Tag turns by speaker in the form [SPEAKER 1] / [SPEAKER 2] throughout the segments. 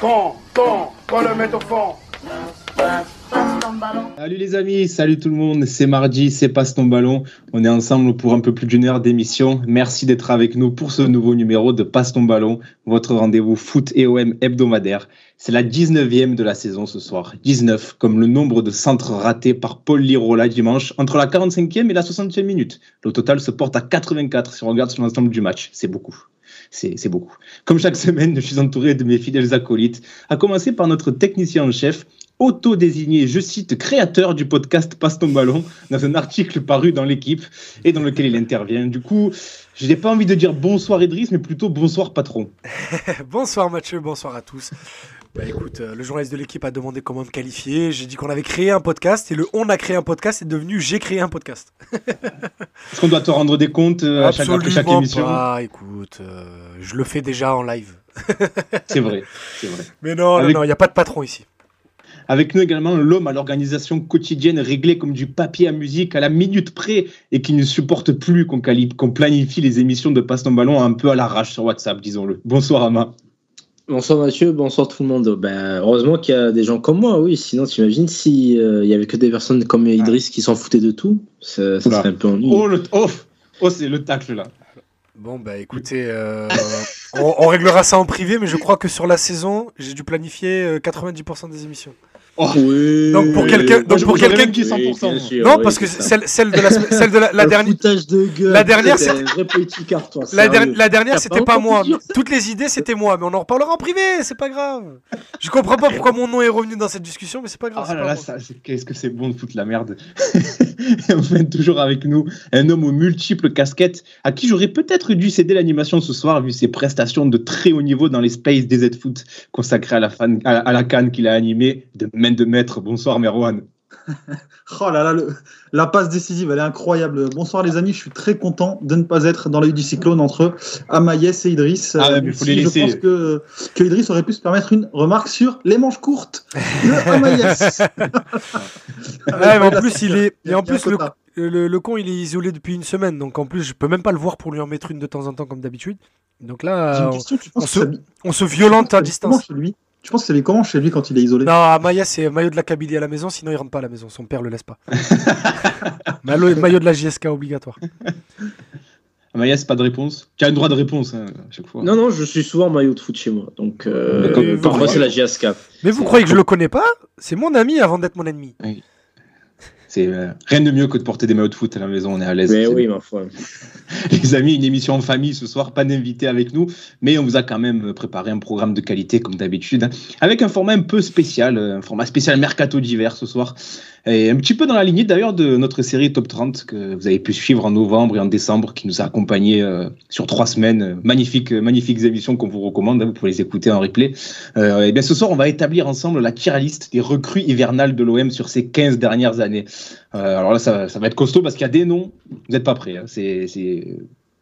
[SPEAKER 1] Quand, quand, quand le mettre au fond.
[SPEAKER 2] Salut les amis, salut tout le monde, c'est mardi, c'est Passe ton ballon. On est ensemble pour un peu plus d'une heure d'émission. Merci d'être avec nous pour ce nouveau numéro de Passe ton ballon, votre rendez-vous foot et OM hebdomadaire. C'est la 19e de la saison ce soir. 19, comme le nombre de centres ratés par Paul Lirola dimanche, entre la 45e et la 60e minute. Le total se porte à 84 si on regarde sur l'ensemble du match. C'est beaucoup. C'est c'est beaucoup. Comme chaque semaine, je suis entouré de mes fidèles acolytes, à commencer par notre technicien en chef, auto-désigné, je cite, créateur du podcast Passe ton ballon, dans un article paru dans l'équipe et dans lequel il intervient. Du coup, je n'ai pas envie de dire bonsoir Idriss, mais plutôt bonsoir patron.
[SPEAKER 3] Bonsoir Mathieu, bonsoir à tous. Bah écoute, euh, le journaliste de l'équipe a demandé comment me qualifier. J'ai dit qu'on avait créé un podcast et le on a créé un podcast est devenu j'ai créé un podcast.
[SPEAKER 2] Est-ce qu'on doit te rendre des comptes euh, à chaque, après chaque émission
[SPEAKER 3] pas. Écoute, euh, je le fais déjà en live.
[SPEAKER 2] C'est vrai, c'est vrai.
[SPEAKER 3] Mais non,
[SPEAKER 2] Avec-
[SPEAKER 3] non, non, il n'y a pas de patron ici.
[SPEAKER 2] Avec nous également l'homme à l'organisation quotidienne réglée comme du papier à musique à la minute près et qui ne supporte plus qu'on quali- qu'on planifie les émissions de Passe ton ballon un peu à l'arrache sur WhatsApp, disons-le. Bonsoir Ama.
[SPEAKER 4] Bonsoir Mathieu, bonsoir tout le monde. Ben, heureusement qu'il y a des gens comme moi, oui. Sinon, t'imagines si euh, il y avait que des personnes comme Idriss qui s'en foutaient de tout, ça, ça
[SPEAKER 2] Oula.
[SPEAKER 4] serait un peu ennuyeux.
[SPEAKER 2] Oh, le, oh, oh, c'est le tacle là.
[SPEAKER 3] Bon, bah écoutez, euh, on, on réglera ça en privé, mais je crois que sur la saison, j'ai dû planifier euh, 90% des émissions.
[SPEAKER 4] Oui.
[SPEAKER 3] Donc, pour quelqu'un- donc,
[SPEAKER 2] Moi, je-
[SPEAKER 3] pour
[SPEAKER 2] j'aurais
[SPEAKER 3] quelqu'un
[SPEAKER 2] même dit
[SPEAKER 4] Oui,
[SPEAKER 2] 100%.
[SPEAKER 4] bien
[SPEAKER 2] moi.
[SPEAKER 4] sûr,
[SPEAKER 3] non,
[SPEAKER 4] oui,
[SPEAKER 3] parce que
[SPEAKER 4] c'est ça.
[SPEAKER 3] celle, celle de la, sem- celle de la, la
[SPEAKER 4] Le
[SPEAKER 3] dernière.
[SPEAKER 4] foutage de gueule.
[SPEAKER 3] la dernière,
[SPEAKER 4] c'est un vrai petit quart, toi.
[SPEAKER 3] La, der-
[SPEAKER 4] sérieux.
[SPEAKER 3] la dernière,
[SPEAKER 4] T'as
[SPEAKER 3] c'était
[SPEAKER 4] pas
[SPEAKER 3] pas
[SPEAKER 4] encore
[SPEAKER 3] moi.
[SPEAKER 4] pu dire ça
[SPEAKER 3] Toutes les idées, c'était moi. Mais on en reparlera en privé, c'est pas grave. Je comprends pas pourquoi mon nom est revenu dans cette discussion, mais c'est pas grave.
[SPEAKER 2] Ah
[SPEAKER 3] c'est
[SPEAKER 2] là
[SPEAKER 3] pas
[SPEAKER 2] là,
[SPEAKER 3] moi.
[SPEAKER 2] ça, c'est- qu'est-ce que c'est bon de foutre la merde. Et enfin, toujours avec nous, un homme aux multiples casquettes à qui j'aurais peut-être dû céder l'animation ce soir vu ses prestations de très haut niveau dans les spaces des Z-Foot consacrés à la, fan, à, à la canne qu'il a animée de main de maître. Bonsoir Merwan.
[SPEAKER 5] Oh là là, le- la passe décisive, elle est incroyable. Bonsoir les amis, je suis très content de ne pas être dans l'œil du cyclone entre Amaïs et Idriss.
[SPEAKER 2] Ah,
[SPEAKER 5] Euh,
[SPEAKER 2] mais faut
[SPEAKER 5] si
[SPEAKER 2] les
[SPEAKER 5] Je
[SPEAKER 2] laisser.
[SPEAKER 5] pense que, que Idriss aurait pu se permettre une remarque sur les manches courtes de Amaïs.
[SPEAKER 3] Ouais, Ah, mais en plus, il est.
[SPEAKER 5] Il
[SPEAKER 3] Et en
[SPEAKER 5] y a- il y a un
[SPEAKER 3] plus, le,
[SPEAKER 5] quota.
[SPEAKER 3] le- le con, il est isolé depuis une semaine. Donc en plus, je peux même pas le voir pour lui en mettre une de temps en temps, comme d'habitude. Donc
[SPEAKER 5] J'ai
[SPEAKER 3] là,
[SPEAKER 5] une
[SPEAKER 3] on,
[SPEAKER 5] question, tu
[SPEAKER 3] Ah, on
[SPEAKER 5] penses que
[SPEAKER 3] se-
[SPEAKER 5] ça vit-
[SPEAKER 3] on se violente à
[SPEAKER 5] ça vit comment
[SPEAKER 3] distance.
[SPEAKER 5] chez lui Tu penses que ça vit comment chez lui quand il est isolé
[SPEAKER 3] Non, Amaya, c'est maillot de la Kabylie à la maison, sinon il rentre pas à la maison. Son père le laisse pas. maillot, maillot de la JSK obligatoire.
[SPEAKER 2] Amaïs, pas de réponse Tu as le droit de réponse hein, à chaque fois.
[SPEAKER 4] Non, non, je suis souvent en maillot de foot chez moi. Donc, euh,
[SPEAKER 2] Mais comme-
[SPEAKER 4] pour
[SPEAKER 2] comme-
[SPEAKER 4] moi, c'est la JSK.
[SPEAKER 3] Mais vous croyez que je le connais pas C'est mon ami avant d'être mon ennemi.
[SPEAKER 2] C'est euh, rien de mieux que de porter des maillots de foot à la maison, on est à l'aise.
[SPEAKER 4] Mais
[SPEAKER 2] C'est
[SPEAKER 4] oui, ma foi.
[SPEAKER 2] Les amis, une émission en famille ce soir, pas d'invité avec nous, mais on vous a quand même préparé un programme de qualité comme d'habitude, hein, avec un format un peu spécial, euh, un format spécial mercato d'hiver ce soir, et un petit peu dans la lignée d'ailleurs de notre série Top 30 que vous avez pu suivre en novembre et en décembre, qui nous a accompagnés euh, sur trois semaines, Euh, magnifiques, euh, magnifiques émissions qu'on vous recommande, hein, vous pouvez les écouter en replay. Euh, et bien ce soir, on va établir ensemble la tier list des recrues hivernales de l'OM sur ces 15 dernières années. Euh, alors là, ça, ça va être costaud parce qu'il y a des noms, vous n'êtes pas prêts. hein. C'est, c'est-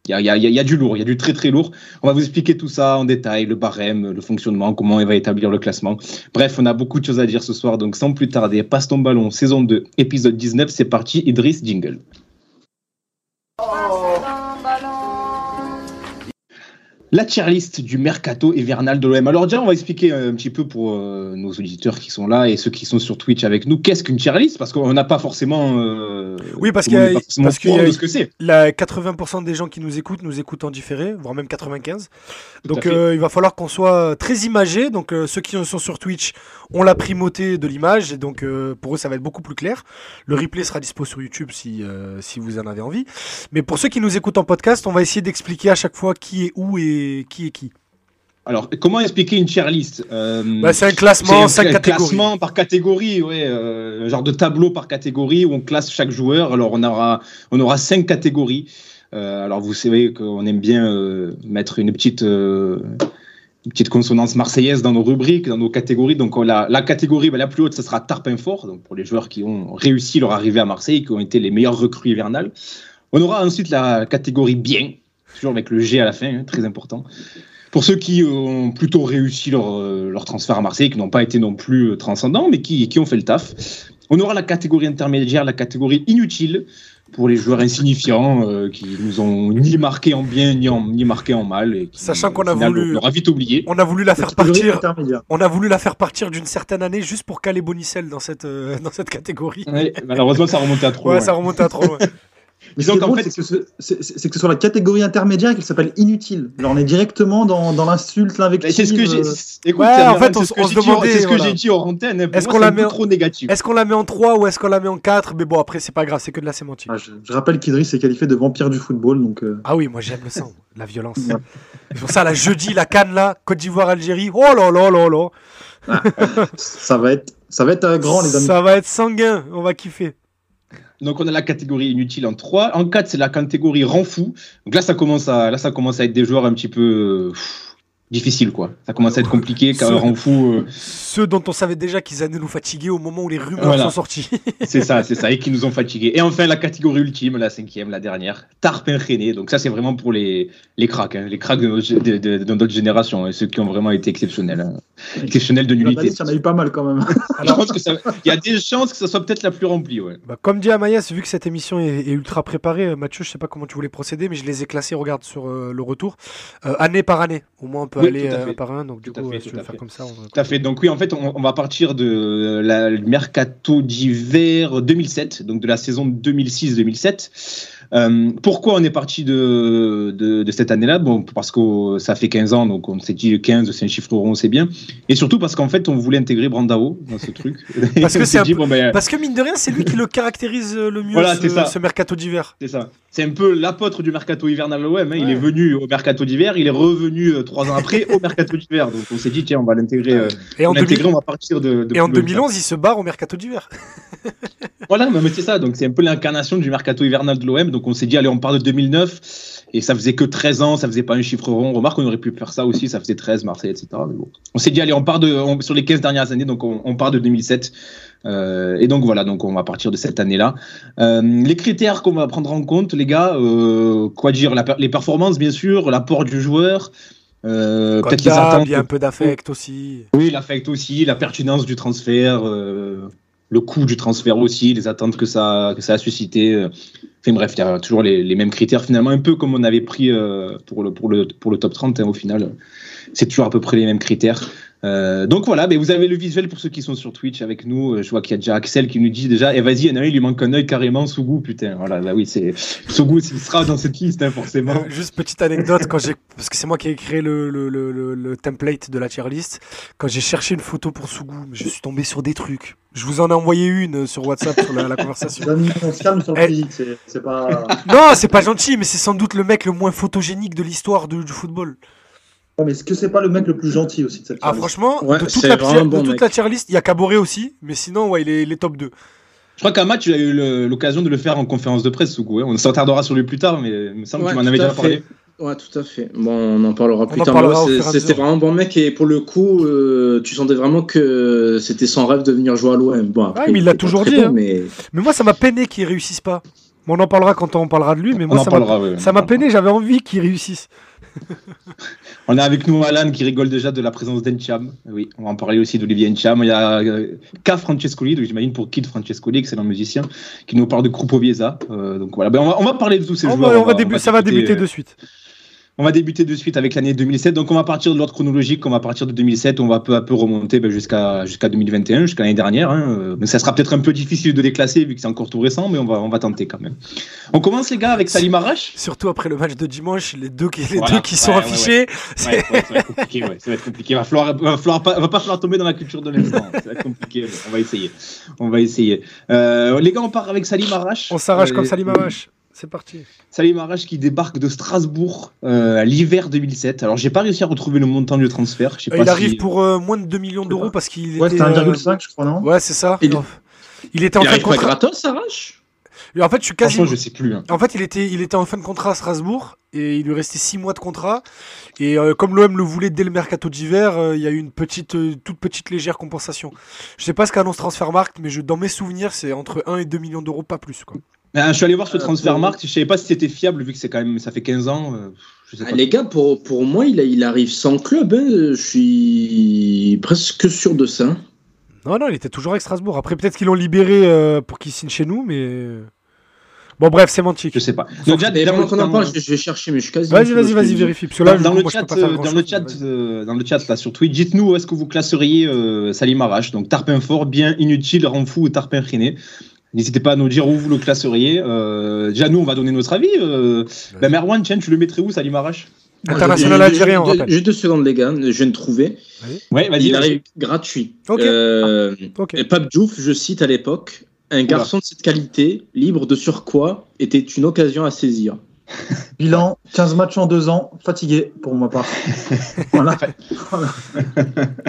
[SPEAKER 2] Il y a, il y a- il y a du lourd, il y a du très très lourd. On va vous expliquer tout ça en détail, le barème, le fonctionnement, comment il va établir le classement. Bref, on a beaucoup de choses à dire ce soir, donc sans plus tarder, passe ton ballon, saison 2, épisode 19, c'est parti, Idriss Jingle. La tier list du mercato hivernal de l'OM. Alors déjà, on va expliquer euh, un petit peu pour euh, nos auditeurs qui sont là et ceux qui sont sur Twitch avec nous, qu'est-ce qu'une tier list Parce qu'on n'a pas forcément... euh,
[SPEAKER 3] Oui, parce
[SPEAKER 2] tout le monde
[SPEAKER 3] qu'il y a-
[SPEAKER 2] n'est pas forcément
[SPEAKER 3] parce
[SPEAKER 2] au
[SPEAKER 3] qu'il y a-
[SPEAKER 2] courant de ce que c'est.
[SPEAKER 3] La 80% des gens qui nous écoutent nous écoutent en différé, voire même 95. Donc
[SPEAKER 2] fait.
[SPEAKER 3] euh, il va falloir qu'on soit très imagé. Donc euh, ceux qui sont sur Twitch ont la primauté de l'image et donc euh, pour eux ça va être beaucoup plus clair. Le replay sera dispo sur YouTube si euh, si vous en avez envie. Mais pour ceux qui nous écoutent en podcast, on va essayer d'expliquer à chaque fois qui est où et qui est qui.
[SPEAKER 2] Alors, comment expliquer une tier list Euh,
[SPEAKER 3] Bah, c'est un
[SPEAKER 2] c'est
[SPEAKER 3] classement,
[SPEAKER 2] un
[SPEAKER 3] cinq
[SPEAKER 2] cla-
[SPEAKER 3] catégories.
[SPEAKER 2] classement par catégorie, ouais, euh, un genre de tableau par catégorie où on classe chaque joueur. Alors, on aura, on aura cinq catégories. Euh, alors, vous savez qu'on aime bien euh, mettre une petite, euh, une petite consonance marseillaise dans nos rubriques, dans nos catégories. Donc, on- la, la catégorie bah, la plus haute, ce sera Tarpin Fort, donc pour les joueurs qui ont réussi leur arrivée à Marseille, qui ont été les meilleurs recrues hivernales. On aura ensuite la catégorie Bien, toujours avec le G à la fin, hein, très important. Pour ceux qui ont plutôt réussi leur, euh, leur transfert à Marseille, qui n'ont pas été non plus euh, transcendants, mais qui, qui ont fait le taf. On aura la catégorie intermédiaire, la catégorie inutile. pour les joueurs insignifiants euh, qui nous ont ni marqué en bien ni, en- ni marqué en mal. Et qui,
[SPEAKER 3] Sachant qu'on
[SPEAKER 2] au
[SPEAKER 3] a
[SPEAKER 2] final,
[SPEAKER 3] voulu-
[SPEAKER 2] On aura vite oublié.
[SPEAKER 3] On a voulu la faire
[SPEAKER 5] Catégorie
[SPEAKER 3] partir.
[SPEAKER 5] intermédiaire.
[SPEAKER 3] On a voulu la faire partir d'une certaine année juste pour caler Bonicelle dans cette euh, dans cette catégorie.
[SPEAKER 2] Ouais, malheureusement, ça remontait à trop.
[SPEAKER 3] Ouais,
[SPEAKER 2] ouais.
[SPEAKER 3] ça remonte à trop loin.
[SPEAKER 5] Mais
[SPEAKER 2] Disons
[SPEAKER 5] ce qui est
[SPEAKER 2] qu'en
[SPEAKER 5] drôle,
[SPEAKER 2] fait-
[SPEAKER 5] c'est que, ce- c'est- c'est- c'est que ce soit la catégorie intermédiaire et qu'elle s'appelle inutile. Là, on est directement dans, dans l'insulte,
[SPEAKER 2] Mais
[SPEAKER 5] l'invective.
[SPEAKER 2] C'est ce que j'ai.
[SPEAKER 5] euh,
[SPEAKER 2] Écoute,
[SPEAKER 3] Ouais,
[SPEAKER 2] Samir,
[SPEAKER 3] en fait,
[SPEAKER 2] c'est
[SPEAKER 3] on-
[SPEAKER 2] ce que
[SPEAKER 3] on
[SPEAKER 2] j'ai
[SPEAKER 3] se
[SPEAKER 2] dit en-
[SPEAKER 3] demandait,
[SPEAKER 2] C'est ce que
[SPEAKER 3] voilà.
[SPEAKER 2] j'ai dit en antenne. hein. Pour
[SPEAKER 3] Est-ce
[SPEAKER 2] moi,
[SPEAKER 3] qu'on
[SPEAKER 2] c'est
[SPEAKER 3] la
[SPEAKER 2] un peu
[SPEAKER 3] met en-
[SPEAKER 2] trop négatif
[SPEAKER 3] Est-ce qu'on la met en 3 ou est-ce qu'on la met en 4 Mais bon, après, c'est pas grave, c'est que de la sémantique.
[SPEAKER 5] ah, je, je rappelle qu'Idriss est qualifié de vampire du football, donc euh,
[SPEAKER 3] Ah oui, moi j'aime le sang, la violence. C'est pour ça, la jeudi, la canne là, Côte d'Ivoire-Algérie, oh là là là là.
[SPEAKER 5] ça va être, ça va être euh, grand, les amis.
[SPEAKER 3] Ça va être sanguin, on va kiffer.
[SPEAKER 2] Donc on a la catégorie inutile en 3. En 4, c'est la catégorie rend fou. Donc là, ça commence à, là, ça commence à être des joueurs un petit peu euh, pff, difficiles, quoi. Ça commence à être compliqué quand
[SPEAKER 3] Ce-
[SPEAKER 2] un rend fou. euh,
[SPEAKER 3] Ceux dont on savait déjà qu'ils allaient nous fatiguer au moment où les rumeurs
[SPEAKER 2] Voilà.
[SPEAKER 3] sont sorties.
[SPEAKER 2] c'est ça, c'est ça. Et qui nous ont fatigués. Et enfin, la catégorie ultime, la cinquième, la dernière. Tarpin René. Donc ça, c'est vraiment pour les, les cracks. hein. Les cracks de, notre- de- de- de notre génération. Et ceux qui ont vraiment été exceptionnels. hein. Exceptionnels de
[SPEAKER 5] Dans la
[SPEAKER 2] nullité.
[SPEAKER 5] liste, il y en a eu pas mal quand même.
[SPEAKER 2] Je pense que ça- il y a des chances que ça soit peut-être la plus remplie, ouais.
[SPEAKER 3] Bah, comme dit Amayas, vu que cette émission est, est ultra préparée, euh, Mathieu, je sais pas comment tu voulais procéder, mais je les ai classés, regarde, sur euh, le retour, euh, année par année. Au moins, on peut
[SPEAKER 2] Oui,
[SPEAKER 3] aller
[SPEAKER 2] tout à
[SPEAKER 3] euh,
[SPEAKER 2] fait.
[SPEAKER 3] par un, donc du
[SPEAKER 2] Tout à
[SPEAKER 3] coup,
[SPEAKER 2] fait,
[SPEAKER 3] euh, si tu
[SPEAKER 2] tout
[SPEAKER 3] veux
[SPEAKER 2] à
[SPEAKER 3] faire
[SPEAKER 2] fait.
[SPEAKER 3] comme ça, on va-
[SPEAKER 2] Tout à fait. Donc oui, en fait, on, on va partir de la le mercato d'hiver 2007, donc de la saison 2006-2007. Euh, pourquoi on est parti de, de, de cette année-là Bon, parce que euh, ça fait 15 ans, donc on s'est dit 15, c'est un chiffre rond, c'est bien. Et surtout parce qu'en fait, on voulait intégrer Brandao dans ce truc. Et
[SPEAKER 3] Parce que
[SPEAKER 2] on
[SPEAKER 3] c'est
[SPEAKER 2] s'est
[SPEAKER 3] un
[SPEAKER 2] dit, bon, ben,
[SPEAKER 3] Parce que mine de rien, c'est lui qui le caractérise euh, le mieux,
[SPEAKER 2] Voilà,
[SPEAKER 3] ce,
[SPEAKER 2] c'est ça.
[SPEAKER 3] ce mercato d'hiver.
[SPEAKER 2] c'est ça. C'est un peu l'apôtre du mercato hivernal de l'OM. hein. Il
[SPEAKER 3] Ouais.
[SPEAKER 2] est venu au mercato d'hiver, il est revenu euh, trois ans après au mercato d'hiver. Donc on s'est dit, tiens, on va l'intégrer. euh,
[SPEAKER 3] Et en,
[SPEAKER 2] on, l'intégrer,
[SPEAKER 3] 2000
[SPEAKER 2] on va partir de. de
[SPEAKER 3] et en
[SPEAKER 2] de-
[SPEAKER 3] 2011, il se barre au mercato d'hiver.
[SPEAKER 2] Voilà, mais c'est ça. Donc, c'est un peu l'incarnation du mercato hivernal de l'OM. Donc, on s'est dit, allez, on part de 2009. Et ça faisait que 13 ans, ça faisait pas un chiffre rond. Remarque, on aurait pu faire ça aussi. Ça faisait 13, Marseille, etc. Mais bon. On s'est dit, allez, on part de, on- sur les 15 dernières années. Donc, on, on part de 2007. Euh, et donc, voilà. Donc, on va partir de cette année-là. Euh, les critères qu'on va prendre en compte, les gars, euh, quoi dire? La per- les performances, bien sûr, l'apport du joueur. Euh,
[SPEAKER 3] Comme
[SPEAKER 2] peut-être les
[SPEAKER 3] d'hab,
[SPEAKER 2] attentes
[SPEAKER 3] il y a un peu d'affect aussi.
[SPEAKER 2] oui, l'affect aussi, la pertinence du transfert, euh, le coût du transfert aussi, les attentes que ça, que ça a suscité. euh. Enfin bref, il y a toujours les, les mêmes critères finalement, un peu comme on avait pris euh, pour, le, pour, le, pour le top 30 hein, au final. C'est toujours à peu près les mêmes critères. Euh, donc voilà, mais vous avez le visuel pour ceux qui sont sur Twitch avec nous. Euh, Je vois qu'il y a déjà Axel qui nous dit déjà, et vas-y, il y en a un, il lui manque un œil carrément, Sougou, putain. Voilà, bah oui, c'est Sougou, il sera dans cette liste, hein, forcément.
[SPEAKER 3] Euh, Juste petite anecdote, quand j'ai parce que c'est moi qui ai créé le, le, le, le- le template de la tier list. Quand j'ai cherché une photo pour Sougou, je suis tombé sur des trucs. Je vous en ai envoyé une euh, sur WhatsApp sur la, la conversation.
[SPEAKER 5] Les amis, on se calme sur le
[SPEAKER 3] Eh.
[SPEAKER 5] physique, c'est- c'est pas.
[SPEAKER 3] Non, c'est pas gentil, mais c'est sans doute le mec le moins photogénique de l'histoire de- du football.
[SPEAKER 5] Ouais, mais est-ce que c'est pas le mec le plus gentil aussi de cette
[SPEAKER 3] Ah
[SPEAKER 5] liste
[SPEAKER 3] franchement,
[SPEAKER 4] Ouais,
[SPEAKER 3] de toute,
[SPEAKER 4] c'est
[SPEAKER 3] la,
[SPEAKER 4] vraiment
[SPEAKER 3] tier-
[SPEAKER 4] un bon
[SPEAKER 3] de toute
[SPEAKER 4] mec.
[SPEAKER 3] la tier list, il y a Caboret aussi, mais sinon ouais, il est, il est top 2.
[SPEAKER 2] Je crois qu'un match, tu as eu le- l'occasion de le faire en conférence de presse, Sougou. hein. On s'attardera sur lui plus tard, mais il me semble que
[SPEAKER 4] Ouais,
[SPEAKER 2] tu m'en
[SPEAKER 4] tout
[SPEAKER 2] avais
[SPEAKER 4] à
[SPEAKER 2] déjà
[SPEAKER 4] fait.
[SPEAKER 2] parlé.
[SPEAKER 4] Ouais, tout à fait. Bon, on en parlera plus
[SPEAKER 3] en
[SPEAKER 4] tard.
[SPEAKER 3] parlera
[SPEAKER 4] mais ouais,
[SPEAKER 3] au fur et à
[SPEAKER 4] c'est- c'était
[SPEAKER 3] mesure.
[SPEAKER 4] vraiment bon mec et pour le coup, euh, tu sentais vraiment que c'était son rêve de venir jouer à l'OM. Bon, après,
[SPEAKER 3] Ouais, mais il l'a
[SPEAKER 4] était pas
[SPEAKER 3] toujours
[SPEAKER 4] très
[SPEAKER 3] dit,
[SPEAKER 4] bon,
[SPEAKER 3] hein.
[SPEAKER 4] Mais
[SPEAKER 3] Mais moi ça m'a peiné qu'il réussisse pas. Bon, on en parlera quand on parlera de lui, mais
[SPEAKER 2] On
[SPEAKER 3] moi
[SPEAKER 2] en
[SPEAKER 3] ça m'a
[SPEAKER 2] parlera. ouais,
[SPEAKER 3] ça
[SPEAKER 2] on
[SPEAKER 3] m'a
[SPEAKER 2] en
[SPEAKER 3] peiné, j'avais envie qu'il réussisse.
[SPEAKER 2] parlera. On a avec nous Alan qui rigole déjà de la présence d'Encham. Oui, on va en parler aussi d'Olivier Encham. Il y a euh, K. Francescoli, donc j'imagine pour Kid Francescoli, excellent musicien, qui nous parle de Krupoviesa. Euh, donc voilà, Ben, on, va, on va euh, parler de tous ces
[SPEAKER 3] On va-
[SPEAKER 2] joueurs.
[SPEAKER 3] on va débu- ça va débuter de suite.
[SPEAKER 2] On va débuter de suite avec l'année 2007. Donc, on va partir de l'ordre chronologique. On va partir de 2007. On va peu à peu remonter ben, jusqu'à jusqu'à 2021, jusqu'à l'année dernière. hein. Euh, Mais ça sera peut-être un peu difficile de les classer vu que c'est encore tout récent, mais on va, on va tenter quand même. On commence, les gars, avec Salim Arash.
[SPEAKER 3] Surtout après le match de dimanche, les deux qui, les
[SPEAKER 2] Voilà.
[SPEAKER 3] deux qui sont
[SPEAKER 2] Ouais, ouais,
[SPEAKER 3] affichés.
[SPEAKER 2] Ouais, ouais, ça va être compliqué. ouais, ça va être compliqué. Va falloir, va falloir pas, va pas falloir tomber dans la culture de l'instant. Ça va être compliqué. mais on va essayer. On va essayer. Euh, les gars, on part avec Salim Arash.
[SPEAKER 3] On s'arrache
[SPEAKER 2] Euh,
[SPEAKER 3] comme Salim Arash. C'est parti.
[SPEAKER 2] Salim Arash qui débarque de Strasbourg euh, à l'hiver 2007. Alors, j'ai pas réussi à retrouver le montant du transfert. Je sais
[SPEAKER 3] il
[SPEAKER 2] pas
[SPEAKER 3] arrive
[SPEAKER 2] si-
[SPEAKER 3] pour euh, moins de 2 millions d'euros parce qu'il
[SPEAKER 5] Ouais,
[SPEAKER 3] était.
[SPEAKER 5] c'était
[SPEAKER 3] euh,
[SPEAKER 5] 1,5, je crois, non
[SPEAKER 3] Ouais, c'est ça.
[SPEAKER 4] Il-
[SPEAKER 3] Il était en
[SPEAKER 4] il
[SPEAKER 3] fin de
[SPEAKER 4] arrive pas
[SPEAKER 3] contrat.
[SPEAKER 4] gratos, Arrache
[SPEAKER 3] En fait, je suis
[SPEAKER 2] Franchement,
[SPEAKER 3] quasiment.
[SPEAKER 2] je sais plus. hein.
[SPEAKER 3] En fait, il était, il était en fin de contrat à Strasbourg et il lui restait 6 mois de contrat. Et euh, comme l'OM le voulait dès le mercato d'hiver, euh, il y a eu une petite, euh, toute petite légère compensation. Je sais pas ce qu'annonce Transfermarkt, mais je, dans mes souvenirs, c'est entre 1 et 2 millions d'euros, pas plus. Quoi.
[SPEAKER 2] Ah, je suis allé voir ce
[SPEAKER 4] Euh,
[SPEAKER 2] transfert
[SPEAKER 4] pour-
[SPEAKER 2] marque. Je savais pas si c'était fiable vu que c'est quand même, ça fait 15 ans. euh, je sais
[SPEAKER 4] Ah,
[SPEAKER 2] pas.
[SPEAKER 4] les gars, pour, pour moi, il, a- il arrive sans club. hein. Je suis presque sûr de ça.
[SPEAKER 3] Non, non, il était toujours avec Strasbourg. Après, peut-être qu'ils l'ont libéré euh, pour qu'il signe chez nous, mais. Bon, bref, sémantique.
[SPEAKER 2] Je sais pas. Donc, déjà,
[SPEAKER 4] Mais
[SPEAKER 2] dans
[SPEAKER 4] pendant
[SPEAKER 2] le-
[SPEAKER 4] qu'on en
[SPEAKER 2] dans-
[SPEAKER 4] parle, je, je vais chercher, mais je suis quasi.
[SPEAKER 3] Vas-y, vas-y, vas-y, vérifie. Parce que là,
[SPEAKER 2] dans,
[SPEAKER 3] je-
[SPEAKER 2] le
[SPEAKER 3] moi, je
[SPEAKER 2] chat,
[SPEAKER 3] peux pas faire
[SPEAKER 2] euh, dans
[SPEAKER 3] grand-chose,
[SPEAKER 2] le
[SPEAKER 3] mais
[SPEAKER 2] chat,
[SPEAKER 3] vas-y.
[SPEAKER 2] euh, dans le chat là sur Twitch, dites-nous où est-ce que vous classeriez euh, Salim Arash. Donc Tarpin fort, bien inutile, rend fou ou Tarpin freiné. N'hésitez pas à nous dire où vous le classeriez. Euh, déjà nous, on va donner notre avis. Euh, bah, Merwan, tiens, tu le mettrais où Salim Arash
[SPEAKER 3] International algérien, on rappelle.
[SPEAKER 4] Juste deux secondes, les gars, je viens de trouver.
[SPEAKER 2] Ouais, vas-y.
[SPEAKER 4] Il arrive gratuit.
[SPEAKER 3] Ok. Ah.
[SPEAKER 4] Euh,
[SPEAKER 3] Ok.
[SPEAKER 4] Et Pape Diouf, je cite à l'époque, un garçon de cette qualité, libre de surcroît, était une occasion à saisir.
[SPEAKER 5] Bilan 15 matchs en 2 ans, fatigué pour ma part. voilà.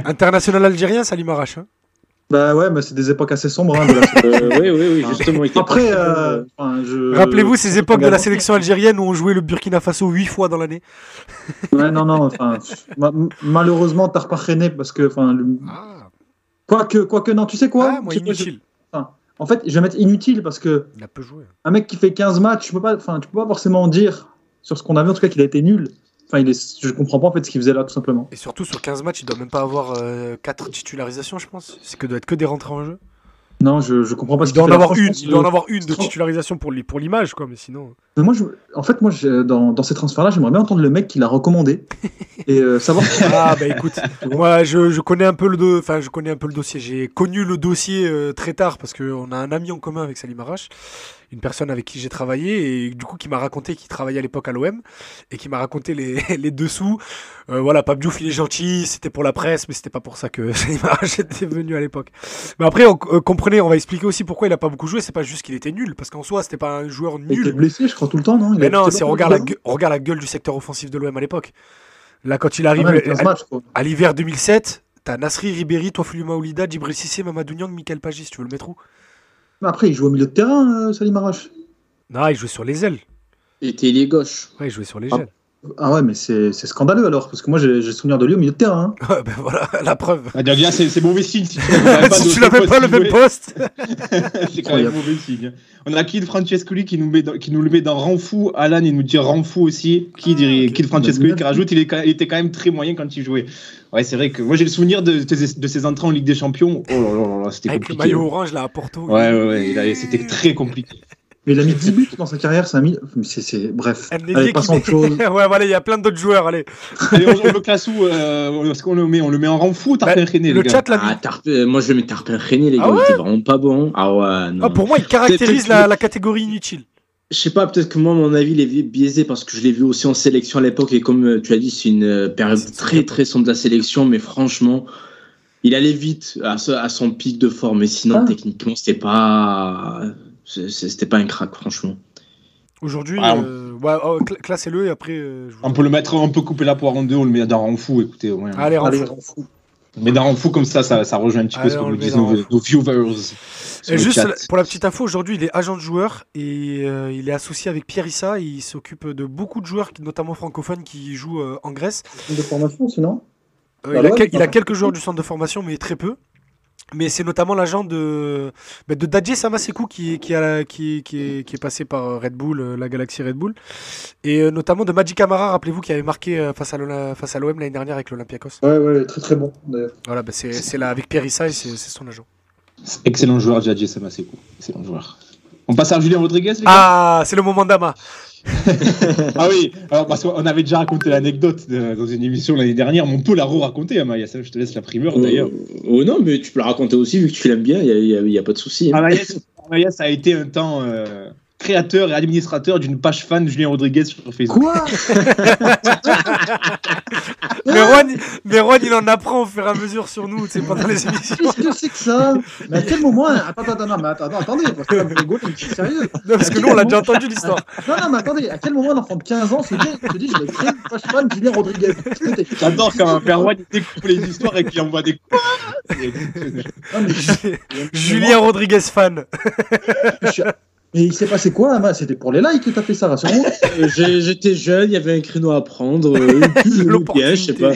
[SPEAKER 3] International algérien, Salim Arash. hein.
[SPEAKER 5] Bah ouais, mais c'est des époques assez sombres. hein, de la-
[SPEAKER 4] Euh, oui, oui, oui, justement. il était-
[SPEAKER 5] Après, euh, enfin, je-
[SPEAKER 3] Rappelez-vous ces époques de la
[SPEAKER 5] regarde.
[SPEAKER 3] sélection algérienne où on jouait le Burkina Faso 8 fois dans l'année.
[SPEAKER 5] Ouais, non, non, enfin, ma- malheureusement, t'as reparrainé parce que, enfin, le-
[SPEAKER 3] Ah,
[SPEAKER 5] quoique, quoique, non, tu sais quoi
[SPEAKER 3] moi,
[SPEAKER 5] Tu sais quoi, je-
[SPEAKER 3] inutile.
[SPEAKER 5] En fait, je vais mettre inutile parce que
[SPEAKER 3] Il a peu joué.
[SPEAKER 5] un mec qui fait 15 matchs, tu peux pas, enfin, tu peux pas forcément dire sur ce qu'on a vu en tout cas qu'il a été nul. Enfin, il est, je comprends pas en fait ce qu'il faisait là tout simplement.
[SPEAKER 3] Et surtout, sur 15 matchs, il doit même pas avoir 4 titularisations, je pense. C'est que doit être que des rentrées en jeu.
[SPEAKER 5] Non, je, je comprends pas. ce
[SPEAKER 3] Il doit en
[SPEAKER 5] qu'il fait là.
[SPEAKER 3] avoir une,
[SPEAKER 5] Franchement,
[SPEAKER 3] il doit en
[SPEAKER 5] je-
[SPEAKER 3] avoir une de
[SPEAKER 5] franchement-
[SPEAKER 3] titularisation pour l'i- pour l'image, quoi, mais sinon.
[SPEAKER 5] Mais moi, je, en fait, moi, je- dans, dans ces transferts-là, j'aimerais bien entendre le mec qui l'a recommandé et euh, savoir.
[SPEAKER 3] Ah, bah écoute, moi je, je connais un peu le do- enfin je connais un peu le dossier. J'ai connu le dossier euh, très tard parce qu'on a un ami en commun avec Salim Arash, une personne avec qui j'ai travaillé et du coup qui m'a raconté qu'il travaillait à l'époque à l'OM et qui m'a raconté les, les dessous. Euh, voilà, Pape Diouf il est gentil, c'était pour la presse, mais c'était pas pour ça que Salim Arash était venu à l'époque. Mais après, on, euh, comprenez, on va expliquer aussi pourquoi il a pas beaucoup joué. C'est pas juste qu'il était nul, parce qu'en soi c'était pas un joueur
[SPEAKER 5] Il était
[SPEAKER 3] nul.
[SPEAKER 5] blessé, je crois, tout le temps, non Il
[SPEAKER 3] Mais
[SPEAKER 5] a-
[SPEAKER 3] non,
[SPEAKER 5] c'était
[SPEAKER 3] c'est
[SPEAKER 5] pas-
[SPEAKER 3] on regarde, la gueule, on regarde la gueule du secteur offensif de l'OM à l'époque. Là, quand il
[SPEAKER 5] Ah ouais,
[SPEAKER 3] arrive,
[SPEAKER 5] mais 15
[SPEAKER 3] à-
[SPEAKER 5] matchs, quoi.
[SPEAKER 3] à l'hiver 2007, t'as Nasri, Ribéry, Toifulu Maoulida, Djibril Sissé, Mamadou Niang, Michael Pagis. Tu veux le mettre où
[SPEAKER 5] Mais Après, il joue au milieu de terrain, euh, Salim Arash.
[SPEAKER 3] Non, il jouait sur les ailes.
[SPEAKER 4] Il était ailier gauche.
[SPEAKER 3] Ouais, il jouait sur les
[SPEAKER 5] Ah.
[SPEAKER 3] ailes.
[SPEAKER 5] Ah ouais, mais c'est c'est scandaleux alors, parce que moi j'ai j'ai souvenir de lui au milieu de terrain. hein.
[SPEAKER 3] Ouais, ben voilà, la preuve.
[SPEAKER 2] Ah, déjà, c'est c'est mauvais signe.
[SPEAKER 3] si
[SPEAKER 2] Si tu l'avais de-
[SPEAKER 3] tu l'avais pas le même poste.
[SPEAKER 2] c'est quand même mauvais signe. On a Kid Francescoli qui nous, met dans- qui nous le met dans Rang Fou. Alan, il nous dit Rang Fou aussi.
[SPEAKER 3] Ah,
[SPEAKER 2] Kid, il- Kid Francescoli qui rajoute il, est quand- il était quand même très moyen quand il jouait. Ouais, c'est vrai que moi j'ai le souvenir de, de- de ses entrées en Ligue des Champions. Oh là là là là, c'était
[SPEAKER 3] Avec le
[SPEAKER 2] compliqué.
[SPEAKER 3] maillot orange là à Porto.
[SPEAKER 2] Ouais, ouais, ouais, il avait- c'était très compliqué.
[SPEAKER 5] Mais il a mis 10 buts dans sa carrière, c'est un mille- mais c'est- c'est- Bref.
[SPEAKER 3] Un ailier
[SPEAKER 5] Allez,
[SPEAKER 3] qui
[SPEAKER 5] passons à autre chose.
[SPEAKER 3] ouais, voilà, il y a plein d'autres joueurs. Allez,
[SPEAKER 2] Allez, on, on le classe où euh, Est-ce qu'on le met On le met en Rang Fou, Tarpin
[SPEAKER 3] Bah,
[SPEAKER 2] René,
[SPEAKER 3] le
[SPEAKER 2] les gars
[SPEAKER 3] chat là.
[SPEAKER 4] Ah, Tarpe- euh, moi je mets Tarpin René, les gars,
[SPEAKER 3] Ah
[SPEAKER 4] il était vraiment pas bon. Ah ouais, non.
[SPEAKER 3] Ah, pour moi, il caractérise
[SPEAKER 4] trucs-
[SPEAKER 3] la, la catégorie inutile.
[SPEAKER 4] Je sais pas, peut-être que moi, mon avis, il est biaisé parce que je l'ai vu aussi en sélection à l'époque et comme euh, tu as dit, c'est une euh, période
[SPEAKER 3] C'est- c'est
[SPEAKER 4] très très sombre de la sélection, mais franchement, il allait vite à, ce- à son pic de forme, mais sinon,
[SPEAKER 5] Ah.
[SPEAKER 4] techniquement, c'était pas. c'est- C'était pas un crack, franchement.
[SPEAKER 3] Aujourd'hui,
[SPEAKER 2] Ah,
[SPEAKER 3] euh, ouais, oh, cla- classez-le et après. euh, je vous-
[SPEAKER 2] on peut le mettre, on peut couper la poire en deux, on le met dans Rang Fou, écoutez. ouais.
[SPEAKER 3] Allez,
[SPEAKER 5] Allez,
[SPEAKER 3] rentre.
[SPEAKER 5] on s'en fout.
[SPEAKER 2] Mais dans Rang Fou, comme ça, ça, ça rejoint un petit
[SPEAKER 3] Allez,
[SPEAKER 2] peu ce
[SPEAKER 3] on
[SPEAKER 2] que
[SPEAKER 3] le
[SPEAKER 2] nous
[SPEAKER 3] met
[SPEAKER 2] disent
[SPEAKER 3] dans
[SPEAKER 2] nos,
[SPEAKER 3] Rang Fou.
[SPEAKER 2] nos viewers. sur
[SPEAKER 3] Et
[SPEAKER 2] le
[SPEAKER 3] juste
[SPEAKER 2] chat.
[SPEAKER 3] la- pour la petite info, aujourd'hui il est agent de joueur et euh, il est associé avec Pierre Issa. Il s'occupe de beaucoup de joueurs, qui- notamment francophones, qui jouent euh, en Grèce.
[SPEAKER 5] De formation, sinon
[SPEAKER 3] Euh,
[SPEAKER 5] Bah
[SPEAKER 3] il, a
[SPEAKER 5] ouais,
[SPEAKER 3] quel- il a
[SPEAKER 5] bah.
[SPEAKER 3] quelques joueurs du centre de formation, mais très peu. Mais c'est notamment l'agent de, bah, de Dadje Samasekou qui, est- qui, a- qui, est- qui est, qui est passé par euh, Red Bull, euh, la galaxie Red Bull. Et euh, notamment de Magic Amara, rappelez-vous, qui avait marqué euh, face à l'Ola- face à l'OM l'année dernière avec l'Olympiakos.
[SPEAKER 5] Ouais, ouais, très très bon. d'ailleurs.
[SPEAKER 3] Voilà, bah, c'est c'est là avec Pierre Issa et c'est c'est son agent.
[SPEAKER 2] Excellent joueur, Jadji Samasekou. Excellent joueur. On passe à Julien Rodriguez, les gars
[SPEAKER 3] Ah, c'est le moment d'Ama.
[SPEAKER 2] Ah oui, alors parce qu'on avait déjà raconté l'anecdote de- dans une émission l'année dernière, mais on peut la re-raconter, Amaïs. Je te laisse la primeur d'ailleurs.
[SPEAKER 4] Oh, oh non, mais tu peux la raconter aussi, vu que tu l'aimes bien, il n'y a, y a pas de souci. hein.
[SPEAKER 2] Amaïs, Amaïs a été un temps euh, créateur et administrateur d'une page fan de Julien Rodriguez sur Facebook.
[SPEAKER 5] Quoi
[SPEAKER 3] Merwan, Merwan, il en apprend au fur et à mesure sur nous, c'est pendant les émissions.
[SPEAKER 5] Qu'est-ce que c'est que ça Mais à quel moment Attends, attends, attends, non, mais attends, attendez, parce que là, vous rigolez, mais c'est sérieux.
[SPEAKER 3] Non, parce que nous, on l'a déjà entendu l'histoire.
[SPEAKER 5] Non, non, mais attendez, à quel moment un enfant de 15 ans se dit, se dit je vais créer une page fan de Julien Rodriguez
[SPEAKER 2] J'adore quand Perwan découpe les histoires et qu'il envoie des quoi
[SPEAKER 5] Non, mais-
[SPEAKER 3] Julien Rodriguez fan.
[SPEAKER 5] Je- Mais il s'est passé quoi, Ama C'était pour les likes que t'as fait ça, rassure-moi.
[SPEAKER 4] Euh, j'ai- J'étais jeune, il y avait un créneau à prendre, euh, une pilule, une pièce, je sais pas.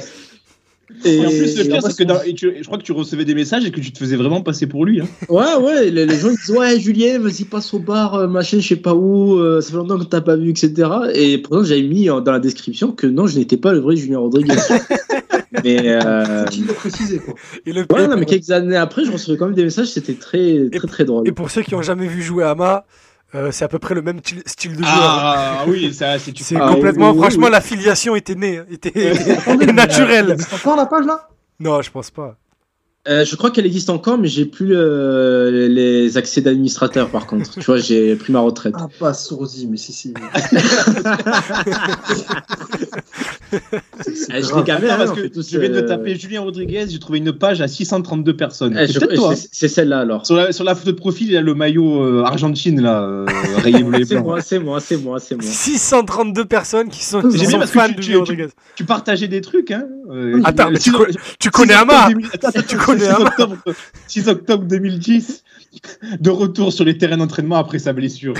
[SPEAKER 2] Et
[SPEAKER 4] Et
[SPEAKER 2] en plus, le pire, c'est que dans- et tu- je crois que tu recevais des messages et que tu te faisais vraiment passer pour lui. hein.
[SPEAKER 4] Ouais, ouais, les, les gens disent Ouais, Julien, vas-y, passe au bar, euh, machin, je sais pas où, euh, ça fait longtemps que t'as pas vu, etc. Et pourtant, j'avais mis euh, dans la description que non, je n'étais pas le vrai Julien Rodriguez. mais. Euh...
[SPEAKER 5] Faut-il le préciser, quoi.
[SPEAKER 3] Et, le-
[SPEAKER 4] Ouais,
[SPEAKER 3] et-
[SPEAKER 4] non, mais quelques années après, je recevais quand même des messages, c'était très, très, très drôle.
[SPEAKER 3] et pour ceux qui n'ont jamais vu jouer Ama, Euh, c'est à peu près le même til- style de jeu. hein.
[SPEAKER 2] Ah oui, ça, c'est tu
[SPEAKER 3] C'est
[SPEAKER 4] Ah,
[SPEAKER 3] complètement,
[SPEAKER 4] oui, oui,
[SPEAKER 3] franchement,
[SPEAKER 4] oui.
[SPEAKER 3] la filiation était née, hein, était
[SPEAKER 5] Attendez, mais, euh,
[SPEAKER 3] naturelle.
[SPEAKER 5] existe encore la page là
[SPEAKER 3] Non, je pense pas.
[SPEAKER 4] Euh, je crois qu'elle existe encore, mais j'ai plus euh, les accès d'administrateur par contre. tu vois, j'ai pris ma retraite.
[SPEAKER 5] Ah, pas Sourzi, mais si, si. C'est- c'est
[SPEAKER 4] Eh, je
[SPEAKER 5] grave.
[SPEAKER 4] l'ai gavé,
[SPEAKER 2] Attends,
[SPEAKER 4] hein,
[SPEAKER 2] Ah, parce
[SPEAKER 4] on
[SPEAKER 2] que
[SPEAKER 4] fait tous,
[SPEAKER 2] je viens de
[SPEAKER 4] euh,
[SPEAKER 2] taper Julien Rodriguez, j'ai trouvé une page à 632 personnes.
[SPEAKER 4] Eh,
[SPEAKER 2] c'est
[SPEAKER 4] je-
[SPEAKER 2] peut-être toi. hein.
[SPEAKER 4] c'est- C'est celle-là alors.
[SPEAKER 2] Sur la, sur la photo de profil, il y a le maillot euh, Argentine, là, euh, rayé bleu et
[SPEAKER 4] C'est
[SPEAKER 2] blanc.
[SPEAKER 4] moi, c'est moi, c'est moi, c'est moi.
[SPEAKER 3] 632 personnes qui sont,
[SPEAKER 5] J'aime
[SPEAKER 3] qui
[SPEAKER 5] bien
[SPEAKER 3] sont
[SPEAKER 2] parce que
[SPEAKER 3] fans de
[SPEAKER 2] tu- tu-
[SPEAKER 3] Julien
[SPEAKER 2] tu-
[SPEAKER 3] Rodriguez.
[SPEAKER 2] Tu partageais des trucs, hein euh,
[SPEAKER 3] Attends,
[SPEAKER 2] euh,
[SPEAKER 3] mais tu,
[SPEAKER 2] six-
[SPEAKER 3] co- tu connais
[SPEAKER 2] 6
[SPEAKER 3] Amar
[SPEAKER 2] octobre 2000 Attends, attends,
[SPEAKER 3] Tu connais
[SPEAKER 2] 6
[SPEAKER 3] Amar
[SPEAKER 2] octobre, 6 octobre 2010, de retour sur les terrains d'entraînement après sa blessure.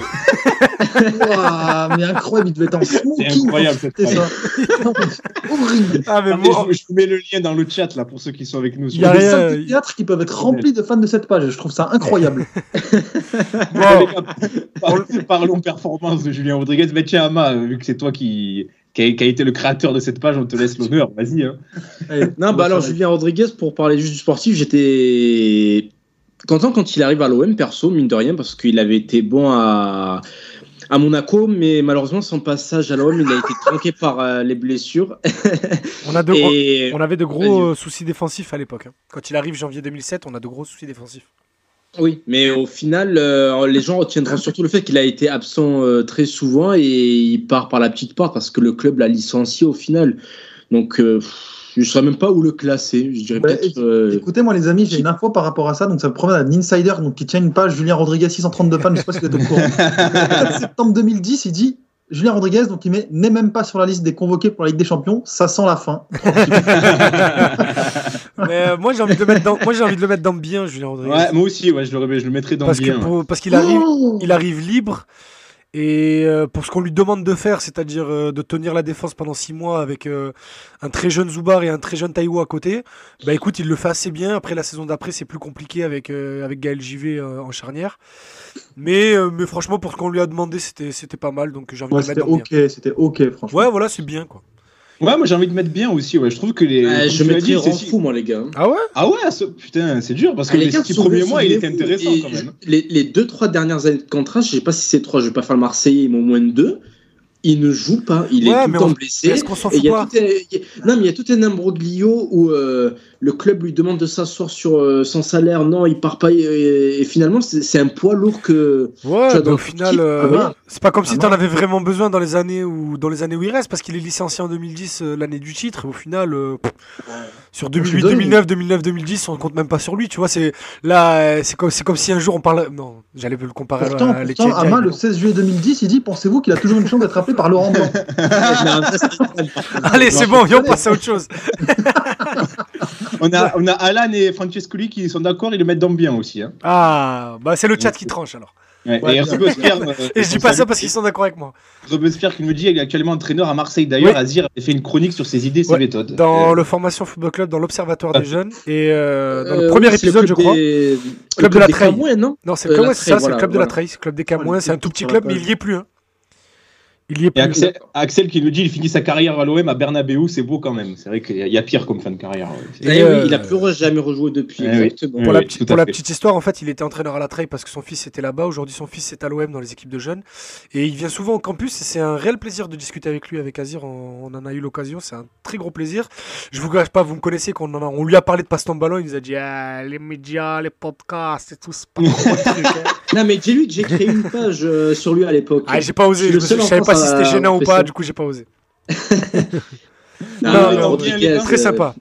[SPEAKER 5] Ouah, mais incroyable, il devait être en
[SPEAKER 2] C'est
[SPEAKER 5] smoking.
[SPEAKER 2] incroyable cette
[SPEAKER 5] C'est ça.
[SPEAKER 2] phrase.
[SPEAKER 5] Non, mais horrible.
[SPEAKER 3] Ah, mais
[SPEAKER 2] Ah, mais
[SPEAKER 3] moi,
[SPEAKER 2] je, je vous mets le lien dans le chat là pour ceux qui sont avec nous.
[SPEAKER 3] Il
[SPEAKER 5] Il y a
[SPEAKER 3] rien,
[SPEAKER 5] des salles
[SPEAKER 3] euh,
[SPEAKER 5] de théâtre qui peuvent être remplies de fans de cette page. Je trouve ça incroyable.
[SPEAKER 3] moi,
[SPEAKER 2] Les gars, par- Parlons performance de Julien Rodriguez. Mais tiens, Ama, euh, vu que c'est toi qui, qui, a, qui a été le créateur de cette page, on te laisse l'honneur. Vas-y. hein.
[SPEAKER 5] Allez,
[SPEAKER 4] Non,
[SPEAKER 5] on va
[SPEAKER 4] bah alors
[SPEAKER 5] faire
[SPEAKER 4] Julien Rodriguez, pour parler juste du sportif, j'étais content quand il arrive à l'OM perso, mine de rien, parce qu'il avait été bon à, à Monaco, mais malheureusement son passage à l'OM, il a été tronqué par euh, les blessures.
[SPEAKER 3] on, a de gros-
[SPEAKER 4] Et
[SPEAKER 3] on avait de
[SPEAKER 4] Vas-y.
[SPEAKER 3] gros euh, soucis défensifs à l'époque. hein. Quand il arrive janvier 2007, on a de gros soucis défensifs.
[SPEAKER 4] oui, mais au final, euh, les gens retiendront surtout le fait qu'il a été absent euh, très souvent et il part par la petite porte parce que le club l'a licencié au final. Donc euh, pff, je ne saurais même pas où le classer. Je dirais
[SPEAKER 5] Bah,
[SPEAKER 4] peut-être. euh,
[SPEAKER 5] Écoutez, moi, les amis, j'ai une info par rapport à ça. Donc, ça me provient d'un insider donc, qui tient une page Julien Rodriguez 632 fans. Je sais pas si vous êtes au courant. Le 4 septembre 2010, il dit Julien Rodriguez, donc il met n'est même pas sur la liste des convoqués pour la Ligue des Champions. Ça sent la fin.
[SPEAKER 3] Mais euh, moi, j'ai envie, de le mettre dans- moi, j'ai envie de le mettre dans bien, Julien Rodriguez.
[SPEAKER 2] Ouais, moi aussi, ouais, je, le, remets- je le mettrai dans
[SPEAKER 3] parce,
[SPEAKER 2] le lien.
[SPEAKER 3] que pour- parce qu'il arrive,
[SPEAKER 5] Oh
[SPEAKER 3] il arrive libre. Et euh, pour ce qu'on lui demande de faire, c'est-à-dire euh, de tenir la défense pendant six mois avec euh, un très jeune Zubar et un très jeune Taïwo à côté, bah écoute, il le fait assez bien. Après la saison d'après, c'est plus compliqué avec euh, avec Gaël JV euh, en charnière. Mais euh, mais franchement, pour ce qu'on lui a demandé, c'était c'était pas mal. Donc j'ai envie
[SPEAKER 5] Ouais,
[SPEAKER 3] de le
[SPEAKER 5] c'était
[SPEAKER 3] mettre dans bien.
[SPEAKER 5] ok, c'était ok, franchement.
[SPEAKER 3] Ouais, voilà, c'est bien quoi.
[SPEAKER 2] Ouais, moi j'ai envie de mettre bien aussi. Ouais. Je trouve que les.
[SPEAKER 4] euh,
[SPEAKER 2] comme
[SPEAKER 4] je
[SPEAKER 2] tu l'as
[SPEAKER 4] mettrais
[SPEAKER 2] dit, c'est
[SPEAKER 4] Renfou,
[SPEAKER 2] si-
[SPEAKER 4] moi, les gars.
[SPEAKER 3] Ah ouais
[SPEAKER 2] Ah ouais, ce- putain, c'est dur parce que
[SPEAKER 4] Ah,
[SPEAKER 2] les
[SPEAKER 4] gars,
[SPEAKER 2] six
[SPEAKER 4] sont
[SPEAKER 2] premiers
[SPEAKER 4] bons,
[SPEAKER 2] mois,
[SPEAKER 4] sont
[SPEAKER 2] il
[SPEAKER 4] bons.
[SPEAKER 2] était intéressant
[SPEAKER 4] Et
[SPEAKER 2] quand même. hein.
[SPEAKER 4] Les, les deux, trois dernières années de contrat, je sais pas si c'est trois, je vais pas faire le Marseillais, mais au moins deux. Il ne joue pas, il
[SPEAKER 3] Ouais,
[SPEAKER 4] est tout
[SPEAKER 3] mais
[SPEAKER 4] le temps
[SPEAKER 3] on-
[SPEAKER 4] blessé.
[SPEAKER 3] Est-ce qu'on s'en
[SPEAKER 4] Et il
[SPEAKER 3] fout
[SPEAKER 4] y a
[SPEAKER 3] pas
[SPEAKER 4] tout un- il y a- non, mais il y a tout un imbroglio où euh, le club lui demande de s'asseoir sur euh, son salaire. Non, il part pas. Et, et finalement, c'est c'est un poids lourd que.
[SPEAKER 3] Ouais,
[SPEAKER 4] Tu vois,
[SPEAKER 3] mais au
[SPEAKER 4] dans-
[SPEAKER 3] final,
[SPEAKER 4] Ah
[SPEAKER 3] euh,
[SPEAKER 5] bah.
[SPEAKER 3] c'est pas comme si
[SPEAKER 5] Ah
[SPEAKER 3] t'en
[SPEAKER 5] bah.
[SPEAKER 3] avais vraiment besoin dans les années où dans les années où il reste, parce qu'il est licencié en 2010, euh, l'année du titre. Au final, euh, pff, sur 2008,
[SPEAKER 5] donne-
[SPEAKER 3] 2009, 2009, 2010, on compte même pas sur lui. Tu vois, c'est là, euh, c'est comme c'est comme si un jour on parle. Non, j'allais le comparer
[SPEAKER 5] Pourtant,
[SPEAKER 3] à
[SPEAKER 5] pourtant
[SPEAKER 3] Letizia,
[SPEAKER 5] Ama,
[SPEAKER 3] mais
[SPEAKER 5] le
[SPEAKER 3] non.
[SPEAKER 5] 16 juillet 2010, il dit Pensez-vous qu'il a toujours une chance d'être appelé par Laurent Blanc
[SPEAKER 3] Allez, c'est bon,
[SPEAKER 5] je
[SPEAKER 3] viens, on
[SPEAKER 5] connais.
[SPEAKER 3] passe à autre chose.
[SPEAKER 2] On a, on a Alan et Francescoli qui sont d'accord, ils le mettent dans le bien aussi. Hein.
[SPEAKER 3] Ah, bah c'est le chat qui tranche alors.
[SPEAKER 2] Ouais,
[SPEAKER 5] Ouais,
[SPEAKER 2] et
[SPEAKER 5] bien.
[SPEAKER 2] Robespierre. euh,
[SPEAKER 3] Et je dis pas ça parce qu'ils sont d'accord avec moi.
[SPEAKER 2] Robespierre qui nous dit, il est actuellement entraîneur à Marseille d'ailleurs.
[SPEAKER 3] Oui.
[SPEAKER 2] Azir a fait une chronique sur ses idées, ses
[SPEAKER 3] Ouais,
[SPEAKER 2] méthodes.
[SPEAKER 3] Dans
[SPEAKER 2] Euh,
[SPEAKER 3] le formation football club, dans l'observatoire des jeunes et euh, dans le
[SPEAKER 4] Euh,
[SPEAKER 3] premier
[SPEAKER 4] oui, c'est
[SPEAKER 3] épisode, je
[SPEAKER 4] club
[SPEAKER 3] crois.
[SPEAKER 4] des-
[SPEAKER 3] Club de la
[SPEAKER 4] des
[SPEAKER 3] Treille.
[SPEAKER 4] Camerounais, non
[SPEAKER 3] Non, c'est
[SPEAKER 4] Euh,
[SPEAKER 3] le club,
[SPEAKER 4] la
[SPEAKER 3] ouais, c'est
[SPEAKER 4] Treille,
[SPEAKER 3] ça, c'est le
[SPEAKER 4] voilà,
[SPEAKER 3] club de la
[SPEAKER 4] voilà.
[SPEAKER 3] Treille, c'est le club des
[SPEAKER 5] Ouais,
[SPEAKER 3] Camoins,
[SPEAKER 5] le
[SPEAKER 3] c'est un
[SPEAKER 5] petit
[SPEAKER 3] tout petit
[SPEAKER 5] sur la
[SPEAKER 3] club, mais
[SPEAKER 5] page.
[SPEAKER 3] il y est plus. hein. Il y est
[SPEAKER 2] Et
[SPEAKER 3] plus. euh,
[SPEAKER 2] Axel, Axel qui nous dit, il finit sa carrière à l'OM à Bernabeu, c'est beau quand même. C'est vrai qu'il y a- il y a pire comme fin de carrière. ouais. Ah C'est-
[SPEAKER 3] Et
[SPEAKER 4] Eh oui,
[SPEAKER 3] euh,
[SPEAKER 4] il a plus re- jamais rejoué depuis.
[SPEAKER 2] Eh oui.
[SPEAKER 4] exactement.
[SPEAKER 3] Pour,
[SPEAKER 2] Oui,
[SPEAKER 3] la,
[SPEAKER 2] oui,
[SPEAKER 3] petite-
[SPEAKER 2] tout à
[SPEAKER 3] pour la
[SPEAKER 2] fait.
[SPEAKER 3] petite histoire, en fait, il était entraîneur à la Treille parce que son fils était là-bas. Aujourd'hui, son fils est à l'OM dans les équipes de jeunes. Et il vient souvent au campus et c'est un réel plaisir de discuter avec lui, avec Azir. On, on en a eu l'occasion, c'est un très gros plaisir. Je vous gâche pas, vous me connaissez, qu'on en a- on lui a parlé de passe ton ballon. Il nous a dit Ah, les médias, les podcasts et tout, c'est pas trop le truc. hein.
[SPEAKER 4] Non, mais dis-lui que j'ai créé une page euh, sur lui à l'époque.
[SPEAKER 3] Ah, j'ai pas osé,
[SPEAKER 4] Je
[SPEAKER 3] je, me
[SPEAKER 4] suis le
[SPEAKER 3] suis-
[SPEAKER 4] seul
[SPEAKER 3] je savais
[SPEAKER 4] en
[SPEAKER 3] pas
[SPEAKER 4] France
[SPEAKER 3] si
[SPEAKER 4] à-
[SPEAKER 3] c'était gênant ou
[SPEAKER 4] on fait
[SPEAKER 3] pas,
[SPEAKER 4] ça.
[SPEAKER 3] du coup, j'ai pas osé.
[SPEAKER 4] Ah,
[SPEAKER 3] Non,
[SPEAKER 4] mais
[SPEAKER 3] non,
[SPEAKER 4] Rodriguez, euh,
[SPEAKER 2] oui.
[SPEAKER 3] Très sympa.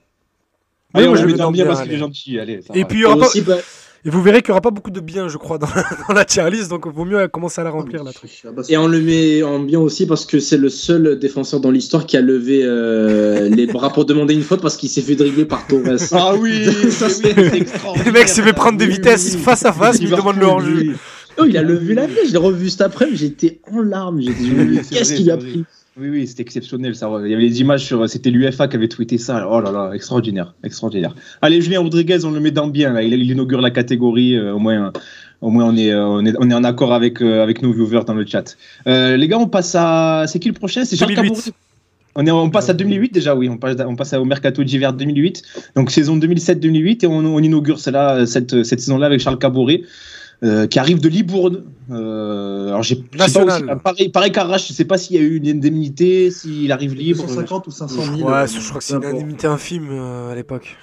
[SPEAKER 2] Allez,
[SPEAKER 3] Mais
[SPEAKER 2] on
[SPEAKER 3] moi,
[SPEAKER 2] le
[SPEAKER 3] je
[SPEAKER 2] met
[SPEAKER 3] le
[SPEAKER 2] dans
[SPEAKER 3] mets
[SPEAKER 2] bien
[SPEAKER 3] dans
[SPEAKER 2] parce
[SPEAKER 3] bien,
[SPEAKER 2] qu'il est gentil. Allez, ça
[SPEAKER 3] Et
[SPEAKER 2] va.
[SPEAKER 3] puis, il y
[SPEAKER 4] Et
[SPEAKER 3] aura pas-
[SPEAKER 4] aussi, bah,
[SPEAKER 3] et vous verrez qu'il n'y aura pas beaucoup de biens, je crois, dans la, dans la tier list, donc vaut mieux commencer à la remplir,
[SPEAKER 2] Ah,
[SPEAKER 3] la truc.
[SPEAKER 5] Ah bah,
[SPEAKER 4] Et on le met en bien aussi parce que c'est le seul défenseur dans l'histoire qui a levé euh, les bras pour demander une faute parce qu'il s'est fait dribbler par Torres.
[SPEAKER 2] Ah oui,
[SPEAKER 4] Ça,
[SPEAKER 2] mais oui,
[SPEAKER 4] c'est-
[SPEAKER 2] c'est extraordinaire.
[SPEAKER 3] Le mec s'est fait prendre des
[SPEAKER 2] Oui,
[SPEAKER 3] vitesses
[SPEAKER 2] oui.
[SPEAKER 3] face à face, mais il
[SPEAKER 2] Liverpool,
[SPEAKER 3] demande le hors-jeu.
[SPEAKER 2] oui.
[SPEAKER 4] Oh, il a levé la main, je l'ai revu cet après-midi, j'étais en larmes. J'ai dit,
[SPEAKER 2] Oui, c'est
[SPEAKER 4] qu'est-ce
[SPEAKER 2] vrai,
[SPEAKER 4] qu'il a
[SPEAKER 2] c'est vrai.
[SPEAKER 4] pris
[SPEAKER 2] Oui, oui, c'était exceptionnel. Ça. Il y avait les images sur. C'était l'UFA qui avait tweeté ça. Oh là là, extraordinaire. extraordinaire. Allez, Julien Rodriguez, on le met dans bien. là. Il, il inaugure la catégorie. euh, au moins, au moins on, est, euh, on, est, on est en accord avec, euh, avec nos viewers dans le chat. Euh, les gars, on passe à. C'est qui le prochain C'est Charles
[SPEAKER 3] 2008.
[SPEAKER 2] Cabouret. On, est, on passe à 2008 déjà, oui. On passe, on passe au mercato d'hiver 2008. Donc saison 2007-2008. Et on, on inaugure cela, cette, cette saison-là avec Charles Cabouret. euh, qui arrive de Libourne. Euh, alors j'ai je sais pas
[SPEAKER 3] National.
[SPEAKER 2] aussi- pareil, pareil qu'Arrache, je sais pas s'il y a eu une indemnité, s'il arrive libre.
[SPEAKER 5] 250 ou 500 000.
[SPEAKER 3] Ouais,
[SPEAKER 5] euh,
[SPEAKER 3] je crois que c'est une
[SPEAKER 5] peu importe.
[SPEAKER 3] indemnité infime euh, à l'époque.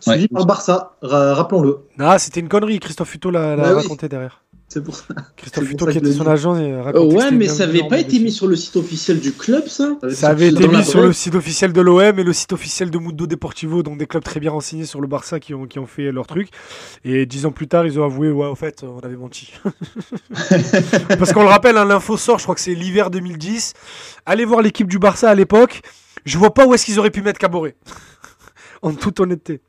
[SPEAKER 5] Suivi
[SPEAKER 2] Ouais.
[SPEAKER 5] par le Barça, ra- rappelons-le.
[SPEAKER 3] Ah, c'était une connerie. Christophe Futo l'a l'a
[SPEAKER 5] Bah oui.
[SPEAKER 3] raconté derrière.
[SPEAKER 5] C'est pour ça.
[SPEAKER 3] Christophe
[SPEAKER 5] C'est pour
[SPEAKER 3] Futo
[SPEAKER 5] ça
[SPEAKER 3] qui
[SPEAKER 5] que
[SPEAKER 3] était
[SPEAKER 5] je
[SPEAKER 3] son
[SPEAKER 5] l'ai
[SPEAKER 3] agent et a
[SPEAKER 4] Euh,
[SPEAKER 3] raconté que
[SPEAKER 4] ouais,
[SPEAKER 3] c'était
[SPEAKER 4] mais
[SPEAKER 3] bien
[SPEAKER 4] ça
[SPEAKER 3] vu
[SPEAKER 4] avait
[SPEAKER 3] en
[SPEAKER 4] pas
[SPEAKER 3] Ligue
[SPEAKER 4] été
[SPEAKER 3] des
[SPEAKER 4] mis sur le site officiel du club, ça
[SPEAKER 3] Ça avait
[SPEAKER 4] Dans
[SPEAKER 3] été
[SPEAKER 4] la
[SPEAKER 3] mis sur
[SPEAKER 4] presse.
[SPEAKER 3] le site officiel de l'OM et le site officiel de Mundo Deportivo, donc des clubs très bien renseignés sur le Barça qui ont, qui ont fait leur truc. Et dix ans plus tard, ils ont avoué, ouais, au fait, on avait menti. Parce qu'on le rappelle, hein, l'info sort, je crois que c'est l'hiver 2010. Allez voir l'équipe du Barça à l'époque. Je vois pas où est-ce qu'ils auraient pu mettre Caboret. en toute honnêteté.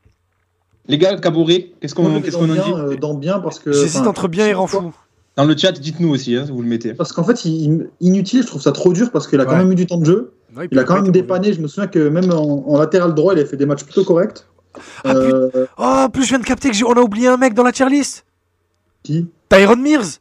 [SPEAKER 2] Les gars, Caboret, qu'est-ce
[SPEAKER 5] Moi,
[SPEAKER 2] qu'on
[SPEAKER 5] je le mets
[SPEAKER 2] qu'est-ce
[SPEAKER 5] dans
[SPEAKER 2] qu'on en dit
[SPEAKER 5] bien, euh, dans bien parce que.
[SPEAKER 3] J'hésite
[SPEAKER 5] enfin,
[SPEAKER 3] entre bien et renfou.
[SPEAKER 2] Dans le chat, dites-nous aussi, hein, si vous le mettez.
[SPEAKER 5] Parce qu'en fait, il- inutile, je trouve ça trop dur parce qu'il a quand
[SPEAKER 3] Ouais.
[SPEAKER 5] même eu du temps de jeu.
[SPEAKER 3] Non,
[SPEAKER 5] Il a
[SPEAKER 3] peut
[SPEAKER 5] quand
[SPEAKER 3] pas
[SPEAKER 5] même
[SPEAKER 3] été mauvais.
[SPEAKER 5] dépanné. Je me souviens que même en, en latéral droit, il a fait des matchs plutôt corrects.
[SPEAKER 3] Ah,
[SPEAKER 5] Euh,
[SPEAKER 3] Oh, en plus je viens de capter que j'ai- on a oublié un mec dans la tier list.
[SPEAKER 5] qui
[SPEAKER 3] Tyron Mears.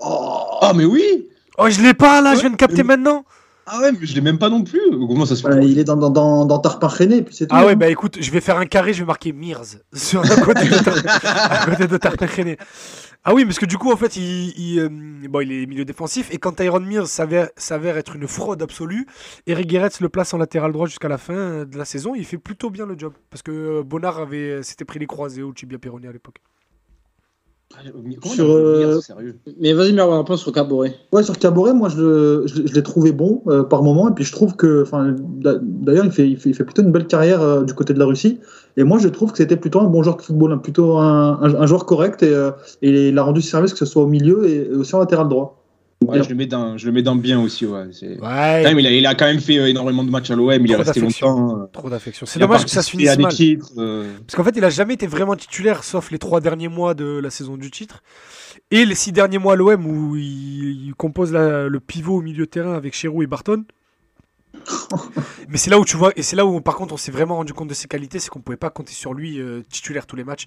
[SPEAKER 5] Oh,
[SPEAKER 2] Ah, mais oui
[SPEAKER 3] Oh, je l'ai pas là, je viens de capter
[SPEAKER 5] Ouais. Euh,
[SPEAKER 3] maintenant.
[SPEAKER 2] Ah ouais, mais je l'ai même pas non plus. Comment ça se fait
[SPEAKER 5] voilà, Il est dans, dans, dans, dans Tarpin René, puis c'est tout.
[SPEAKER 3] Ah ouais, bah écoute, je vais faire un carré, je vais marquer Mears sur un côté de, Tar- à côté de Tartan René. Ah oui, parce que du coup, en fait, il, il, euh, bon, il est milieu défensif. Et quand Tyron Mears s'avère, s'avère être une fraude absolue, Eric Guéretz le place en latéral droit jusqu'à la fin euh, de la saison. Il fait plutôt bien le job. Parce que euh, Bonnard avait, euh, s'était pris les croisés au Tibia Peroni à l'époque.
[SPEAKER 2] Ah,
[SPEAKER 5] Sur, euh,
[SPEAKER 2] sérieux
[SPEAKER 4] Mais vas-y, Merwan, un point sur Caboret.
[SPEAKER 5] Ouais, sur Caboret, moi, je, le- je, je l'ai trouvé bon euh, par moment. Et puis, je trouve que, enfin, d'a- d'ailleurs, il fait, il, fait, il fait plutôt une belle carrière euh, du côté de la Russie. Et moi, je trouve que c'était plutôt un bon joueur de football, hein, plutôt un, un, un joueur correct. Et, euh, et il a rendu service, que ce soit au milieu et, et aussi en latéral droit.
[SPEAKER 2] Ouais, je, le mets dans, je le mets dans bien aussi, ouais. c'est- Quand
[SPEAKER 3] Ouais,
[SPEAKER 2] même, il, a, il a quand même fait euh, énormément de matchs à l'OM, il est
[SPEAKER 3] Trop
[SPEAKER 2] resté
[SPEAKER 3] d'affection.
[SPEAKER 2] longtemps. euh,
[SPEAKER 3] trop d'affection. C'est
[SPEAKER 2] il a
[SPEAKER 3] dommage que ça se
[SPEAKER 2] participé à
[SPEAKER 3] finisse
[SPEAKER 2] des
[SPEAKER 3] mal.
[SPEAKER 2] titres, euh,
[SPEAKER 3] Parce qu'en fait, il a jamais été vraiment titulaire, sauf les trois derniers mois de la saison du titre. Et les six derniers mois à l'OM, où il, il compose la- le pivot au milieu de terrain avec Chéroux et Barton. Mais c'est là où tu vois, et c'est là où par contre on s'est vraiment rendu compte de ses qualités, c'est qu'on pouvait pas compter sur lui euh, titulaire tous les matchs.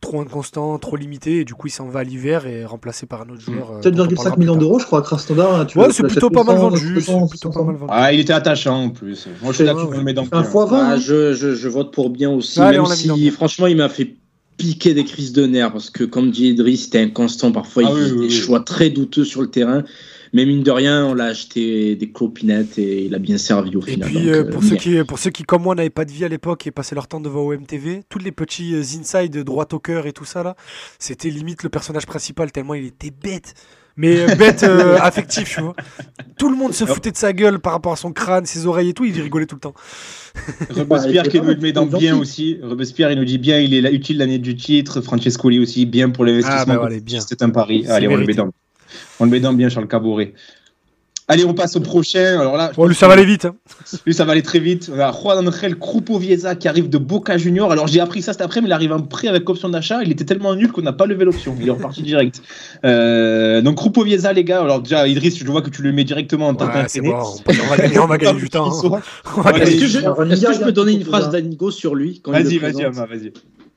[SPEAKER 3] Trop inconstant, trop limité, et du coup il s'en va à l'hiver et est remplacé par un autre joueur. euh, dont on parlera
[SPEAKER 5] 7,5
[SPEAKER 3] plus
[SPEAKER 5] millions
[SPEAKER 3] tard.
[SPEAKER 5] d'euros, je crois, à Krasnodar. hein, tu
[SPEAKER 3] Ouais,
[SPEAKER 5] vois,
[SPEAKER 3] c'est
[SPEAKER 5] tu
[SPEAKER 3] plutôt pas
[SPEAKER 5] l'achètes
[SPEAKER 3] mal
[SPEAKER 5] 200,
[SPEAKER 3] vendu. C'est
[SPEAKER 5] 200,
[SPEAKER 3] plutôt pas mal vendu.
[SPEAKER 2] Ah, il était attachant en plus. Moi, je suis
[SPEAKER 5] Ouais,
[SPEAKER 2] là-dessus,
[SPEAKER 3] ouais.
[SPEAKER 2] je le mets dans bien.
[SPEAKER 5] Un fois 20.
[SPEAKER 4] Ah,
[SPEAKER 5] hein.
[SPEAKER 4] je, je, je vote pour bien aussi,
[SPEAKER 3] Allez, on
[SPEAKER 4] même
[SPEAKER 3] l'a mis dans
[SPEAKER 4] si
[SPEAKER 3] bien.
[SPEAKER 4] franchement, il m'a fait piquer des crises de nerfs parce que, comme dit Idriss, c'était inconstant. Parfois,
[SPEAKER 2] Ah
[SPEAKER 4] il
[SPEAKER 2] oui,
[SPEAKER 4] faisait
[SPEAKER 2] oui,
[SPEAKER 4] des
[SPEAKER 2] oui.
[SPEAKER 4] choix très douteux sur le terrain. Mais mine de rien, on l'a acheté des clopinettes et il a bien servi au
[SPEAKER 3] Et
[SPEAKER 4] final.
[SPEAKER 3] puis
[SPEAKER 4] donc,
[SPEAKER 3] euh,
[SPEAKER 4] euh,
[SPEAKER 3] pour, ceux
[SPEAKER 4] merde.
[SPEAKER 3] qui, pour ceux qui, comme moi, n'avaient pas de vie à l'époque et passaient leur temps devant OMTV, tous les petits euh, inside droit au cœur et tout ça, là, c'était limite le personnage principal, tellement il était bête. Mais euh, bête euh, affectif, tu vois. Tout le monde se foutait de sa gueule par rapport à son crâne, ses oreilles et tout, il rigolait tout le temps.
[SPEAKER 2] Robespierre qui
[SPEAKER 5] Bah, il était
[SPEAKER 2] nous le
[SPEAKER 5] pas
[SPEAKER 2] met dans
[SPEAKER 5] gentil.
[SPEAKER 2] bien aussi. Robespierre, il nous dit bien, il est là- utile l'année du titre. Francescoli aussi, bien
[SPEAKER 3] Ah,
[SPEAKER 2] pour
[SPEAKER 3] bah,
[SPEAKER 2] l'investissement.
[SPEAKER 3] allez, bien.
[SPEAKER 2] C'était un pari.
[SPEAKER 3] C'est
[SPEAKER 2] Allez, on le,
[SPEAKER 3] mérité.
[SPEAKER 2] met dans, on le met dans bien, Charles Caboret. Allez, on passe au prochain. Alors là,
[SPEAKER 3] Bon, lui, ça va aller vite. hein.
[SPEAKER 2] lui, ça va aller très vite. On a Juan Angel Krupovieza qui arrive de Boca Junior. Alors, j'ai appris ça cet après, mais il arrive en prêt avec option d'achat. Il était tellement nul qu'on n'a pas levé l'option. Il est reparti direct. Euh, donc, Krupovieza, les gars. Alors, déjà, Idriss, je vois que tu le mets directement en tant
[SPEAKER 3] Ouais, c'est bon, on, on va gagner, on va gagner du temps. hein. On va
[SPEAKER 2] Allez,
[SPEAKER 4] Est-ce
[SPEAKER 3] gagner.
[SPEAKER 4] que je,
[SPEAKER 5] alors,
[SPEAKER 4] est-ce que je
[SPEAKER 5] Niagara,
[SPEAKER 4] peux donner une
[SPEAKER 5] Niagara.
[SPEAKER 4] phrase d'Anigo sur lui quand il
[SPEAKER 2] Vas-y,
[SPEAKER 4] le
[SPEAKER 2] vas-y,
[SPEAKER 4] présente
[SPEAKER 2] Amma, vas-y.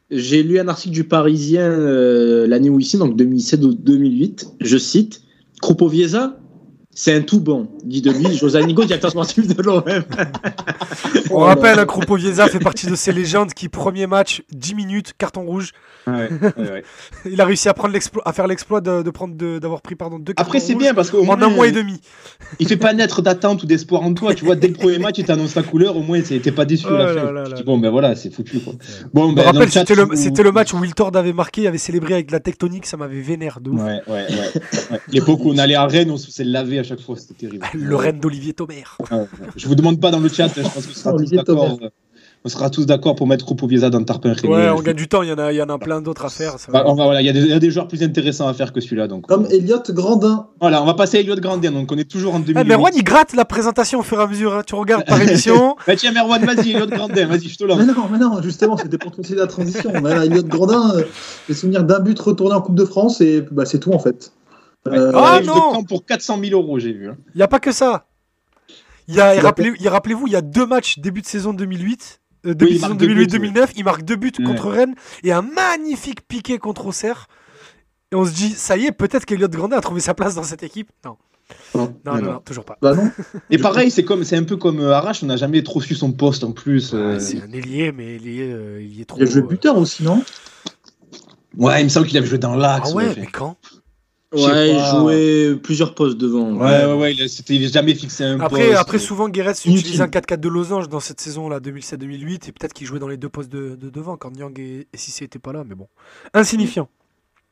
[SPEAKER 4] J'ai lu un article du Parisien euh, l'année où ici, donc 2007 ou 2008. Je cite Krupovieza, c'est un tout bon, dit de lui José Anigo, directeur sportif de l'OM.
[SPEAKER 3] On rappelle, hein, Krupovieza fait partie de ces légendes qui, premier match, 10 minutes, carton rouge.
[SPEAKER 2] Ouais, ouais, ouais.
[SPEAKER 3] Il a réussi à, prendre l'exploit- à faire l'exploit de, de prendre de- d'avoir pris pardon, deux cartons
[SPEAKER 2] Après, c'est
[SPEAKER 3] rouges
[SPEAKER 2] bien parce qu'au
[SPEAKER 3] En
[SPEAKER 2] moins,
[SPEAKER 3] un mois et demi.
[SPEAKER 2] il fait pas naître d'attente ou d'espoir en toi. Tu vois, dès le premier match, il t'annonce ta couleur. Au moins, t'es t'es pas déçu. à
[SPEAKER 3] Oh
[SPEAKER 2] la
[SPEAKER 3] là
[SPEAKER 2] fin.
[SPEAKER 3] là
[SPEAKER 2] Tu
[SPEAKER 3] là
[SPEAKER 2] dis,
[SPEAKER 3] là.
[SPEAKER 2] bon, ben voilà, c'est foutu. Quoi. Bon,
[SPEAKER 3] Je me
[SPEAKER 2] ben, dans
[SPEAKER 3] rappelle,
[SPEAKER 2] chat,
[SPEAKER 3] c'était le,
[SPEAKER 2] vous-
[SPEAKER 3] c'était le match où Wiltord avait marqué, avait célébré avec de la tectonique, ça m'avait vénère de ouf.
[SPEAKER 2] Ouais, ouais, ouais. ouais. L'époque où on allait à Rennes, on se faisait laver à chaque fois. C'était terrible.
[SPEAKER 3] Ah, Le reine d'Olivier Thomer.
[SPEAKER 2] Ouais, ouais. Je vous demande pas dans le chat. Je pense qu'on sera tous
[SPEAKER 5] Olivier
[SPEAKER 2] d'accord. euh, On sera tous d'accord pour mettre Krupovieza dans Tarpin René.
[SPEAKER 3] Ouais, on
[SPEAKER 2] Je-
[SPEAKER 3] gagne du temps, il y en a, il y en a plein d'autres à faire. ça va.
[SPEAKER 2] Bah, on va- voilà, il y, a des- il y a des joueurs plus intéressants à faire que celui-là. Donc, euh,
[SPEAKER 5] Comme Elliot Grandin.
[SPEAKER 2] voilà, on va passer à Elliot Grandin. Donc, on est toujours en
[SPEAKER 3] Eh,
[SPEAKER 2] 2008.
[SPEAKER 3] mais Juan, il gratte la présentation au fur et à mesure. hein. Tu regardes par émission.
[SPEAKER 2] Bah, tiens, Merwan, vas-y, Elliot Grandin, vas-y, je te lance.
[SPEAKER 5] Mais non, mais non, justement, c'était pour trouver la transition. Mais là, Elliot Grandin, euh, les souvenirs d'un but retourné en Coupe de France, et bah, c'est tout en fait. Euh,
[SPEAKER 2] Il arrive
[SPEAKER 3] Ah, non
[SPEAKER 2] de Caen pour 400 000 euros, j'ai vu. hein.
[SPEAKER 3] Il n'y a pas que ça. Il y a, et
[SPEAKER 5] Il a
[SPEAKER 3] rappelez, et rappelez-vous, il y a deux matchs début de saison 2008. euh, début
[SPEAKER 2] Oui, il
[SPEAKER 3] de saison
[SPEAKER 2] marque deux buts,
[SPEAKER 3] 2008-2009, il marque deux buts
[SPEAKER 2] Ouais.
[SPEAKER 3] contre Rennes et un magnifique piqué contre Auxerre. Et on se dit, ça y est, peut-être qu'Eliott Grandet a trouvé sa place dans cette équipe. Non, non, non,
[SPEAKER 2] non.
[SPEAKER 3] non, toujours pas.
[SPEAKER 5] bah non.
[SPEAKER 2] Et pareil, c'est comme, c'est un peu comme euh, Arrache, on n'a jamais trop su son poste en plus. euh,
[SPEAKER 3] Ouais, c'est un ailier, mais ailier, euh, il y est trop.
[SPEAKER 5] Il y a le jeu
[SPEAKER 3] euh,
[SPEAKER 5] buteur aussi, non
[SPEAKER 2] Ouais, il me semble qu'il avait joué dans l'axe.
[SPEAKER 3] Ah ouais,
[SPEAKER 2] ouais.
[SPEAKER 3] mais quand
[SPEAKER 2] Je sais
[SPEAKER 4] Ouais, il
[SPEAKER 2] pas.
[SPEAKER 4] jouait plusieurs postes devant.
[SPEAKER 2] Ouais, ouais, ouais, il a- c'était- il a jamais fixé un
[SPEAKER 3] Après,
[SPEAKER 2] poste.
[SPEAKER 3] après souvent, Guérez
[SPEAKER 4] Inutile.
[SPEAKER 3] utilise un 4-4 de losange dans cette saison-là, 2007-2008, et peut-être qu'il jouait dans les deux postes de, de devant quand Nyang et, et Sissé n'étaient pas là, mais bon. Insignifiant.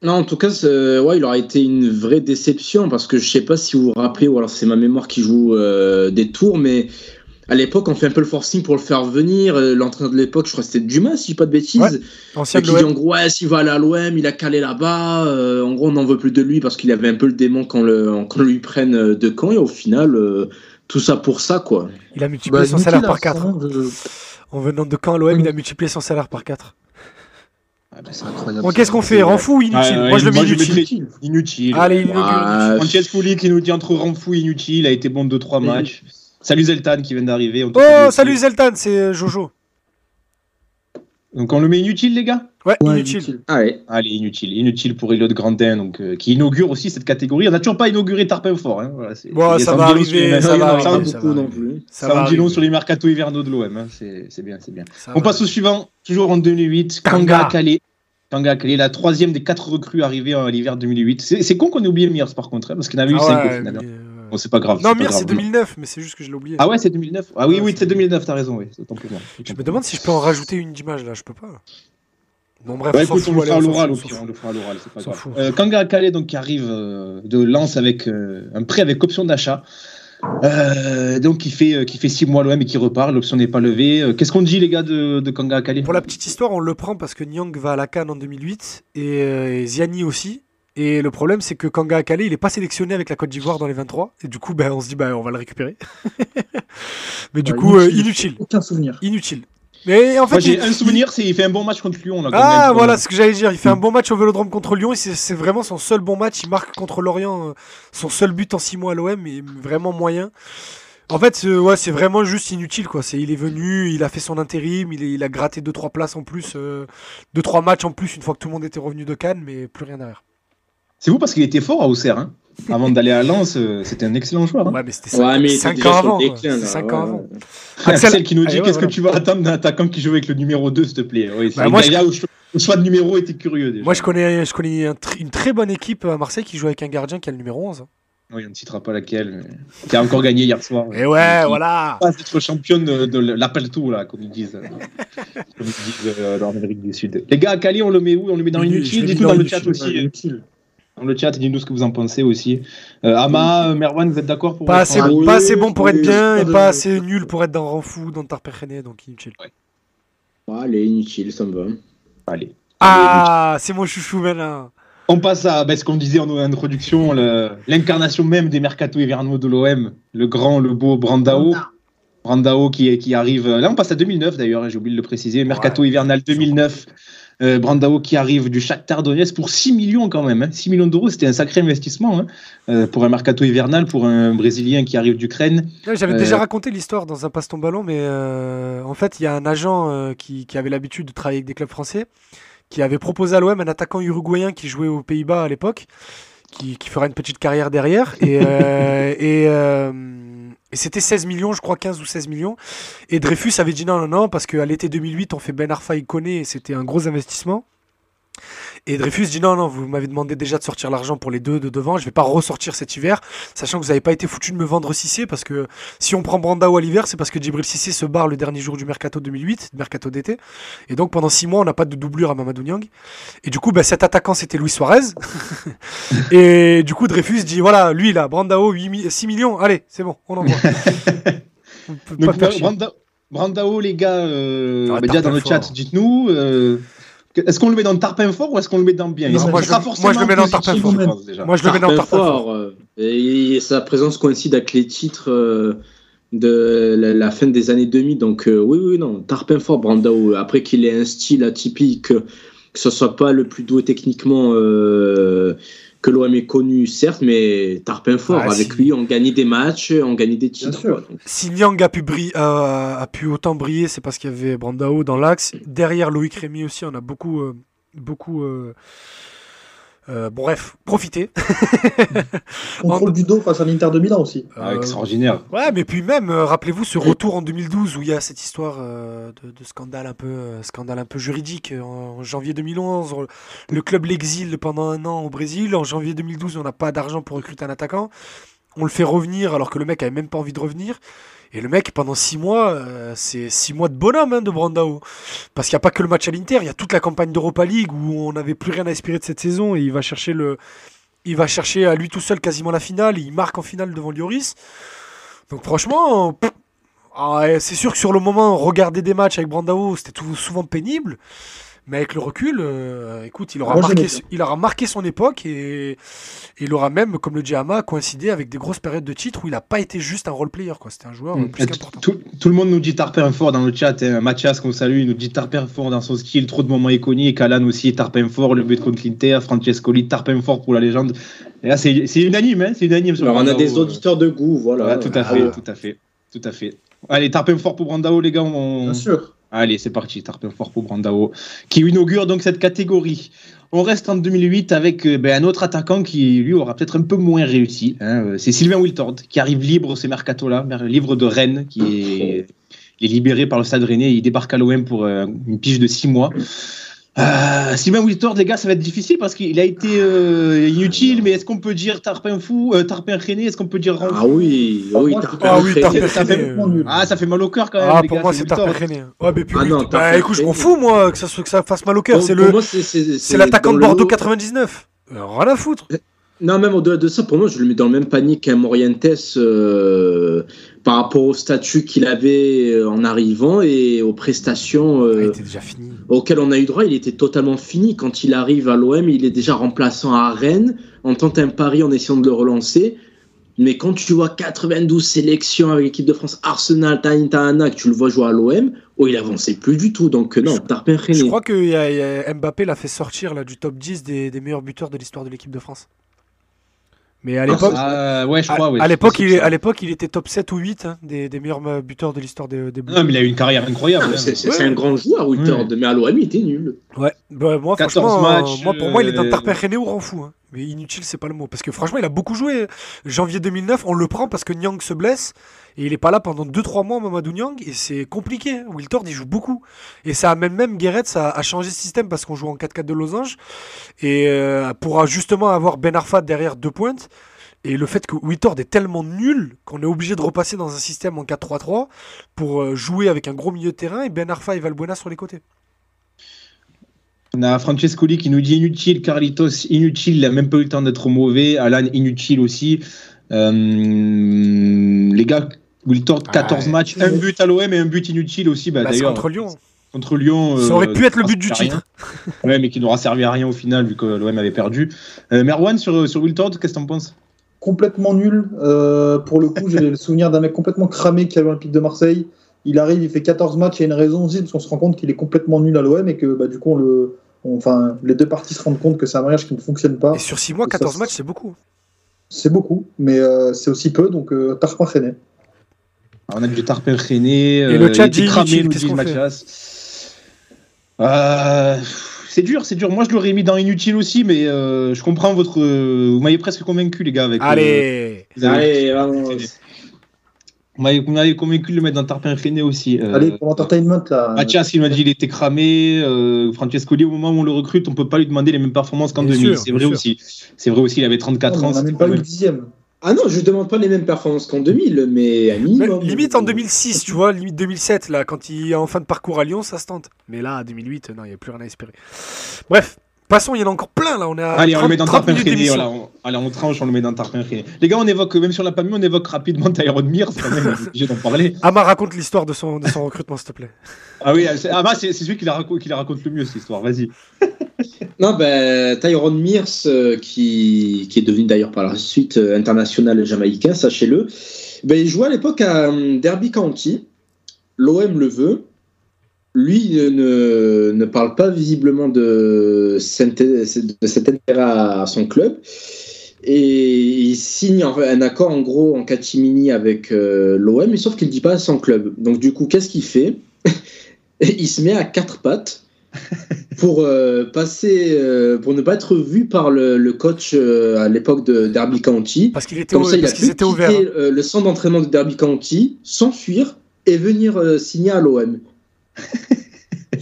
[SPEAKER 4] Non, en tout cas, c'est- ouais, il aura été une vraie déception parce que je sais pas si vous vous rappelez, ou alors c'est ma mémoire qui joue euh, des tours, mais à l'époque, on fait un peu le forcing pour le faire venir. Euh, L'entraîneur de l'époque, je crois que c'était Dumas, si je dis pas de bêtises,
[SPEAKER 3] Ouais, Ancien
[SPEAKER 4] et
[SPEAKER 3] de
[SPEAKER 4] qui dit
[SPEAKER 3] l'OM.
[SPEAKER 4] en gros, ouais, s'il va aller à l'OM, il a calé là-bas. euh, en gros, on n'en veut plus de lui parce qu'il avait un peu le démon qu'on le, qu'on lui prenne euh, de camp, et au final, euh, tout ça pour ça, quoi.
[SPEAKER 3] Il a multiplié son
[SPEAKER 5] Bah, inutile, hein,
[SPEAKER 3] salaire
[SPEAKER 5] là,
[SPEAKER 3] par 4.
[SPEAKER 5] son nom, je-
[SPEAKER 3] En venant de Caen à l'OM,
[SPEAKER 5] Oui.
[SPEAKER 3] il a multiplié son salaire par 4.
[SPEAKER 2] Ouais, bah, c'est
[SPEAKER 5] C'est incroyable.
[SPEAKER 3] Bon, qu'est-ce qu'on fait Renfou ou inutile
[SPEAKER 2] Ouais, ouais,
[SPEAKER 3] Moi, je le mets
[SPEAKER 2] Ah, moi, je
[SPEAKER 3] inutile.
[SPEAKER 2] mettrais inutile. Euh,
[SPEAKER 3] Allez, il
[SPEAKER 4] Ah,
[SPEAKER 2] Sanchez Fouli qui nous dit entre renfou et inutile, il a été bon 2-3
[SPEAKER 4] Oui.
[SPEAKER 2] matchs. Salut Zeltan qui vient d'arriver. on te salue
[SPEAKER 3] Oh,
[SPEAKER 2] aussi.
[SPEAKER 3] salut Zeltan, c'est Jojo.
[SPEAKER 2] Donc on le met inutile, les gars
[SPEAKER 3] Ouais,
[SPEAKER 5] Ouais,
[SPEAKER 3] inutile.
[SPEAKER 4] Allez.
[SPEAKER 2] Allez, inutile. Inutile pour Elliot Grandin, donc, euh, qui inaugure aussi cette catégorie. On n'a toujours pas inauguré Tarpin Fort. hein, voilà, c'est-
[SPEAKER 3] Bon, ça
[SPEAKER 2] en
[SPEAKER 3] va
[SPEAKER 2] dit long sur les-
[SPEAKER 3] arriver, ça va
[SPEAKER 2] ça en
[SPEAKER 3] arriver.
[SPEAKER 2] dit-
[SPEAKER 3] Ah, Ça
[SPEAKER 4] beaucoup
[SPEAKER 3] va
[SPEAKER 4] non
[SPEAKER 3] arriver.
[SPEAKER 4] plus.
[SPEAKER 3] Ça
[SPEAKER 2] ça
[SPEAKER 3] va
[SPEAKER 2] en dit long
[SPEAKER 3] arriver.
[SPEAKER 2] sur les mercato hivernaux de l'OM. hein, C'est c'est bien, c'est bien.
[SPEAKER 3] Ça
[SPEAKER 2] On
[SPEAKER 3] va.
[SPEAKER 2] passe au suivant, toujours en 2008,
[SPEAKER 3] Kanga.
[SPEAKER 2] Kanga Kalé. Kanga Kalé, la troisième des quatre recrues arrivées à l'hiver 2008. C'est c'est con qu'on ait oublié Mears par contre, hein, parce qu'il en avait eu
[SPEAKER 3] Ah
[SPEAKER 2] 5
[SPEAKER 3] ouais,
[SPEAKER 2] au final. hein.
[SPEAKER 3] mais, euh,
[SPEAKER 2] Bon, c'est pas grave.
[SPEAKER 3] Non,
[SPEAKER 2] pas
[SPEAKER 3] Mir, c'est
[SPEAKER 2] grave.
[SPEAKER 3] 2009, mais c'est juste que je l'ai oublié.
[SPEAKER 2] Ah ouais, c'est 2009 Ah oui,
[SPEAKER 3] Ouais,
[SPEAKER 2] oui,
[SPEAKER 3] c'est
[SPEAKER 2] c'est 2009, t'as raison, oui. c'est autant pour moi.
[SPEAKER 3] Je me demande si je peux en rajouter une d'image là, je peux pas. Bon, bref,
[SPEAKER 2] Ouais,
[SPEAKER 3] on s'en
[SPEAKER 2] écoute, on
[SPEAKER 3] fout,
[SPEAKER 2] le
[SPEAKER 3] allez,
[SPEAKER 2] fera à
[SPEAKER 3] on s'en
[SPEAKER 2] l'oral, au
[SPEAKER 3] fout, on
[SPEAKER 2] pire,
[SPEAKER 3] s'en
[SPEAKER 2] on le fera à l'oral, c'est pas
[SPEAKER 3] S'en
[SPEAKER 2] grave.
[SPEAKER 3] fout.
[SPEAKER 2] Euh, Kanga Kalé, donc, qui arrive euh, de Lens avec euh, un prêt avec option d'achat. Euh, donc, qui fait, euh, qui fait 6 mois à l'OM et qui repart, l'option n'est pas levée. Euh, Qu'est-ce qu'on dit, les gats, de, de Kanga Kalé
[SPEAKER 3] Pour la petite histoire, on le prend parce que Nyang va à la Cannes en 2008 et, euh, et Ziani aussi. Et le problème, c'est que Kanga Akale, il n'est pas sélectionné avec la Côte d'Ivoire dans les 23. Et du coup, ben, on se dit, ben, on va le récupérer. Mais du
[SPEAKER 5] Ouais,
[SPEAKER 3] coup, euh, inutile.
[SPEAKER 5] inutile. Aucun souvenir.
[SPEAKER 3] Inutile. Mais en fait,
[SPEAKER 2] Bah, Moi, j'ai
[SPEAKER 3] il-
[SPEAKER 2] un souvenir, c'est il fait un bon match contre Lyon. Là, quand
[SPEAKER 3] Ah,
[SPEAKER 2] même.
[SPEAKER 3] voilà ce que j'allais dire. Il fait un
[SPEAKER 2] Mm.
[SPEAKER 3] bon match au vélodrome contre Lyon. et C'est c'est vraiment son seul bon match. Il marque contre Lorient euh, son seul but en 6 mois à l'OM. est vraiment moyen. En fait, euh, ouais, c'est vraiment juste inutile. quoi. C'est Il est venu, il a fait son intérim, il, est- il a gratté 2-3 places en plus, 2-3 matchs en plus une fois que tout le monde était revenu de Cannes, mais plus rien derrière.
[SPEAKER 2] C'est vous parce qu'il était fort à Auxerre. hein. Avant d'aller à Lens, euh, c'était un excellent joueur. hein.
[SPEAKER 3] Ouais, mais c'était
[SPEAKER 4] Ouais, mais
[SPEAKER 3] 5
[SPEAKER 4] déjà
[SPEAKER 3] ans
[SPEAKER 4] sur le
[SPEAKER 3] avant. quoi.
[SPEAKER 4] déclin, là,
[SPEAKER 3] C'est cinq
[SPEAKER 4] ouais,
[SPEAKER 3] ans
[SPEAKER 4] ouais.
[SPEAKER 3] avant.
[SPEAKER 2] Axel,
[SPEAKER 3] Axel-
[SPEAKER 2] Ah, qui nous dit
[SPEAKER 3] Allez, ouais,
[SPEAKER 2] qu'est-ce
[SPEAKER 3] voilà.
[SPEAKER 2] que tu vas attendre d'un attaquant qui joue avec le numéro 2, s'il te plaît. Oui, c'est
[SPEAKER 3] Bah, moi,
[SPEAKER 2] le gars, au cho- au choix de numéro était curieux déjà.
[SPEAKER 3] Moi, je connais, je connais un tr- une très bonne équipe à Marseille qui joue avec un gardien qui a le numéro 11. hein.
[SPEAKER 2] Oui, on ne citera pas laquelle. Mais... Qui a encore gagné hier soir.
[SPEAKER 3] Et ouais, voilà.
[SPEAKER 2] Pas d'être championne de, de l'appel tout là, comme ils disent, comme ils disent euh, en Amérique du Sud. Les gars, à Cali, on le met où On le met dans
[SPEAKER 3] Je l'ai
[SPEAKER 2] l'inutile
[SPEAKER 3] mis
[SPEAKER 2] Dites-nous
[SPEAKER 3] dans
[SPEAKER 2] dans le
[SPEAKER 3] inutile,
[SPEAKER 2] chat aussi. euh,
[SPEAKER 5] Inutile.
[SPEAKER 2] Dans le chat, dites-nous ce que vous en pensez aussi. Euh, Ama, euh, Merwan, vous êtes d'accord pour
[SPEAKER 3] Pas assez,
[SPEAKER 2] Ah,
[SPEAKER 3] bon,
[SPEAKER 4] oui,
[SPEAKER 3] pas assez bon pour
[SPEAKER 5] oui,
[SPEAKER 3] être bien
[SPEAKER 5] oui,
[SPEAKER 3] et
[SPEAKER 5] oui.
[SPEAKER 3] pas assez nul pour être dans Renfou, dans Tarperrené, donc inutile.
[SPEAKER 4] Ouais, Allez, inutile, ça me va.
[SPEAKER 2] allez.
[SPEAKER 3] Ah, c'est mon chouchou Melin.
[SPEAKER 2] On passe à ben, ce qu'on disait en introduction, le- l'incarnation même des mercato hivernaux de l'OM, le grand, le beau Brandao. Brandao qui, qui arrive. Là, on passe à 2009 d'ailleurs, hein, j'ai oublié de le préciser. Mercato hivernal 2009. euh, Brandao qui arrive du Shakhtar Donetsk pour 6 millions quand même. hein. 6 millions d'euros, c'était un sacré investissement hein, euh, pour un mercato hivernal, pour un Brésilien qui arrive d'Ukraine.
[SPEAKER 3] Là, J'avais
[SPEAKER 2] Euh,
[SPEAKER 3] déjà raconté l'histoire dans un passe ton ballon, mais euh, en fait, il y a un agent euh, qui, qui avait l'habitude de travailler avec des clubs français, qui avait proposé à l'OM un attaquant uruguayen qui jouait aux Pays-Bas à l'époque, qui, qui fera une petite carrière derrière. Et, euh, et, euh, et c'était 16 millions, je crois 15 ou 16 millions. Et Dreyfus avait dit non, non, non, parce qu'à l'été 2008, on fait Ben Arfa Koné et c'était un gros investissement. Et Dreyfus dit non, non, vous m'avez demandé déjà de sortir l'argent pour les deux de devant, je vais pas ressortir cet hiver, sachant que vous n'avez pas été foutu de me vendre Cissé, parce que si on prend Brandao à l'hiver, c'est parce que Djibril Cissé se barre le dernier jour du mercato 2008, du mercato d'été. Et donc pendant six mois, on n'a pas de doublure à Mamadou Niang. Et du coup, bah, cet attaquant, c'était Luis Suarez. et du coup, Dreyfus dit voilà, lui là, Brandao, 8 mi- 6 millions, allez, c'est bon, on envoie. on peut pas
[SPEAKER 2] Donc,
[SPEAKER 3] faire chier.
[SPEAKER 2] Branda- Brandao, les gars, euh,
[SPEAKER 3] Ah,
[SPEAKER 2] ben, déjà dans le
[SPEAKER 3] Tarpin
[SPEAKER 2] chat,
[SPEAKER 3] fort.
[SPEAKER 2] dites-nous. euh, que- est-ce qu'on le met dans le tarpin fort ou est-ce qu'on le met dans bien
[SPEAKER 5] Non,
[SPEAKER 2] Il
[SPEAKER 5] moi,
[SPEAKER 3] je
[SPEAKER 2] sera
[SPEAKER 3] le-
[SPEAKER 2] forcément
[SPEAKER 3] moi, je le mets dans le
[SPEAKER 2] positif,
[SPEAKER 3] tarpin Euh,
[SPEAKER 2] je
[SPEAKER 5] fort.
[SPEAKER 2] pense, déjà.
[SPEAKER 3] Moi, je le mets dans le
[SPEAKER 4] Tarpin
[SPEAKER 3] tarpin fort.
[SPEAKER 4] fort, euh, Et, sa présence coïncide avec les titres euh, de la, la fin des années 2000. Donc, euh, oui, oui, non. Tarpin fort, Brandao. Après qu'il ait un style atypique, euh, que ce soit pas le plus doué techniquement euh, que l'OM ait connu, certes, mais Tarpin fort.
[SPEAKER 3] Ah,
[SPEAKER 4] avec
[SPEAKER 3] si.
[SPEAKER 4] lui, on gagnait des matchs, on gagnait des titres.
[SPEAKER 5] sûr.
[SPEAKER 4] quoi. Donc,
[SPEAKER 3] Si Niang a pu, bri- a- a pu autant briller, c'est parce qu'il y avait Brandao dans l'axe. Derrière Loïc Rémy aussi, on a beaucoup, euh, beaucoup euh, Euh, bon, bref, profitez.
[SPEAKER 5] Contrôle du dos face à l'Inter de Milan aussi.
[SPEAKER 2] Ah,
[SPEAKER 3] Euh,
[SPEAKER 2] extraordinaire.
[SPEAKER 3] Ouais, mais puis même, euh, rappelez-vous ce retour en 2012 où il y a cette histoire euh, de, de scandale un peu, euh, scandale un peu juridique. En, en janvier 2011, on- le club l'exile pendant un an au Brésil. En janvier 2012, on n'a pas d'argent pour recruter un attaquant. On le fait revenir alors que le mec avait même pas envie de revenir. Et le mec, pendant six mois, euh, c'est six mois de bonhomme hein, de Brandao. Parce qu'il n'y a pas que le match à l'Inter, il y a toute la campagne d'Europa League où on n'avait plus rien à espérer de cette saison et il va chercher le, il va chercher à lui tout seul quasiment la finale. Il marque en finale devant Lloris. Donc franchement, pff, ah ouais, c'est sûr que sur le moment, regarder des matchs avec Brandao, c'était tout- souvent pénible. Mais avec le recul, euh, écoute, il aura,
[SPEAKER 5] Moi,
[SPEAKER 3] marqué,
[SPEAKER 5] j'aimais bien.
[SPEAKER 3] il aura marqué son époque et, et il aura même, comme le dit Hama, coïncidé avec des grosses périodes de titres où il n'a pas été juste un role-player. quoi. C'était un joueur euh, plus
[SPEAKER 2] Mm. Et t-
[SPEAKER 3] qu'important.
[SPEAKER 2] Tout, tout le monde nous dit Tarpin fort dans le chat. Hein. Mathias, qu'on salue, il nous dit Tarpin fort dans son skill. Trop de moments iconiques. Alan aussi, Tarpin fort. Le but contre l'Inter. Francescoli, Tarpin fort pour la légende. Et là, c'est c'est unanime. Hein, c'est unanime. sur
[SPEAKER 4] Alors, on a
[SPEAKER 2] Brandao,
[SPEAKER 4] des
[SPEAKER 2] euh.
[SPEAKER 4] auditeurs Ah de goût, voilà.
[SPEAKER 2] Voilà, tout à fait, tout à fait, tout à fait. Allez, Tarpin fort pour Brandao, les gars. on-
[SPEAKER 3] Mm.
[SPEAKER 5] Bien sûr.
[SPEAKER 2] Allez, c'est parti, Tarpin fort pour Brandao, qui inaugure donc cette catégorie. On reste en 2008 avec euh, ben, un autre attaquant qui, lui, aura peut-être un peu moins réussi. hein, euh, C'est Sylvain Wiltord, qui arrive libre ce mercato-là, mer- libre de Rennes, qui est, il est libéré par le Stade Rennais. Il débarque à l'OM pour euh, une pige de six mois. Euh, Sylvain Wiltord, les gars, ça va être difficile parce qu'il a été euh, inutile, mais est-ce qu'on peut dire Tarpin fou, euh, Tarpin Rennais, est-ce qu'on peut dire Renfou
[SPEAKER 4] Ah oui, ah oui,
[SPEAKER 5] Ah,
[SPEAKER 4] Tarpin
[SPEAKER 3] Ah oui,
[SPEAKER 4] Créné.
[SPEAKER 3] Tarpin
[SPEAKER 2] ça fait
[SPEAKER 3] René,
[SPEAKER 5] Complètement
[SPEAKER 3] euh,
[SPEAKER 5] nul.
[SPEAKER 2] Ah, ça fait mal au cœur quand même.
[SPEAKER 3] Ah,
[SPEAKER 2] les
[SPEAKER 3] pour
[SPEAKER 2] gars,
[SPEAKER 3] moi, c'est
[SPEAKER 2] Wiltord.
[SPEAKER 3] Tarpin René. Ouais, mais puis
[SPEAKER 4] Ah
[SPEAKER 3] oui,
[SPEAKER 4] non,
[SPEAKER 3] bah,
[SPEAKER 4] Tarpin
[SPEAKER 3] écoute, je m'en
[SPEAKER 4] René.
[SPEAKER 3] fous, moi, que ça, soit- que ça fasse mal au cœur.
[SPEAKER 4] Pour-
[SPEAKER 3] C'est
[SPEAKER 4] pour
[SPEAKER 3] le,
[SPEAKER 4] moi, c'est- c'est
[SPEAKER 3] c'est
[SPEAKER 4] c'est
[SPEAKER 3] l'attaquant
[SPEAKER 4] dans
[SPEAKER 3] de
[SPEAKER 4] le
[SPEAKER 3] Bordeaux
[SPEAKER 4] lot.
[SPEAKER 3] 99. Euh, rien à foutre.
[SPEAKER 4] Non, même au-delà de ça, pour moi, je le mets dans le même panier qu'un Morientes euh, par rapport au statut qu'il avait euh, en arrivant et aux prestations euh,
[SPEAKER 3] Ah, il était déjà fini.
[SPEAKER 4] auxquelles on a eu droit. Il était totalement fini. Quand il arrive à l'OM, il est déjà remplaçant à Rennes. On tente un pari en essayant de le relancer. Mais quand tu vois 92 sélections avec l'équipe de France, Arsenal, Taïntana, que tu le vois jouer à l'OM, oh, il avançait plus du tout. Donc, euh, non,
[SPEAKER 3] Je-
[SPEAKER 4] Tarpin
[SPEAKER 3] Je
[SPEAKER 4] René.
[SPEAKER 3] crois que y a- y a- Mbappé l'a fait sortir là, du top 10 des, des meilleurs buteurs de l'histoire de l'équipe de France. Mais à l'époque,
[SPEAKER 2] Ah, ouais, je
[SPEAKER 3] à,
[SPEAKER 2] crois. ouais,
[SPEAKER 3] à
[SPEAKER 2] c'est
[SPEAKER 3] l'époque,
[SPEAKER 2] possible,
[SPEAKER 3] il, est-
[SPEAKER 2] ça.
[SPEAKER 3] à l'époque, il était top 7 ou 8 hein, des, des meilleurs euh, buteurs de l'histoire des, des Bleus.
[SPEAKER 2] Non, mais il a eu une carrière incroyable.
[SPEAKER 4] Ah, mais
[SPEAKER 2] hein.
[SPEAKER 4] C'est c'est-
[SPEAKER 3] Ouais.
[SPEAKER 4] c'est un grand joueur, Wiltord, mais à l'OM, il était nul.
[SPEAKER 3] Ouais, bah, moi,
[SPEAKER 2] 14
[SPEAKER 3] franchement,
[SPEAKER 2] matchs,
[SPEAKER 3] euh, moi, pour moi, il est dans
[SPEAKER 2] euh,
[SPEAKER 3] Tarpin René ou Renfou. Hein. Mais inutile, c'est pas le mot. Parce que franchement, il a beaucoup joué. Janvier 2009, on le prend parce que Nyang se blesse. Et il est pas là pendant 2-3 mois, Mamadou Nyang. Et c'est compliqué. hein. Wiltord, il joue beaucoup. Et ça amène même Guéret ça a changé de système parce qu'on joue en 4-4 de losange. Et euh, pour justement avoir Ben Arfa derrière deux pointes. Et le fait que Wiltord est tellement nul qu'on est obligé de repasser dans un système en 4-3-3 pour euh, jouer avec un gros milieu de terrain et Ben Arfa et Valbuena sur les côtés.
[SPEAKER 2] On a Francescoli qui nous dit inutile, Carlitos inutile, il a même pas eu le temps d'être mauvais. Alan inutile aussi. Euh, les gars, Wiltord, 14
[SPEAKER 3] Ah, ouais.
[SPEAKER 2] matchs, un but à l'OM et un but inutile aussi. Bah,
[SPEAKER 3] Bah, c'est
[SPEAKER 2] d'ailleurs,
[SPEAKER 3] contre Lyon.
[SPEAKER 2] contre Lyon,
[SPEAKER 3] Ça
[SPEAKER 2] euh,
[SPEAKER 3] aurait pu être le but du
[SPEAKER 2] ça sert à
[SPEAKER 3] titre.
[SPEAKER 2] rien. Ouais, mais qui n'aura servi à rien au final vu que l'OM avait perdu. Euh, Merwan sur, sur Wiltord, qu'est-ce que t'en penses
[SPEAKER 5] Complètement nul. Euh, pour le coup, j'ai le souvenir d'un mec complètement cramé qui a l'Olympique de Marseille. Il arrive, il fait 14 matchs. Il y a une raison aussi, parce qu'on se rend compte qu'il est complètement nul à l'OM et que bah, du coup, on le, on- enfin, les deux parties se rendent compte que c'est un mariage qui ne fonctionne pas.
[SPEAKER 3] Et sur 6 mois,
[SPEAKER 5] Et ça,
[SPEAKER 3] 14
[SPEAKER 5] c'est-
[SPEAKER 3] matchs, c'est beaucoup.
[SPEAKER 5] C'est beaucoup, mais euh, c'est aussi peu, donc euh, Tarpin René.
[SPEAKER 2] Alors, Ah, on a du euh, Tarpin René. Et
[SPEAKER 3] le chat dit inutile, qu'est-ce qu'on fait
[SPEAKER 2] Euh, c'est dur, c'est dur. Moi, je l'aurais mis dans inutile aussi, mais euh, je comprends votre. euh, vous m'avez presque convaincu, les gars. Avec, euh,
[SPEAKER 3] Allez
[SPEAKER 2] vous avez-
[SPEAKER 4] vamos.
[SPEAKER 2] vous m'avez- vous m'avez convaincu de le mettre dans Tarpin René aussi. euh,
[SPEAKER 5] Allez, pour l'entertainment, là.
[SPEAKER 2] Mathias, il m'a dit il était cramé. Euh, Francescoli, au moment où on le recrute, on peut pas lui demander les mêmes performances qu'en
[SPEAKER 3] Bien
[SPEAKER 2] 2000.
[SPEAKER 3] sûr,
[SPEAKER 2] C'est
[SPEAKER 3] bien
[SPEAKER 2] vrai
[SPEAKER 3] sûr.
[SPEAKER 2] aussi. C'est vrai aussi, il avait 34
[SPEAKER 5] on
[SPEAKER 2] ans.
[SPEAKER 5] n'a
[SPEAKER 2] c'était
[SPEAKER 5] même pas
[SPEAKER 2] pas
[SPEAKER 5] eu
[SPEAKER 2] le
[SPEAKER 5] le dixième.
[SPEAKER 4] Ah non, je demande pas les mêmes performances qu'en 2000, mais à minimum.
[SPEAKER 3] Mais Limite en 2006, tu vois, limite 2007, là, quand il est en fin de parcours à Lyon, ça se tente. Mais là, à 2008, non, il n'y a plus rien à espérer. Bref, passons, il y en a encore plein, là, on est à
[SPEAKER 2] Allez, on le met dans
[SPEAKER 3] 30
[SPEAKER 2] Tarpin
[SPEAKER 3] minutes
[SPEAKER 2] René.
[SPEAKER 3] d'émission.
[SPEAKER 2] Voilà, on, allez, on tranche, on le met dans Tarpin René. Les gars, on évoque, même si on l'a pas mis, on évoque rapidement Tyrone Mears. quand même, on est obligé d'en parler.
[SPEAKER 3] Amar raconte l'histoire de son, de son recrutement, s'il te plaît.
[SPEAKER 2] Ah oui, c'est ah bah, c'est- c'est celui qui la, raconte, qui la raconte le mieux, cette histoire. Vas-y.
[SPEAKER 4] Non, ben, Tyrone Mears, euh, qui, qui est devenu d'ailleurs par la suite euh, international jamaïcain, sachez-le, ben, il jouait à l'époque à euh, Derby County. L'OM le veut. Lui ne, ne, ne parle pas visiblement de, cet- de cet intérêt à son club. Et il signe en- un accord en gros en catimini avec euh, l'OM, mais sauf qu'il ne dit pas à son club. Donc du coup, qu'est-ce qu'il fait Il se met à quatre pattes pour euh, passer, euh, pour ne pas être vu par le, le coach euh, à l'époque de Derby County.
[SPEAKER 3] Parce qu'il hein. était
[SPEAKER 4] Comme
[SPEAKER 3] au-
[SPEAKER 4] ça, il a
[SPEAKER 3] parce qu'ils
[SPEAKER 4] pu
[SPEAKER 3] étaient ouverts.
[SPEAKER 4] quitter, euh, le centre d'entraînement de Derby County, s'enfuir et venir euh, signer à l'OM.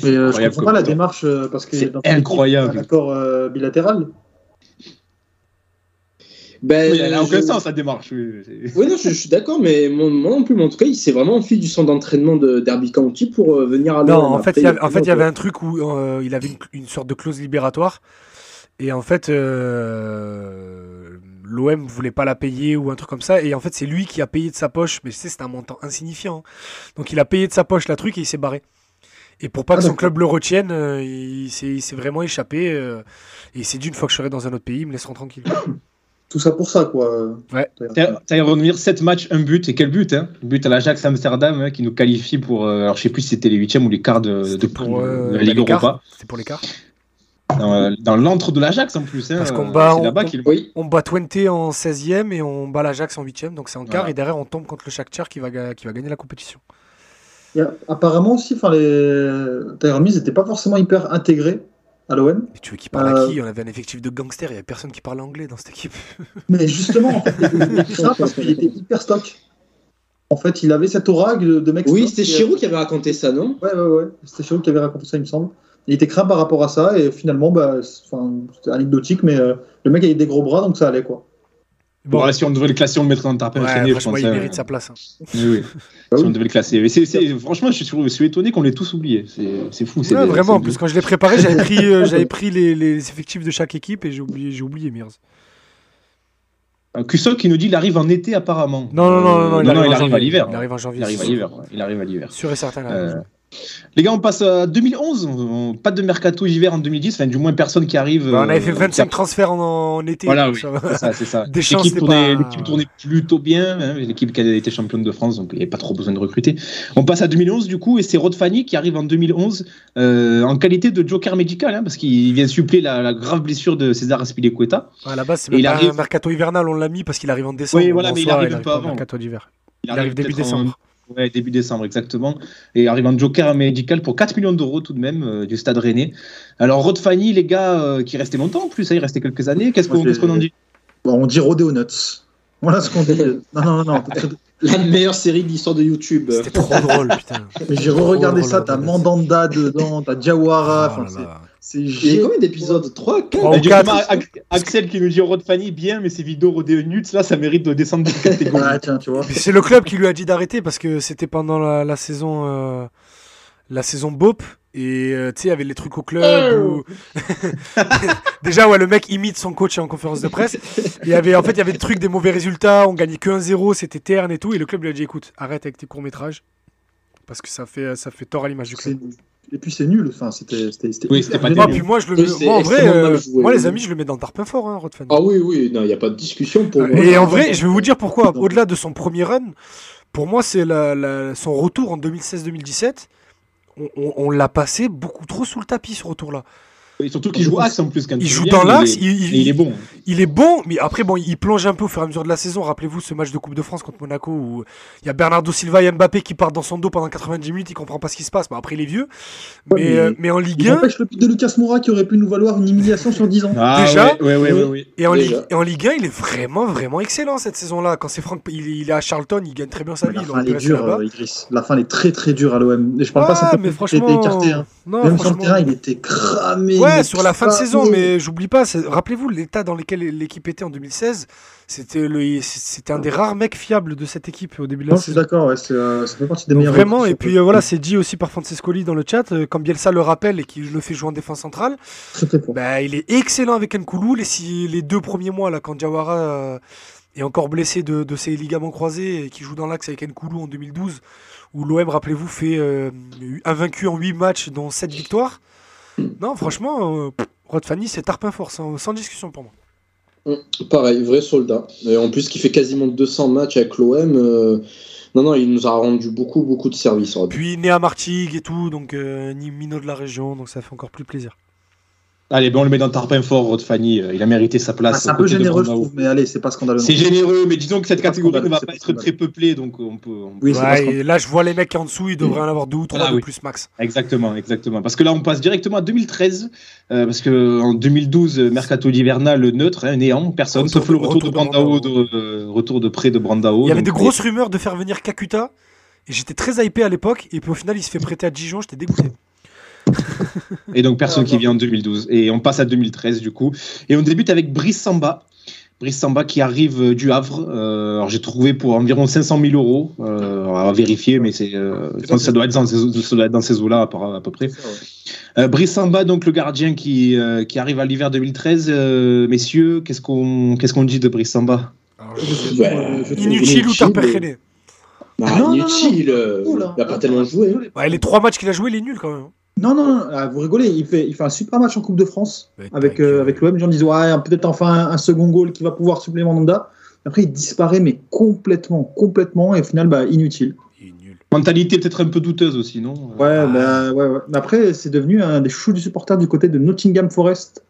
[SPEAKER 5] Mais euh, je
[SPEAKER 2] incroyable
[SPEAKER 5] comprends pas la
[SPEAKER 2] comme-
[SPEAKER 5] démarche euh, parce que
[SPEAKER 2] C'est
[SPEAKER 5] dans tous les cas,
[SPEAKER 2] incroyable.
[SPEAKER 5] il y a un accord euh, bilatéral.
[SPEAKER 4] Ben,
[SPEAKER 2] Oui, elle a
[SPEAKER 4] je-
[SPEAKER 2] aucun sens, sa démarche. oui, c'est-
[SPEAKER 4] Oui, non, je, je suis d'accord, mais mon- moi non plus, mais en tout cas, il s'est vraiment enfui du centre d'entraînement de Derby County pour euh, venir à l'OM.
[SPEAKER 3] Non, en fait,
[SPEAKER 4] Après,
[SPEAKER 3] il y avait, en
[SPEAKER 4] a-
[SPEAKER 3] fait, il y avait un truc où euh, il avait une, une sorte de clause libératoire. Et en fait, euh, l'OM voulait pas la payer ou un truc comme ça. Et en fait, c'est lui qui a payé de sa poche. Mais tu sais, c'est un montant insignifiant. hein. Donc, il a payé de sa poche la truc et il s'est barré. Et pour pas
[SPEAKER 5] Ah,
[SPEAKER 3] que son
[SPEAKER 5] d'accord.
[SPEAKER 3] club le retienne, euh, il s'est il s'est vraiment échappé. euh, et il s'est dit, une fois que je serai dans un autre pays, ils me laisseront tranquille.
[SPEAKER 2] Euh,
[SPEAKER 5] Tout ça pour ça, quoi.
[SPEAKER 3] Ouais.
[SPEAKER 2] Ty- Tyrone Mire, 7 matchs, un but, et quel but hein But à l'Ajax Amsterdam hein, qui nous qualifie pour. euh, alors je sais plus si c'était les huitièmes ou les quarts de, de,
[SPEAKER 3] C'était pour,
[SPEAKER 2] de-
[SPEAKER 3] euh,
[SPEAKER 2] de la Ligue
[SPEAKER 3] l'écart.
[SPEAKER 2] Europa.
[SPEAKER 3] C'était pour l'écart.
[SPEAKER 2] Dans, euh, dans l'antre de l'Ajax en plus. Hein,
[SPEAKER 3] Parce qu'on
[SPEAKER 2] euh,
[SPEAKER 3] bat-
[SPEAKER 2] C'est là-bas
[SPEAKER 3] on-
[SPEAKER 2] qu'il.
[SPEAKER 4] Oui,
[SPEAKER 3] On bat Twente en 16e et on bat l'Ajax en 8e. Donc, c'est en quart.
[SPEAKER 2] Voilà.
[SPEAKER 3] Et derrière, on tombe contre le Shakhtar qui va, ga- qui va gagner la compétition.
[SPEAKER 5] Il y a- apparemment aussi, enfin, les Tyrone Mings n'étaient pas forcément hyper intégrés à l'OM.
[SPEAKER 3] Et tu veux qu'il parle à
[SPEAKER 5] Euh,
[SPEAKER 3] qui On avait un effectif de gangsters, il n'y avait personne qui parlait anglais dans cette équipe.
[SPEAKER 5] Mais justement, en fait, il était ça parce qu'il était hyper stock. En fait, il avait cette aura de, de mec.
[SPEAKER 4] oui
[SPEAKER 5] stock
[SPEAKER 4] c'était
[SPEAKER 5] et-
[SPEAKER 4] Chirou qui avait raconté ça, non
[SPEAKER 5] Ouais, ouais, ouais. C'était Chirou qui avait raconté ça, il me semble. Il était craint par rapport à ça, et finalement, bah, c'est- enfin, c'était anecdotique, mais euh, le mec avait des gros bras, donc ça allait, quoi.
[SPEAKER 2] Bon, là, si on devait le classer, on le mettrait dans le tarpin
[SPEAKER 3] Ouais,
[SPEAKER 2] chaîné, je
[SPEAKER 3] franchement,
[SPEAKER 2] pense.
[SPEAKER 3] il
[SPEAKER 2] hein.
[SPEAKER 3] mérite sa place. hein.
[SPEAKER 2] Oui, oui.
[SPEAKER 4] Ah
[SPEAKER 2] si on
[SPEAKER 4] oui.
[SPEAKER 2] devait le classer. Mais c'est- c'est- franchement, je suis, je suis étonné qu'on l'ait tous oublié. C'est c'est fou. c'est
[SPEAKER 3] Ouais,
[SPEAKER 2] des-
[SPEAKER 3] vraiment,
[SPEAKER 2] c'est
[SPEAKER 3] en
[SPEAKER 2] des-
[SPEAKER 3] plus, quand je l'ai préparé, j'avais pris, euh, j'avais pris les, les effectifs de chaque équipe et j'ai oublié, j'ai oublié Mears.
[SPEAKER 2] Euh, Cusso qui nous dit il arrive en été apparemment.
[SPEAKER 3] Non, non, non,
[SPEAKER 2] Euh,
[SPEAKER 3] non, non,
[SPEAKER 2] il
[SPEAKER 3] en
[SPEAKER 2] arrive à
[SPEAKER 3] janvier.
[SPEAKER 2] l'hiver. hein.
[SPEAKER 3] Il arrive en janvier.
[SPEAKER 2] Il arrive à
[SPEAKER 3] sûr.
[SPEAKER 2] l'hiver. ouais. Il arrive à l'hiver.
[SPEAKER 3] Sûr et certain. il arrive en
[SPEAKER 2] Euh,
[SPEAKER 3] janvier.
[SPEAKER 2] les gars, on passe à 2011. On- Pas de mercato hiver en 2010. Enfin, du moins, personne qui arrive.
[SPEAKER 3] Bah, on avait
[SPEAKER 2] euh,
[SPEAKER 3] fait 25 transferts en, en été.
[SPEAKER 2] Voilà,
[SPEAKER 3] donc
[SPEAKER 2] oui.
[SPEAKER 3] ça va.
[SPEAKER 2] C'est ça, c'est ça.
[SPEAKER 3] Deschamps,
[SPEAKER 2] L'équipe
[SPEAKER 3] c'est
[SPEAKER 2] tournait,
[SPEAKER 3] pas-
[SPEAKER 2] l'équipe tournait plutôt bien, hein, l'équipe qui a été championne de France, donc il n'y avait pas trop besoin de recruter. On passe à 2011 du coup, et c'est Rod Fanny qui arrive en 2011 euh, en qualité de joker médical, hein, parce qu'il vient suppléer la, la grave blessure de César Aspilicueta.
[SPEAKER 3] À la base, c'est
[SPEAKER 2] Et
[SPEAKER 3] même
[SPEAKER 2] il
[SPEAKER 3] pas
[SPEAKER 2] arrive-
[SPEAKER 3] un mercato hivernal, on l'a mis parce qu'il arrive en décembre.
[SPEAKER 2] Oui, voilà,
[SPEAKER 3] en
[SPEAKER 2] mais il
[SPEAKER 3] soi,
[SPEAKER 2] arrive un peu
[SPEAKER 3] pas au
[SPEAKER 2] avant.
[SPEAKER 3] mercato d'hiver. Il arrive début
[SPEAKER 2] peut-être en-
[SPEAKER 3] décembre.
[SPEAKER 2] Ouais, début décembre, exactement. Et arrive en joker médical pour 4 millions d'euros tout de même euh, du stade rennais. Alors, Rod Fanny, les gars, euh, qui restait longtemps en plus, hein, il restait quelques années, qu'est-ce qu'on
[SPEAKER 5] Moi, j'ai-
[SPEAKER 2] qu'est-ce qu'on en dit
[SPEAKER 5] Bon, Bah, on dit rodé aux nuts. Voilà ce qu'on dit. Non, non, non, non.
[SPEAKER 4] La meilleure série de l'histoire de YouTube.
[SPEAKER 3] C'était trop drôle, putain.
[SPEAKER 5] Mais J'ai re-regardé
[SPEAKER 3] Trop
[SPEAKER 5] ça,
[SPEAKER 3] drôle,
[SPEAKER 5] t'as
[SPEAKER 3] Rodé aux nuts.
[SPEAKER 5] Mandanda dedans, t'as Jawara,
[SPEAKER 3] Oh
[SPEAKER 5] enfin,
[SPEAKER 3] là
[SPEAKER 5] c'est-
[SPEAKER 3] là.
[SPEAKER 5] c'est
[SPEAKER 4] Il y a
[SPEAKER 5] génial.
[SPEAKER 4] combien d'épisodes 3, 4
[SPEAKER 3] Trois ou
[SPEAKER 2] Et justement,
[SPEAKER 3] quatre.
[SPEAKER 2] Ac- Axel qui nous dit Rod Fanny, bien, mais ces vidéos rodées nuts, là, ça mérite de descendre de catégorie.
[SPEAKER 5] Ah, tiens, tu vois.
[SPEAKER 3] Mais c'est le club qui lui a dit d'arrêter parce que c'était pendant la, la saison euh, la saison Bop et euh, tu sais il y avait les trucs au club
[SPEAKER 4] Oh.
[SPEAKER 3] où- déjà ouais le mec imite son coach en conférence de presse il y avait en fait il y avait des trucs des mauvais résultats on gagnait que 1-0 c'était terne et tout et le club lui a dit écoute arrête avec tes courts métrages parce que ça fait ça fait tort à l'image du club
[SPEAKER 5] C'est- Et puis c'est nul, enfin, c'était. c'était-
[SPEAKER 2] Oui, c'était pas
[SPEAKER 3] moi,
[SPEAKER 2] terrible.
[SPEAKER 3] puis moi je le
[SPEAKER 4] Oui,
[SPEAKER 3] mets-
[SPEAKER 4] c'est
[SPEAKER 3] moi, en vrai
[SPEAKER 4] extrêmement
[SPEAKER 3] euh,
[SPEAKER 4] mal joué,
[SPEAKER 3] moi
[SPEAKER 4] oui.
[SPEAKER 3] les amis je le mets dans le tarpin fort hein, Rod Fanny.
[SPEAKER 4] Ah oui, oui, non, il n'y a pas de discussion pour moi.
[SPEAKER 3] Et en vrai, je vais vous dire pourquoi. Au-delà de son premier run, pour moi, c'est la- la- son retour en 2016-2017. On, on- on l'a passé beaucoup trop sous le tapis ce retour-là.
[SPEAKER 2] Et surtout qu'il joue axe en plus. Quand
[SPEAKER 3] Il
[SPEAKER 2] tu
[SPEAKER 3] joue
[SPEAKER 2] viens,
[SPEAKER 3] dans l'axe,
[SPEAKER 2] Il, est-
[SPEAKER 3] il- il-
[SPEAKER 2] et il est bon.
[SPEAKER 3] Il est bon, mais après, bon, il plonge un peu au fur et à mesure de la saison. Rappelez-vous ce match de Coupe de France contre Monaco où il y a Bernardo Silva et Mbappé qui partent dans son dos pendant 90 minutes, il comprend pas ce qui se passe. Bon, après, il est vieux. Mais,
[SPEAKER 5] mais-
[SPEAKER 3] euh, mais en Ligue
[SPEAKER 5] Il
[SPEAKER 3] 1,
[SPEAKER 5] empêche le but de Lucas Moura qui aurait pu nous valoir une humiliation sur 10 ans.
[SPEAKER 2] Ah,
[SPEAKER 3] Déjà
[SPEAKER 2] ouais, ouais, ouais, ouais, ouais.
[SPEAKER 3] Et en,
[SPEAKER 4] Déjà.
[SPEAKER 3] Ligue, et en Ligue 1, il est vraiment, vraiment excellent cette saison-là. Quand c'est Franck, il, est- il est à Charlton, il gagne très bien sa vie.
[SPEAKER 5] la
[SPEAKER 3] donc
[SPEAKER 5] fin, elle
[SPEAKER 3] il
[SPEAKER 5] est
[SPEAKER 3] reste
[SPEAKER 5] dure,
[SPEAKER 3] là-bas.
[SPEAKER 5] euh, Idriss. La fin, elle est très très dure à l'OM. Et je parle
[SPEAKER 3] Ouais,
[SPEAKER 5] pas simplement
[SPEAKER 3] mais
[SPEAKER 5] parce qu'il
[SPEAKER 3] franchement,
[SPEAKER 5] était écarté. hein.
[SPEAKER 3] Non,
[SPEAKER 5] Même sur le
[SPEAKER 3] franchement,
[SPEAKER 5] terrain, il était cramé.
[SPEAKER 3] Ouais,
[SPEAKER 5] mais
[SPEAKER 3] sur la fin de
[SPEAKER 5] cramé.
[SPEAKER 3] saison, mais j'oublie pas. c'est- Rappelez-vous l'état dans lequel l'équipe était en 2016. C'était le, c'était un des rares mecs fiables de cette équipe au début de
[SPEAKER 5] Non,
[SPEAKER 3] la
[SPEAKER 5] je suis
[SPEAKER 3] saison.
[SPEAKER 5] d'accord, ouais, c'est, euh, ça fait partie des
[SPEAKER 3] Donc
[SPEAKER 5] meilleurs.
[SPEAKER 3] vraiment,
[SPEAKER 5] recrues,
[SPEAKER 3] et puis
[SPEAKER 5] ça.
[SPEAKER 3] euh, voilà, c'est dit aussi par Francescoli dans le chat, euh, quand Bielsa le rappelle et qu'il le fait jouer en défense centrale,
[SPEAKER 5] Très, très fort.
[SPEAKER 3] bah, il est excellent avec Nkoulou. Les, six- les deux premiers mois, là, quand Diawara euh, est encore blessé de, de ses ligaments croisés et qui joue dans l'axe avec Nkoulou en 2012, où l'OM, rappelez-vous, fait euh, invaincu en 8 matchs, dont 7 victoires. Non, franchement, euh, pff, Rod Fanny, c'est tarpin fort, sans, sans discussion pour moi.
[SPEAKER 4] Pareil, vrai soldat. Et en plus, qui fait quasiment 200 matchs avec l'OM. euh, Non, non, il nous a rendu beaucoup, beaucoup de services. Rod.
[SPEAKER 3] Puis né à Martigues et tout, donc euh, ni minot de la région, donc ça fait encore plus plaisir.
[SPEAKER 2] Allez, ben on le met dans le tarpin fort, Rod Fanny. euh, Il a mérité sa
[SPEAKER 5] Ah,
[SPEAKER 2] place.
[SPEAKER 5] c'est un
[SPEAKER 2] aux
[SPEAKER 5] peu
[SPEAKER 2] côtés de
[SPEAKER 5] généreux, je
[SPEAKER 2] Brandao.
[SPEAKER 5] trouve, mais allez, c'est pas scandaleux. non
[SPEAKER 2] C'est généreux, mais disons que cette
[SPEAKER 5] C'est pas
[SPEAKER 2] catégorie ne va
[SPEAKER 5] scandaleux,
[SPEAKER 2] pas
[SPEAKER 5] c'est
[SPEAKER 2] être
[SPEAKER 5] pas
[SPEAKER 2] très peuplée, donc on peut. on peut-
[SPEAKER 5] Oui, c'est
[SPEAKER 3] Ouais,
[SPEAKER 5] pas
[SPEAKER 3] et là, je vois les mecs en dessous, ils devraient en avoir deux ou trois
[SPEAKER 2] Ah
[SPEAKER 3] de
[SPEAKER 2] oui.
[SPEAKER 3] plus max.
[SPEAKER 2] Exactement, exactement. Parce que là, on passe directement à 2013, euh, parce que en 2012, euh, mercato hivernal neutre, hein, néant, personne,
[SPEAKER 3] Retour
[SPEAKER 2] sauf le
[SPEAKER 3] de-
[SPEAKER 2] retour de
[SPEAKER 3] retour de
[SPEAKER 2] Brandao,
[SPEAKER 3] Brandao.
[SPEAKER 2] de- euh, retour de près de Brandao.
[SPEAKER 3] Il
[SPEAKER 5] Oh,
[SPEAKER 3] y avait
[SPEAKER 2] donc-
[SPEAKER 3] des grosses rumeurs de faire venir Kakuta. Et j'étais très hypé à l'époque. Et puis au final, il se fait prêter à Dijon. J'étais dégoûté.
[SPEAKER 2] Et donc personne
[SPEAKER 5] Ah,
[SPEAKER 2] qui vient en 2012. Et on passe à 2013 du coup. Et on débute avec Brice Samba. Brice Samba qui arrive euh, du Havre. Euh, alors j'ai trouvé pour environ 500 000 euros. Euh, alors, à vérifier, mais c'est euh, je pense que ça doit être dans ces, eaux- ça doit être dans ces eaux-là à, peu- à peu près. Euh, Brice Samba, donc le gardien qui, euh, qui arrive à l'hiver 2013. Euh, messieurs, qu'est-ce qu'on qu'est-ce qu'on dit de Brice Samba
[SPEAKER 3] Alors,
[SPEAKER 5] Je
[SPEAKER 3] je-
[SPEAKER 5] trouve,
[SPEAKER 6] Ouais.
[SPEAKER 5] euh, je trouve-
[SPEAKER 3] Inutile ou
[SPEAKER 6] Inutile,
[SPEAKER 3] Tarperrene
[SPEAKER 6] Non,
[SPEAKER 5] Ah Non, non,
[SPEAKER 6] inutile. euh,
[SPEAKER 5] Ouh là.
[SPEAKER 6] Bah, Il n'a pas tellement joué. hein.
[SPEAKER 3] ouais, Les trois matchs qu'il a joué, il est nul quand même.
[SPEAKER 5] Non, non, non, ah, vous rigolez, il fait, il fait un super match en Coupe de France
[SPEAKER 3] Mais ta
[SPEAKER 5] avec, euh,
[SPEAKER 3] gueule.
[SPEAKER 5] avec l'OM. Les gens disent, ouais, peut-être enfin un, un second goal qui va pouvoir supplément Nanda. Après, il disparaît, mais complètement, complètement, et au final, bah, inutile.
[SPEAKER 3] Il est nul.
[SPEAKER 2] Mentalité peut-être un peu douteuse aussi, non
[SPEAKER 5] Ouais,
[SPEAKER 3] Ah.
[SPEAKER 5] bah, ouais, ouais. Mais après, c'est devenu un des choux du supporter du côté de Nottingham Forest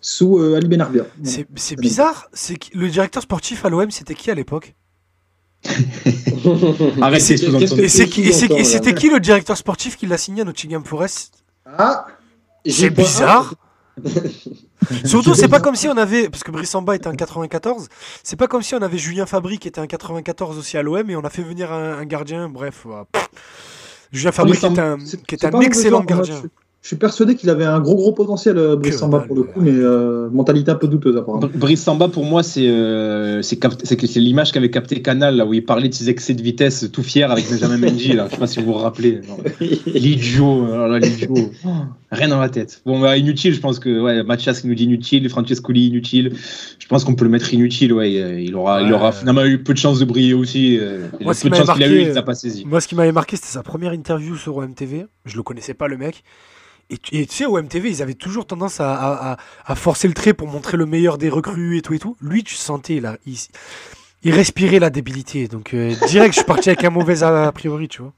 [SPEAKER 5] sous euh, Ali Benarbia.
[SPEAKER 3] C'est c'est bizarre. C'est que le directeur sportif à l'OM, c'était qui à l'époque
[SPEAKER 2] Arrêtez
[SPEAKER 6] Qu'est-ce que-
[SPEAKER 2] sous-entendu.
[SPEAKER 3] Et Ah, c'est qui- et c'est-
[SPEAKER 6] Encore,
[SPEAKER 3] et
[SPEAKER 6] là.
[SPEAKER 3] c'était qui le directeur sportif qui l'a signé à Nottingham Forest
[SPEAKER 5] Ah,
[SPEAKER 3] C'est bizarre. Surtout, c'est pas comme si on avait, parce que Brissamba était un 94, c'est pas comme si on avait Julien Fabry qui était un 94 aussi à l'OM et on a fait venir un, un gardien, bref. voilà. Pff. Julien Fabry qui est
[SPEAKER 2] Brissamba,
[SPEAKER 3] un,
[SPEAKER 5] c'est-
[SPEAKER 3] qui est
[SPEAKER 5] c'est
[SPEAKER 3] un
[SPEAKER 5] pas un mauvais
[SPEAKER 3] excellent
[SPEAKER 5] joueur, moi,
[SPEAKER 3] gardien.
[SPEAKER 5] je- Je suis persuadé qu'il avait un gros gros potentiel, euh, Brice
[SPEAKER 3] Que
[SPEAKER 5] Samba,
[SPEAKER 3] dalle,
[SPEAKER 5] pour le
[SPEAKER 3] ouais.
[SPEAKER 5] coup, mais euh, mentalité un peu douteuse, apparemment.
[SPEAKER 2] Br- Brice Samba, pour moi, c'est euh, c'est capté- c'est que- c'est l'image qu'avait capté Canal, là, où il parlait de ses excès de vitesse, tout fier avec Benjamin Mendy. Là. Je sais pas si vous vous rappelez. genre, L'idiot, alors là, l'idiot. Oh, Rien dans la tête. Bon, bah, inutile, je pense que ouais, Mathias qui nous dit inutile, Francescoli inutile. Je pense qu'on peut le mettre inutile. Ouais. euh, Il il aura, il
[SPEAKER 3] Ouais.
[SPEAKER 2] aura finalement eu peu de chances de briller aussi. euh, et
[SPEAKER 3] Moi,
[SPEAKER 2] le
[SPEAKER 3] ce
[SPEAKER 2] peu
[SPEAKER 3] qui
[SPEAKER 2] de chances qu'il
[SPEAKER 3] m'avait
[SPEAKER 2] a eu, il
[SPEAKER 3] marqué, euh,
[SPEAKER 2] les a pas saisi.
[SPEAKER 3] Moi, ce qui m'avait marqué, c'était sa première interview sur OMTV. Je le connaissais pas, le mec. Et tu, et tu sais, OMTV, ils avaient toujours tendance à, à- à- à forcer le trait pour montrer le meilleur des recrues et tout et tout. Lui, tu sentais, là, il, il respirait la débilité. Donc, euh, direct, je suis parti avec un mauvais a, a priori, tu vois.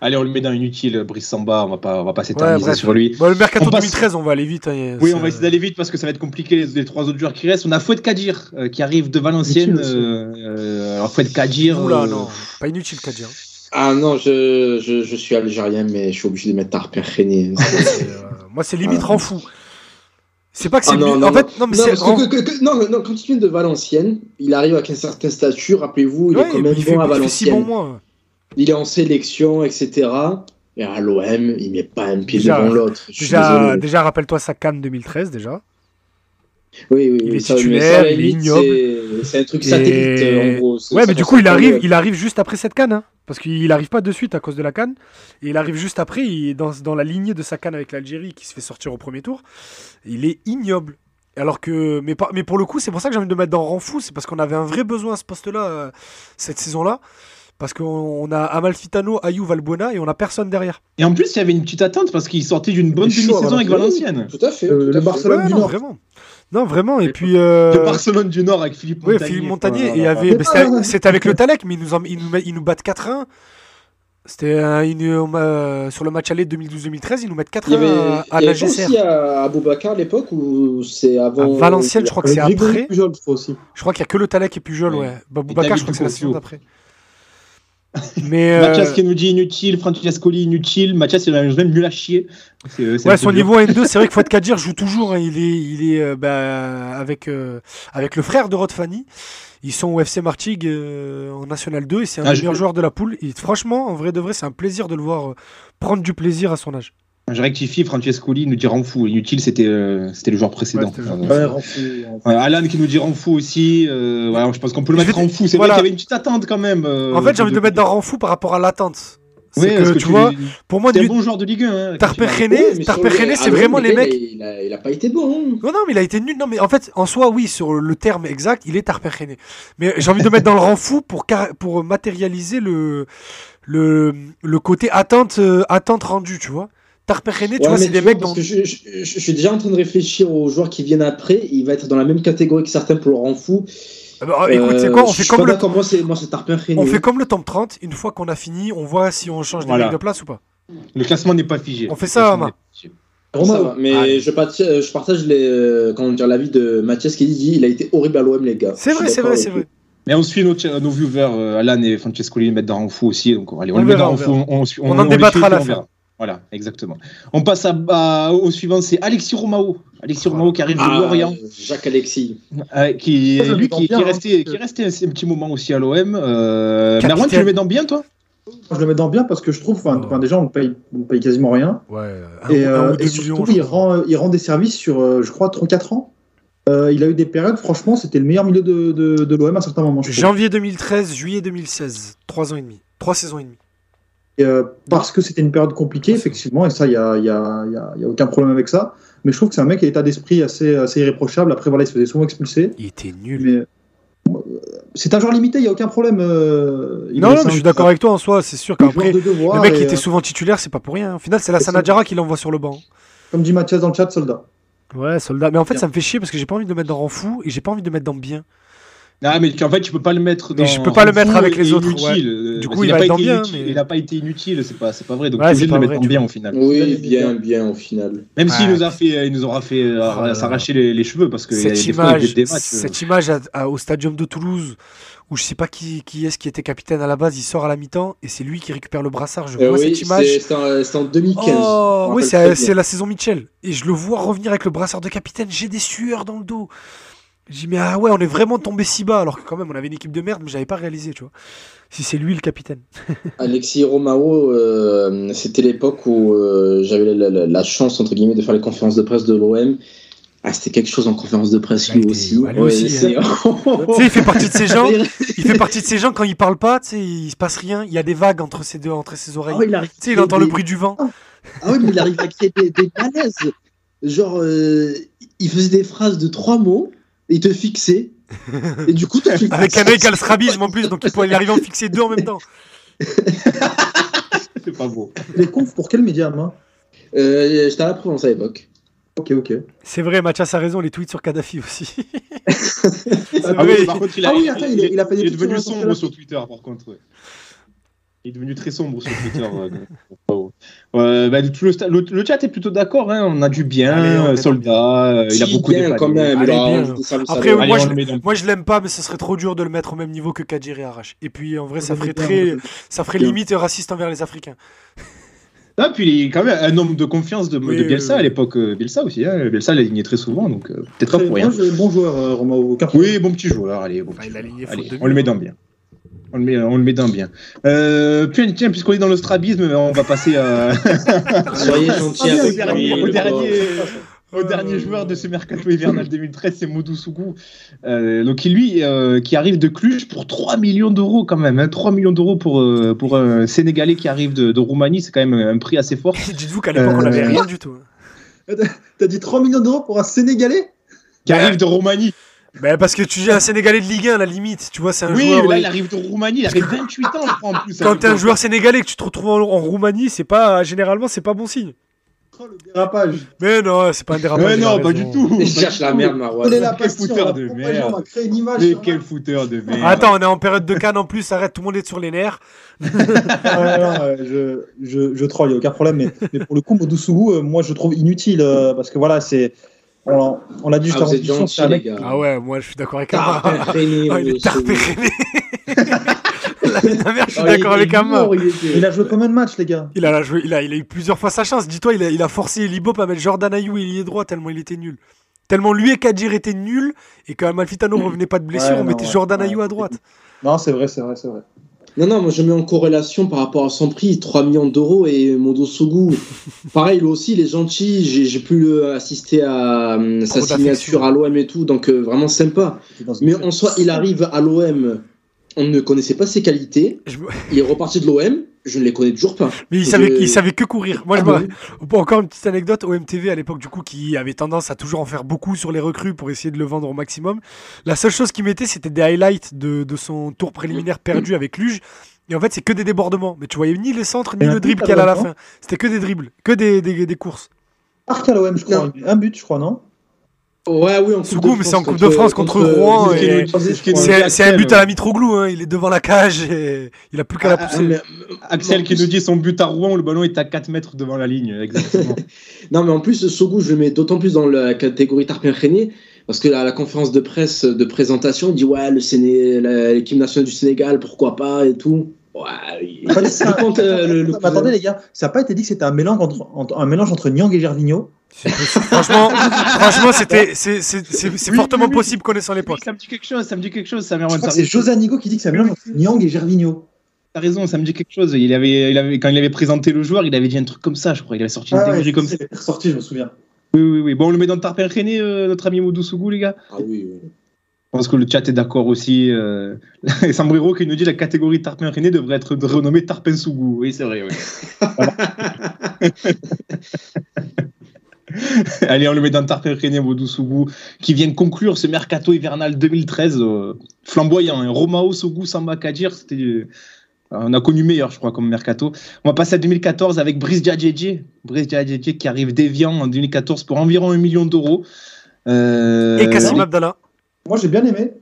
[SPEAKER 2] Allez, on le met dans inutile, Brice Samba. On va pas, on va pas s'éterniser
[SPEAKER 3] bref.
[SPEAKER 2] sur lui.
[SPEAKER 3] Bah, le mercato
[SPEAKER 2] On passe-
[SPEAKER 3] 2013, on va aller vite. hein,
[SPEAKER 2] Oui,
[SPEAKER 3] ça-
[SPEAKER 2] on va essayer d'aller vite parce que ça va être compliqué les, les trois autres joueurs qui restent. On a Fouet Kadir euh, qui arrive de Valenciennes.
[SPEAKER 5] Inutile aussi.
[SPEAKER 2] euh, euh, alors Fouet Kadir,
[SPEAKER 3] Oula,
[SPEAKER 2] euh,
[SPEAKER 3] non, pas inutile, hein. Kadir.
[SPEAKER 6] Ah non, je, je, je suis algérien, mais je suis obligé de mettre Tarperrene.
[SPEAKER 3] C'est, euh, Moi, c'est limite
[SPEAKER 6] Ah.
[SPEAKER 3] rend fou. C'est pas que c'est.
[SPEAKER 6] Ah non,
[SPEAKER 3] nul.
[SPEAKER 6] non,
[SPEAKER 3] en fait, non, mais
[SPEAKER 6] non,
[SPEAKER 3] c'est.
[SPEAKER 6] parce que- que- que- non, non, quand il vient de Valenciennes, il arrive avec un certain statut, rappelez-vous, il
[SPEAKER 3] Ouais,
[SPEAKER 6] est quand même
[SPEAKER 3] il fait-
[SPEAKER 6] bon à
[SPEAKER 3] il fait six bons
[SPEAKER 6] Valenciennes.
[SPEAKER 3] mois. hein.
[SPEAKER 6] il est en sélection, etc. Et à l'OM, il met pas un pied
[SPEAKER 3] Déjà-
[SPEAKER 6] devant l'autre. Je suis
[SPEAKER 3] Déjà,
[SPEAKER 6] désolé.
[SPEAKER 3] déjà rappelle-toi sa Cannes 2013, déjà.
[SPEAKER 6] oui, oui,
[SPEAKER 3] il
[SPEAKER 6] oui,
[SPEAKER 3] est
[SPEAKER 6] ça, mais
[SPEAKER 3] titulaire,
[SPEAKER 6] ça, à la
[SPEAKER 3] il est
[SPEAKER 6] limite,
[SPEAKER 3] ignoble.
[SPEAKER 6] c'est- C'est un truc
[SPEAKER 3] Et-
[SPEAKER 6] satellite, en gros. C'est-
[SPEAKER 3] Ouais,
[SPEAKER 6] ça
[SPEAKER 3] mais du
[SPEAKER 6] passe
[SPEAKER 3] coup, il
[SPEAKER 6] pas
[SPEAKER 3] arrive,
[SPEAKER 6] mal.
[SPEAKER 3] il arrive juste après cette canne. Hein, parce qu'il arrive pas de suite à cause de la canne. Et il arrive juste après, il est dans, dans la lignée de sa canne avec l'Algérie qui se fait sortir au premier tour. Il est ignoble. Alors que, mais, pas- mais pour le coup, c'est pour ça que j'ai envie de le mettre dans rang fou. C'est parce qu'on avait un vrai besoin à ce poste-là, euh, cette saison-là. Parce qu'on on a Amalfitano, Ayou, Valbuena et on a personne derrière.
[SPEAKER 2] Et en plus, il y avait une petite attente parce qu'il sortait d'une bonne
[SPEAKER 5] Il est chaud,
[SPEAKER 2] demi-saison avec
[SPEAKER 6] Valenciennes.
[SPEAKER 2] Valenciennes.
[SPEAKER 6] Tout à fait.
[SPEAKER 5] Euh,
[SPEAKER 6] tout à
[SPEAKER 5] le
[SPEAKER 6] fait.
[SPEAKER 5] Barcelone- Barcelone
[SPEAKER 3] Ouais,
[SPEAKER 5] du
[SPEAKER 3] non,
[SPEAKER 5] Nord.
[SPEAKER 3] vraiment. Non, vraiment. Et
[SPEAKER 2] Et
[SPEAKER 3] puis. euh,
[SPEAKER 2] De Barcelone du Nord avec Philippe
[SPEAKER 3] Ouais,
[SPEAKER 2] Montagnier.
[SPEAKER 3] Philippe Montagnier.
[SPEAKER 2] Oh
[SPEAKER 3] et il y
[SPEAKER 2] là là.
[SPEAKER 3] avait,
[SPEAKER 5] Mais
[SPEAKER 3] mais
[SPEAKER 5] pas
[SPEAKER 3] c'était-
[SPEAKER 5] mal.
[SPEAKER 3] c'était avec le Talec, mais ils nous, en- ils nous, met- ils nous battent 4-1. C'était un- une- euh, sur le match aller 2012-2013, ils nous mettent
[SPEAKER 6] Il y
[SPEAKER 3] 4-1
[SPEAKER 6] avait,
[SPEAKER 3] à, euh, à
[SPEAKER 6] il y
[SPEAKER 3] la
[SPEAKER 6] avait pas
[SPEAKER 3] GCR.
[SPEAKER 6] aussi à Aboubacar à l'époque ou c'est
[SPEAKER 3] À
[SPEAKER 6] avant.
[SPEAKER 3] Valenciennes, je crois que c'est
[SPEAKER 5] Avec Grégory
[SPEAKER 3] après.
[SPEAKER 5] Pujol, je crois, aussi.
[SPEAKER 3] Je crois qu'il n'y a que le Talec et Pujol,
[SPEAKER 2] Ouais.
[SPEAKER 3] ouais. Baboubacar,
[SPEAKER 2] David
[SPEAKER 3] je crois que c'est la
[SPEAKER 2] Ducourcio.
[SPEAKER 3] saison d'après. Mais euh,
[SPEAKER 2] Mathias qui nous dit inutile, Francescoli inutile, Mathias il est même nul à chier. C'est- euh, c'est un
[SPEAKER 3] ouais,
[SPEAKER 2] peu
[SPEAKER 3] son
[SPEAKER 2] dur.
[SPEAKER 3] niveau N2, c'est vrai que Fouad Kadir joue toujours. hein. Il est, il est euh, bah, avec, euh, avec le frère de Rod Fanny. Ils sont au FC Martigues euh, en National 2 et c'est un
[SPEAKER 2] Ah,
[SPEAKER 3] des
[SPEAKER 2] je-
[SPEAKER 3] meilleurs joueurs de la poule. Et franchement, en vrai de vrai, c'est un plaisir de le voir euh, prendre du plaisir à son âge.
[SPEAKER 2] Je rectifie, Francescoli nous dit rend fou. Inutile, c'était euh, c'était le joueur précédent.
[SPEAKER 3] c'était le joueur
[SPEAKER 2] Euh,
[SPEAKER 5] Ouais, Renfrew, Renfrew.
[SPEAKER 2] Ouais, Alan qui nous dit rend fou aussi. euh, voilà, je pense qu'on peut le
[SPEAKER 3] Je vais
[SPEAKER 2] mettre
[SPEAKER 3] te-
[SPEAKER 2] en fou. C'est
[SPEAKER 3] voilà.
[SPEAKER 2] vrai qu'il y avait une petite attente quand même. euh,
[SPEAKER 3] En fait, j'ai envie de le
[SPEAKER 2] depuis-
[SPEAKER 3] mettre dans rang fou par rapport à l'attente. C'est
[SPEAKER 2] Oui,
[SPEAKER 3] que,
[SPEAKER 2] parce
[SPEAKER 3] tu, vois, pour moi,
[SPEAKER 2] C'est un
[SPEAKER 3] du...
[SPEAKER 2] bon joueur de Ligue 1. Hein,
[SPEAKER 3] Tarper
[SPEAKER 2] Kachima.
[SPEAKER 3] René,
[SPEAKER 6] Ouais, mais sur
[SPEAKER 3] Tarper
[SPEAKER 6] le-
[SPEAKER 3] René,
[SPEAKER 6] à
[SPEAKER 3] c'est
[SPEAKER 6] l'OM,
[SPEAKER 3] vraiment les
[SPEAKER 6] gars,
[SPEAKER 3] mecs.
[SPEAKER 6] Il a, il a pas été bon. hein.
[SPEAKER 3] Non, non, mais il a été nul. Non, mais en fait, en soi, oui, sur le terme exact, il est tarperrené. Mais j'ai envie de le mettre dans le rang fou pour, car- pour matérialiser le, le, le côté attente, euh, attente rendue, tu vois. Tarperrené, tu
[SPEAKER 6] Ouais,
[SPEAKER 3] vois,
[SPEAKER 6] mais
[SPEAKER 3] c'est des
[SPEAKER 6] tu vois,
[SPEAKER 3] mecs
[SPEAKER 6] parce
[SPEAKER 3] dont.
[SPEAKER 6] que je, je- je- je suis déjà en train de réfléchir aux joueurs qui viennent après. Il va être dans la même catégorie que certains pour le rend fou.
[SPEAKER 3] Ah bah, écoute, c'est
[SPEAKER 6] Euh,
[SPEAKER 3] quoi On
[SPEAKER 6] je
[SPEAKER 3] fait
[SPEAKER 6] suis pas
[SPEAKER 3] comme le.
[SPEAKER 6] d'accord, Moi, c'est moi, c'est Tarpin René.
[SPEAKER 3] On fait comme le top 30, une fois qu'on a fini, on voit si on change des
[SPEAKER 2] Voilà.
[SPEAKER 3] mecs de place ou pas.
[SPEAKER 2] Le classement n'est pas figé.
[SPEAKER 3] On fait
[SPEAKER 2] Le
[SPEAKER 3] ça,
[SPEAKER 2] classement
[SPEAKER 3] Omar.
[SPEAKER 2] n'est pas figé.
[SPEAKER 4] Ça va, mais
[SPEAKER 3] Allez.
[SPEAKER 4] je, parti- euh, je partage les, euh, comment dire, l'avis de Mathias qui dit il a été horrible à l'OM, les gars.
[SPEAKER 3] C'est
[SPEAKER 4] Je suis
[SPEAKER 3] vrai, c'est
[SPEAKER 4] d'accord
[SPEAKER 3] vrai,
[SPEAKER 4] avec
[SPEAKER 3] c'est
[SPEAKER 4] lui.
[SPEAKER 3] vrai.
[SPEAKER 2] Mais on suit nos, cha- nos viewers, euh, Alan et Francesco, ils mettent dans fou aussi. Donc, allez, on,
[SPEAKER 3] On
[SPEAKER 2] le met
[SPEAKER 3] verra,
[SPEAKER 2] dans
[SPEAKER 3] on
[SPEAKER 2] fou.
[SPEAKER 3] verra.
[SPEAKER 2] On, on suit-
[SPEAKER 3] On en
[SPEAKER 2] on les
[SPEAKER 3] débattra
[SPEAKER 2] suit,
[SPEAKER 3] à la
[SPEAKER 2] on
[SPEAKER 3] fin.
[SPEAKER 2] verra. Voilà, exactement. On passe à, à- au suivant, c'est Alexis Romao. Alexis Romao qui arrive de
[SPEAKER 4] Ah,
[SPEAKER 2] Lorient,
[SPEAKER 4] Jacques Alexis.
[SPEAKER 2] euh, qui,
[SPEAKER 5] Ça, je le
[SPEAKER 2] lui
[SPEAKER 5] mets dans
[SPEAKER 2] qui, qui
[SPEAKER 5] bien,
[SPEAKER 2] est
[SPEAKER 5] hein,
[SPEAKER 2] resté, qui
[SPEAKER 5] parce
[SPEAKER 2] est resté un, un petit moment aussi à l'OM. Euh,
[SPEAKER 3] Capitaine.
[SPEAKER 2] Merwan, tu le mets dans bien, toi
[SPEAKER 5] Je le mets dans bien parce que je trouve, enfin,
[SPEAKER 3] Oh.
[SPEAKER 5] enfin, déjà, on le paye, on le paye quasiment rien.
[SPEAKER 3] Ouais, un,
[SPEAKER 5] et,
[SPEAKER 3] un
[SPEAKER 5] euh,
[SPEAKER 3] ou deux
[SPEAKER 5] et
[SPEAKER 3] millions.
[SPEAKER 5] surtout,
[SPEAKER 3] je
[SPEAKER 5] il
[SPEAKER 3] crois.
[SPEAKER 5] rend, euh, il rend des services sur, euh, je crois, 3-4 ans. Euh, il a eu des périodes, franchement, c'était le meilleur milieu de, de, de l'OM à certains moments. je trouve.
[SPEAKER 3] Janvier 2013, juillet 2016. Trois ans et demi. Trois saisons et demie.
[SPEAKER 5] Et, euh, parce que c'était une période compliquée, effectivement, et ça, il n'y a, il y a- il y a- il y a aucun problème avec ça. Mais je trouve que c'est un mec qui a l'état d'esprit assez, assez irréprochable. Après, voilà, il se faisait souvent expulser.
[SPEAKER 3] Il était nul.
[SPEAKER 5] Mais euh, c'est un joueur limité, il n'y a aucun problème. euh, il
[SPEAKER 3] Non, non,
[SPEAKER 5] est
[SPEAKER 3] mais
[SPEAKER 5] simple,
[SPEAKER 3] je suis d'accord avec toi en soi. C'est sûr
[SPEAKER 5] c'est un joueur
[SPEAKER 3] qu'après,
[SPEAKER 5] de devoir
[SPEAKER 3] le mec
[SPEAKER 5] et,
[SPEAKER 3] qui était
[SPEAKER 5] euh,
[SPEAKER 3] souvent titulaire, c'est pas pour rien. Au final, c'est la
[SPEAKER 5] et c'est-
[SPEAKER 3] Sanadjara qui l'envoie sur le banc.
[SPEAKER 5] Comme dit Mathias dans le chat, soldat.
[SPEAKER 3] Ouais, soldat. Mais en fait, ça me fait chier parce que j'ai pas envie de le mettre dans rang fou et j'ai pas envie de le mettre dans bien.
[SPEAKER 2] Ah, mais tu- en fait, tu peux pas le mettre dans.
[SPEAKER 3] Mais je peux pas le mettre
[SPEAKER 2] fou
[SPEAKER 3] avec
[SPEAKER 2] et
[SPEAKER 3] les autres,
[SPEAKER 2] Inutile. euh,
[SPEAKER 3] Du
[SPEAKER 2] parce
[SPEAKER 3] coup,
[SPEAKER 2] qu'il
[SPEAKER 3] il va
[SPEAKER 2] a pas
[SPEAKER 3] être dans
[SPEAKER 2] été
[SPEAKER 3] bien,
[SPEAKER 2] inutile-
[SPEAKER 3] mais-
[SPEAKER 2] Il n'a pas été inutile, c'est pas, c'est pas vrai. Donc,
[SPEAKER 3] Ouais,
[SPEAKER 2] tu es obligé
[SPEAKER 3] c'est
[SPEAKER 2] de le
[SPEAKER 3] pas
[SPEAKER 2] mettre
[SPEAKER 3] vrai,
[SPEAKER 2] en
[SPEAKER 3] Ah, tu
[SPEAKER 2] bien au final.
[SPEAKER 4] Oui, bien, bien au final.
[SPEAKER 2] Même
[SPEAKER 3] Ah,
[SPEAKER 2] s'il nous a fait, il nous aura fait euh,
[SPEAKER 3] Oh là là.
[SPEAKER 2] s'arracher les, les cheveux parce que il y a
[SPEAKER 3] Cette
[SPEAKER 2] des fois, il
[SPEAKER 3] image,
[SPEAKER 2] jette des matchs, euh.
[SPEAKER 3] cette image à- à- au stadium de Toulouse où je sais pas qui, qui est-ce qui était capitaine à la base, il sort à la mi-temps et c'est lui qui récupère le brassard. Je
[SPEAKER 4] Euh,
[SPEAKER 3] vois
[SPEAKER 4] oui,
[SPEAKER 3] cette image.
[SPEAKER 4] c'est c'est en, euh, c'est en 2015.
[SPEAKER 3] Oh,
[SPEAKER 4] je me
[SPEAKER 3] oui,
[SPEAKER 4] rappelle
[SPEAKER 3] c'est
[SPEAKER 4] très bien.
[SPEAKER 3] c'est la saison Mitchell. Et je le vois revenir avec le brassard de capitaine. J'ai des sueurs dans le dos. J'ai dit, mais ah ouais, on est vraiment tombé si bas. Alors que quand même, on avait une équipe de merde, mais j'avais pas réalisé, tu vois. Si c'est lui le capitaine.
[SPEAKER 4] Alexis Romao, euh, c'était l'époque où euh, j'avais la, la- la chance, entre guillemets, de faire les conférences de presse de l'OM. Ah, c'était quelque chose en conférence de presse,
[SPEAKER 3] Bah,
[SPEAKER 4] lui
[SPEAKER 3] il était-
[SPEAKER 4] aussi.
[SPEAKER 3] ouais, lui aussi,
[SPEAKER 4] c'est-
[SPEAKER 2] Oh.
[SPEAKER 3] tu sais, il fait partie de ces gens. Il fait partie de ces gens quand il parle pas, tu sais, il se passe rien. Il y a des vagues entre ses deux, entre ses oreilles.
[SPEAKER 7] Ah oui, il arrive.
[SPEAKER 3] Tu sais, il entend le
[SPEAKER 7] des-
[SPEAKER 3] bruit du vent.
[SPEAKER 2] Oh,
[SPEAKER 7] Ah oui, mais il arrive à créer des, des malaises.
[SPEAKER 4] Genre, euh, il faisait des phrases de trois mots, il te fixait, et du coup, toi, tu
[SPEAKER 3] Avec un œil qui a le strabisme en plus, donc il pourrait arriver à en fixer deux en même temps.
[SPEAKER 2] C'est pas beau.
[SPEAKER 5] Les confs pour quel médium hein
[SPEAKER 4] Euh, J'étais à la Provence à l'époque.
[SPEAKER 5] Ok, ok.
[SPEAKER 3] C'est vrai, Mathias a raison, les tweets sur Kadhafi aussi. C'est
[SPEAKER 2] Ah
[SPEAKER 3] vrai.
[SPEAKER 2] oui, par contre, il a,
[SPEAKER 5] Ah oui, attends, il est- il a fait des
[SPEAKER 2] il est
[SPEAKER 5] petits
[SPEAKER 2] devenu
[SPEAKER 5] trucs
[SPEAKER 2] sombre
[SPEAKER 5] sur-
[SPEAKER 2] sur Twitter, par contre. ouais. Il est devenu très sombre sur Twitter. euh, donc, pas haut. Euh, bah, tout le, sta- le- le chat est plutôt d'accord. hein, on a du bien,
[SPEAKER 3] Allez, on est
[SPEAKER 2] euh,
[SPEAKER 3] dans
[SPEAKER 2] soldat. euh, il a
[SPEAKER 4] Si,
[SPEAKER 2] beaucoup
[SPEAKER 4] bien,
[SPEAKER 2] dépanné.
[SPEAKER 4] quand même.
[SPEAKER 3] Allez,
[SPEAKER 4] alors,
[SPEAKER 3] bien. hein.
[SPEAKER 4] je dis ça, mais ça
[SPEAKER 3] Après,
[SPEAKER 4] va.
[SPEAKER 2] Allez,
[SPEAKER 3] moi,
[SPEAKER 2] on
[SPEAKER 3] je-
[SPEAKER 2] le met dans-
[SPEAKER 3] Moi je l'aime pas, mais ce serait trop dur de le mettre au même niveau que Kadiri Arrache. Et puis en vrai, ça ferait
[SPEAKER 5] Bien,
[SPEAKER 3] très, ça ferait
[SPEAKER 5] Bien.
[SPEAKER 3] limite raciste envers les Africains.
[SPEAKER 2] Ah, puis il est quand même un homme de confiance de, de
[SPEAKER 3] Oui, oui,
[SPEAKER 2] Bielsa
[SPEAKER 3] oui.
[SPEAKER 2] à l'époque. euh, Bielsa aussi. hein, Bielsa l'aligné très souvent, donc euh, peut-être pas
[SPEAKER 5] Très-
[SPEAKER 2] pour rien.
[SPEAKER 5] moi, je- bon joueur, euh, Romao. aucun problème.
[SPEAKER 2] Oui, bon petit joueur. Allez, bon
[SPEAKER 3] Enfin,
[SPEAKER 2] petit
[SPEAKER 3] il a
[SPEAKER 2] joueur.
[SPEAKER 3] aligné faute
[SPEAKER 2] Allez,
[SPEAKER 3] de
[SPEAKER 2] on le
[SPEAKER 3] but.
[SPEAKER 2] met dans bien. On le met, on le met dans bien. Euh, puis, tiens, puisqu'on est dans le strabisme, on va passer à-
[SPEAKER 4] Soyez gentils
[SPEAKER 2] au
[SPEAKER 4] avec euh, lui,
[SPEAKER 2] dernier, au
[SPEAKER 4] le pauvre.
[SPEAKER 2] dernier-
[SPEAKER 3] Oh.
[SPEAKER 2] au dernier joueur de ce mercato hivernal 2013, c'est Modou Sougou. Euh, donc qui, lui, euh, qui arrive de Cluj pour 3 millions d'euros quand même. hein. 3 millions d'euros pour, euh, pour un Sénégalais qui arrive de, de Roumanie, c'est quand même un prix assez fort.
[SPEAKER 3] Dites-vous qu'à l'époque, on
[SPEAKER 2] Euh,
[SPEAKER 3] n'avait rien du tout. hein.
[SPEAKER 5] T'as dit 3 millions d'euros pour un Sénégalais
[SPEAKER 2] Qui
[SPEAKER 3] Ben,
[SPEAKER 2] arrive de Roumanie.
[SPEAKER 3] Bah, parce que tu dis un Sénégalais de Ligue 1 à la limite, tu vois, c'est un
[SPEAKER 2] Oui,
[SPEAKER 3] joueur.
[SPEAKER 2] là,
[SPEAKER 3] ouais.
[SPEAKER 2] il arrive de Roumanie, il avait 28 ans, je crois, en plus.
[SPEAKER 3] Quand t'es un joueur sénégalais et que tu te retrouves en, en Roumanie, c'est pas généralement c'est pas bon signe.
[SPEAKER 5] Oh, le dérapage.
[SPEAKER 3] Mais non, c'est pas un dérapage.
[SPEAKER 2] Euh,
[SPEAKER 3] il a
[SPEAKER 2] non, pas
[SPEAKER 3] raison.
[SPEAKER 2] du tout.
[SPEAKER 4] Il cherche la merde, Marouane.
[SPEAKER 5] Quelle est la
[SPEAKER 2] quel
[SPEAKER 5] passion,
[SPEAKER 2] fouteur
[SPEAKER 5] on a
[SPEAKER 2] de
[SPEAKER 5] propagé,
[SPEAKER 2] merde.
[SPEAKER 5] On a créé une image.
[SPEAKER 2] Mais
[SPEAKER 5] sur-
[SPEAKER 2] quel fouteur de merde.
[SPEAKER 3] Attends, on est en période de Cannes en plus, arrête, tout le monde est sur les nerfs.
[SPEAKER 5] Ah, non, euh, je, je, je troll, il n'y a aucun problème. Mais, mais pour le coup, Modusugu, euh, moi, je le trouve inutile. euh, parce que voilà, c'est. On, l'a- on l'a dit juste
[SPEAKER 4] Ah,
[SPEAKER 5] avant
[SPEAKER 4] vous êtes
[SPEAKER 5] l'émission,
[SPEAKER 4] gentils,
[SPEAKER 5] c'est un
[SPEAKER 4] les
[SPEAKER 5] mec.
[SPEAKER 4] gars.
[SPEAKER 3] Ah ouais, moi je suis d'accord avec Amar.
[SPEAKER 4] Tarpin traîné,
[SPEAKER 3] Ah, il
[SPEAKER 4] vous
[SPEAKER 3] est tarpé
[SPEAKER 4] savez.
[SPEAKER 3] René. La vie de ma mère, je suis
[SPEAKER 4] Ah, il
[SPEAKER 3] d'accord
[SPEAKER 4] était
[SPEAKER 3] avec Amar.
[SPEAKER 4] lourd, il était.
[SPEAKER 5] Il a joué combien de matchs, les gars
[SPEAKER 3] Il a, la joué- il, a, il a eu plusieurs fois sa chance. Dis-toi, il a, il a forcé Elibop à mettre Jordan Ayou et il droit tellement il était nul. Tellement lui et Kadir étaient nuls et quand Malfitano revenait pas de blessure,
[SPEAKER 5] Ouais,
[SPEAKER 3] on
[SPEAKER 5] non,
[SPEAKER 3] mettait
[SPEAKER 5] ouais,
[SPEAKER 3] Jordan
[SPEAKER 5] ouais.
[SPEAKER 3] Ayou à droite.
[SPEAKER 5] Non, c'est vrai, c'est vrai, c'est vrai.
[SPEAKER 4] Non, non, moi je mets en corrélation par rapport à son prix, 3 millions d'euros et Modosogu. Pareil, lui aussi, il est gentil, j'ai j'ai pu euh, assister à euh, sa
[SPEAKER 3] Trop
[SPEAKER 4] signature
[SPEAKER 3] d'affection.
[SPEAKER 4] à l'OM et tout, donc euh, vraiment sympa.
[SPEAKER 5] C'était dans une-
[SPEAKER 4] Mais en soi, il arrive à l'OM, on ne connaissait pas ses qualités,
[SPEAKER 3] Je me-
[SPEAKER 4] il est reparti de l'OM, je ne les connais toujours pas.
[SPEAKER 3] Mais il
[SPEAKER 4] Je-
[SPEAKER 3] savait, il savait que courir. Moi, je
[SPEAKER 4] Ah
[SPEAKER 3] me-
[SPEAKER 4] bon
[SPEAKER 3] Bon, encore une petite anecdote, OMTV à l'époque du coup qui avait tendance à toujours en faire beaucoup sur les recrues pour essayer de le vendre au maximum. La seule chose qu'il mettait c'était des highlights de, de son tour préliminaire perdu avec Luge. Et en fait c'est que des débordements. Mais tu voyais ni les centres ni
[SPEAKER 5] Et un
[SPEAKER 3] le dribble
[SPEAKER 5] but
[SPEAKER 3] qu'elle a à la
[SPEAKER 5] avant.
[SPEAKER 3] fin. C'était que des dribbles, que des, des, des courses.
[SPEAKER 5] Arc à l'OM, je crois.
[SPEAKER 4] Non.
[SPEAKER 5] Il met Un but, je crois, non
[SPEAKER 6] Ouais, oui, en Coupe
[SPEAKER 3] Sougoum,
[SPEAKER 6] de
[SPEAKER 3] c'est en
[SPEAKER 6] France.
[SPEAKER 3] Coupe de France contre Rouen
[SPEAKER 6] Mikel
[SPEAKER 3] et-
[SPEAKER 6] Louis-
[SPEAKER 2] C'est-
[SPEAKER 6] Ouais.
[SPEAKER 3] C'est c'est un but à
[SPEAKER 2] Axel,
[SPEAKER 3] la Mitroglou, hein. il est devant la cage et il a plus qu'à la
[SPEAKER 2] Ah,
[SPEAKER 6] Non,
[SPEAKER 3] pousser.
[SPEAKER 6] mais,
[SPEAKER 2] Axel qui
[SPEAKER 6] Non,
[SPEAKER 2] nous dit son but à Rouen, le ballon est à 4 mètres devant la ligne. Exactement.
[SPEAKER 6] non, mais en plus, Sogou, je le mets d'autant plus dans la catégorie Tarpin René, parce que à la conférence de presse de présentation, il dit Ouais, le Séné- la- l'équipe nationale du Sénégal, pourquoi pas et tout. Ouais, il-
[SPEAKER 5] Attendez, ça-
[SPEAKER 6] Par contre, euh, le- le-
[SPEAKER 5] Mais attendez, les gars, ça n'a pas été dit que c'était un mélange entre, entre- un mélange entre Nyang et Gervinho.
[SPEAKER 3] C'est possible. Franchement, franchement, c'était, c'est, c'est, c'est, c'est
[SPEAKER 2] Oui,
[SPEAKER 3] fortement
[SPEAKER 2] oui, oui.
[SPEAKER 3] possible connaissant l'époque.
[SPEAKER 2] ça me dit quelque chose, ça me dit quelque chose, ça
[SPEAKER 5] Je crois que c'est José Anigo qui dit que c'est un mélange entre Nyang et Gervinho.
[SPEAKER 2] T'as raison, ça me dit quelque chose. Il avait, il avait, quand il avait présenté le joueur, il avait dit un truc comme ça, je crois. Il avait sorti une
[SPEAKER 5] Ah
[SPEAKER 2] théorie
[SPEAKER 5] ouais,
[SPEAKER 2] comme ça.
[SPEAKER 5] c'est ressorti, je me souviens.
[SPEAKER 2] Oui, oui, oui. Bon, on le met dans le tarpin rené, euh, notre ami Moudou Sougou, les gars.
[SPEAKER 6] Ah oui, oui.
[SPEAKER 2] Je pense que le chat est d'accord aussi. Euh... Et Sambrero qui nous dit la catégorie tarpin rené devrait être renommée tarpin Sougou. Oui, c'est vrai, oui. Allez, on le met dans le tarpin rené, Moudou Sougou, qui vient conclure ce mercato hivernal 2013 euh, flamboyant. hein. Romao, Sougou, Samba, Kadir, c'était. euh, On a connu meilleur, je crois, comme mercato. On va passer à 2014 avec Brice Diadjedje. Brice Diadjedje qui arrive d'Evian en 2014 pour environ 1 million d'euros. Euh,
[SPEAKER 3] Et Kassim Abdallah.
[SPEAKER 5] Moi, j'ai bien aimé.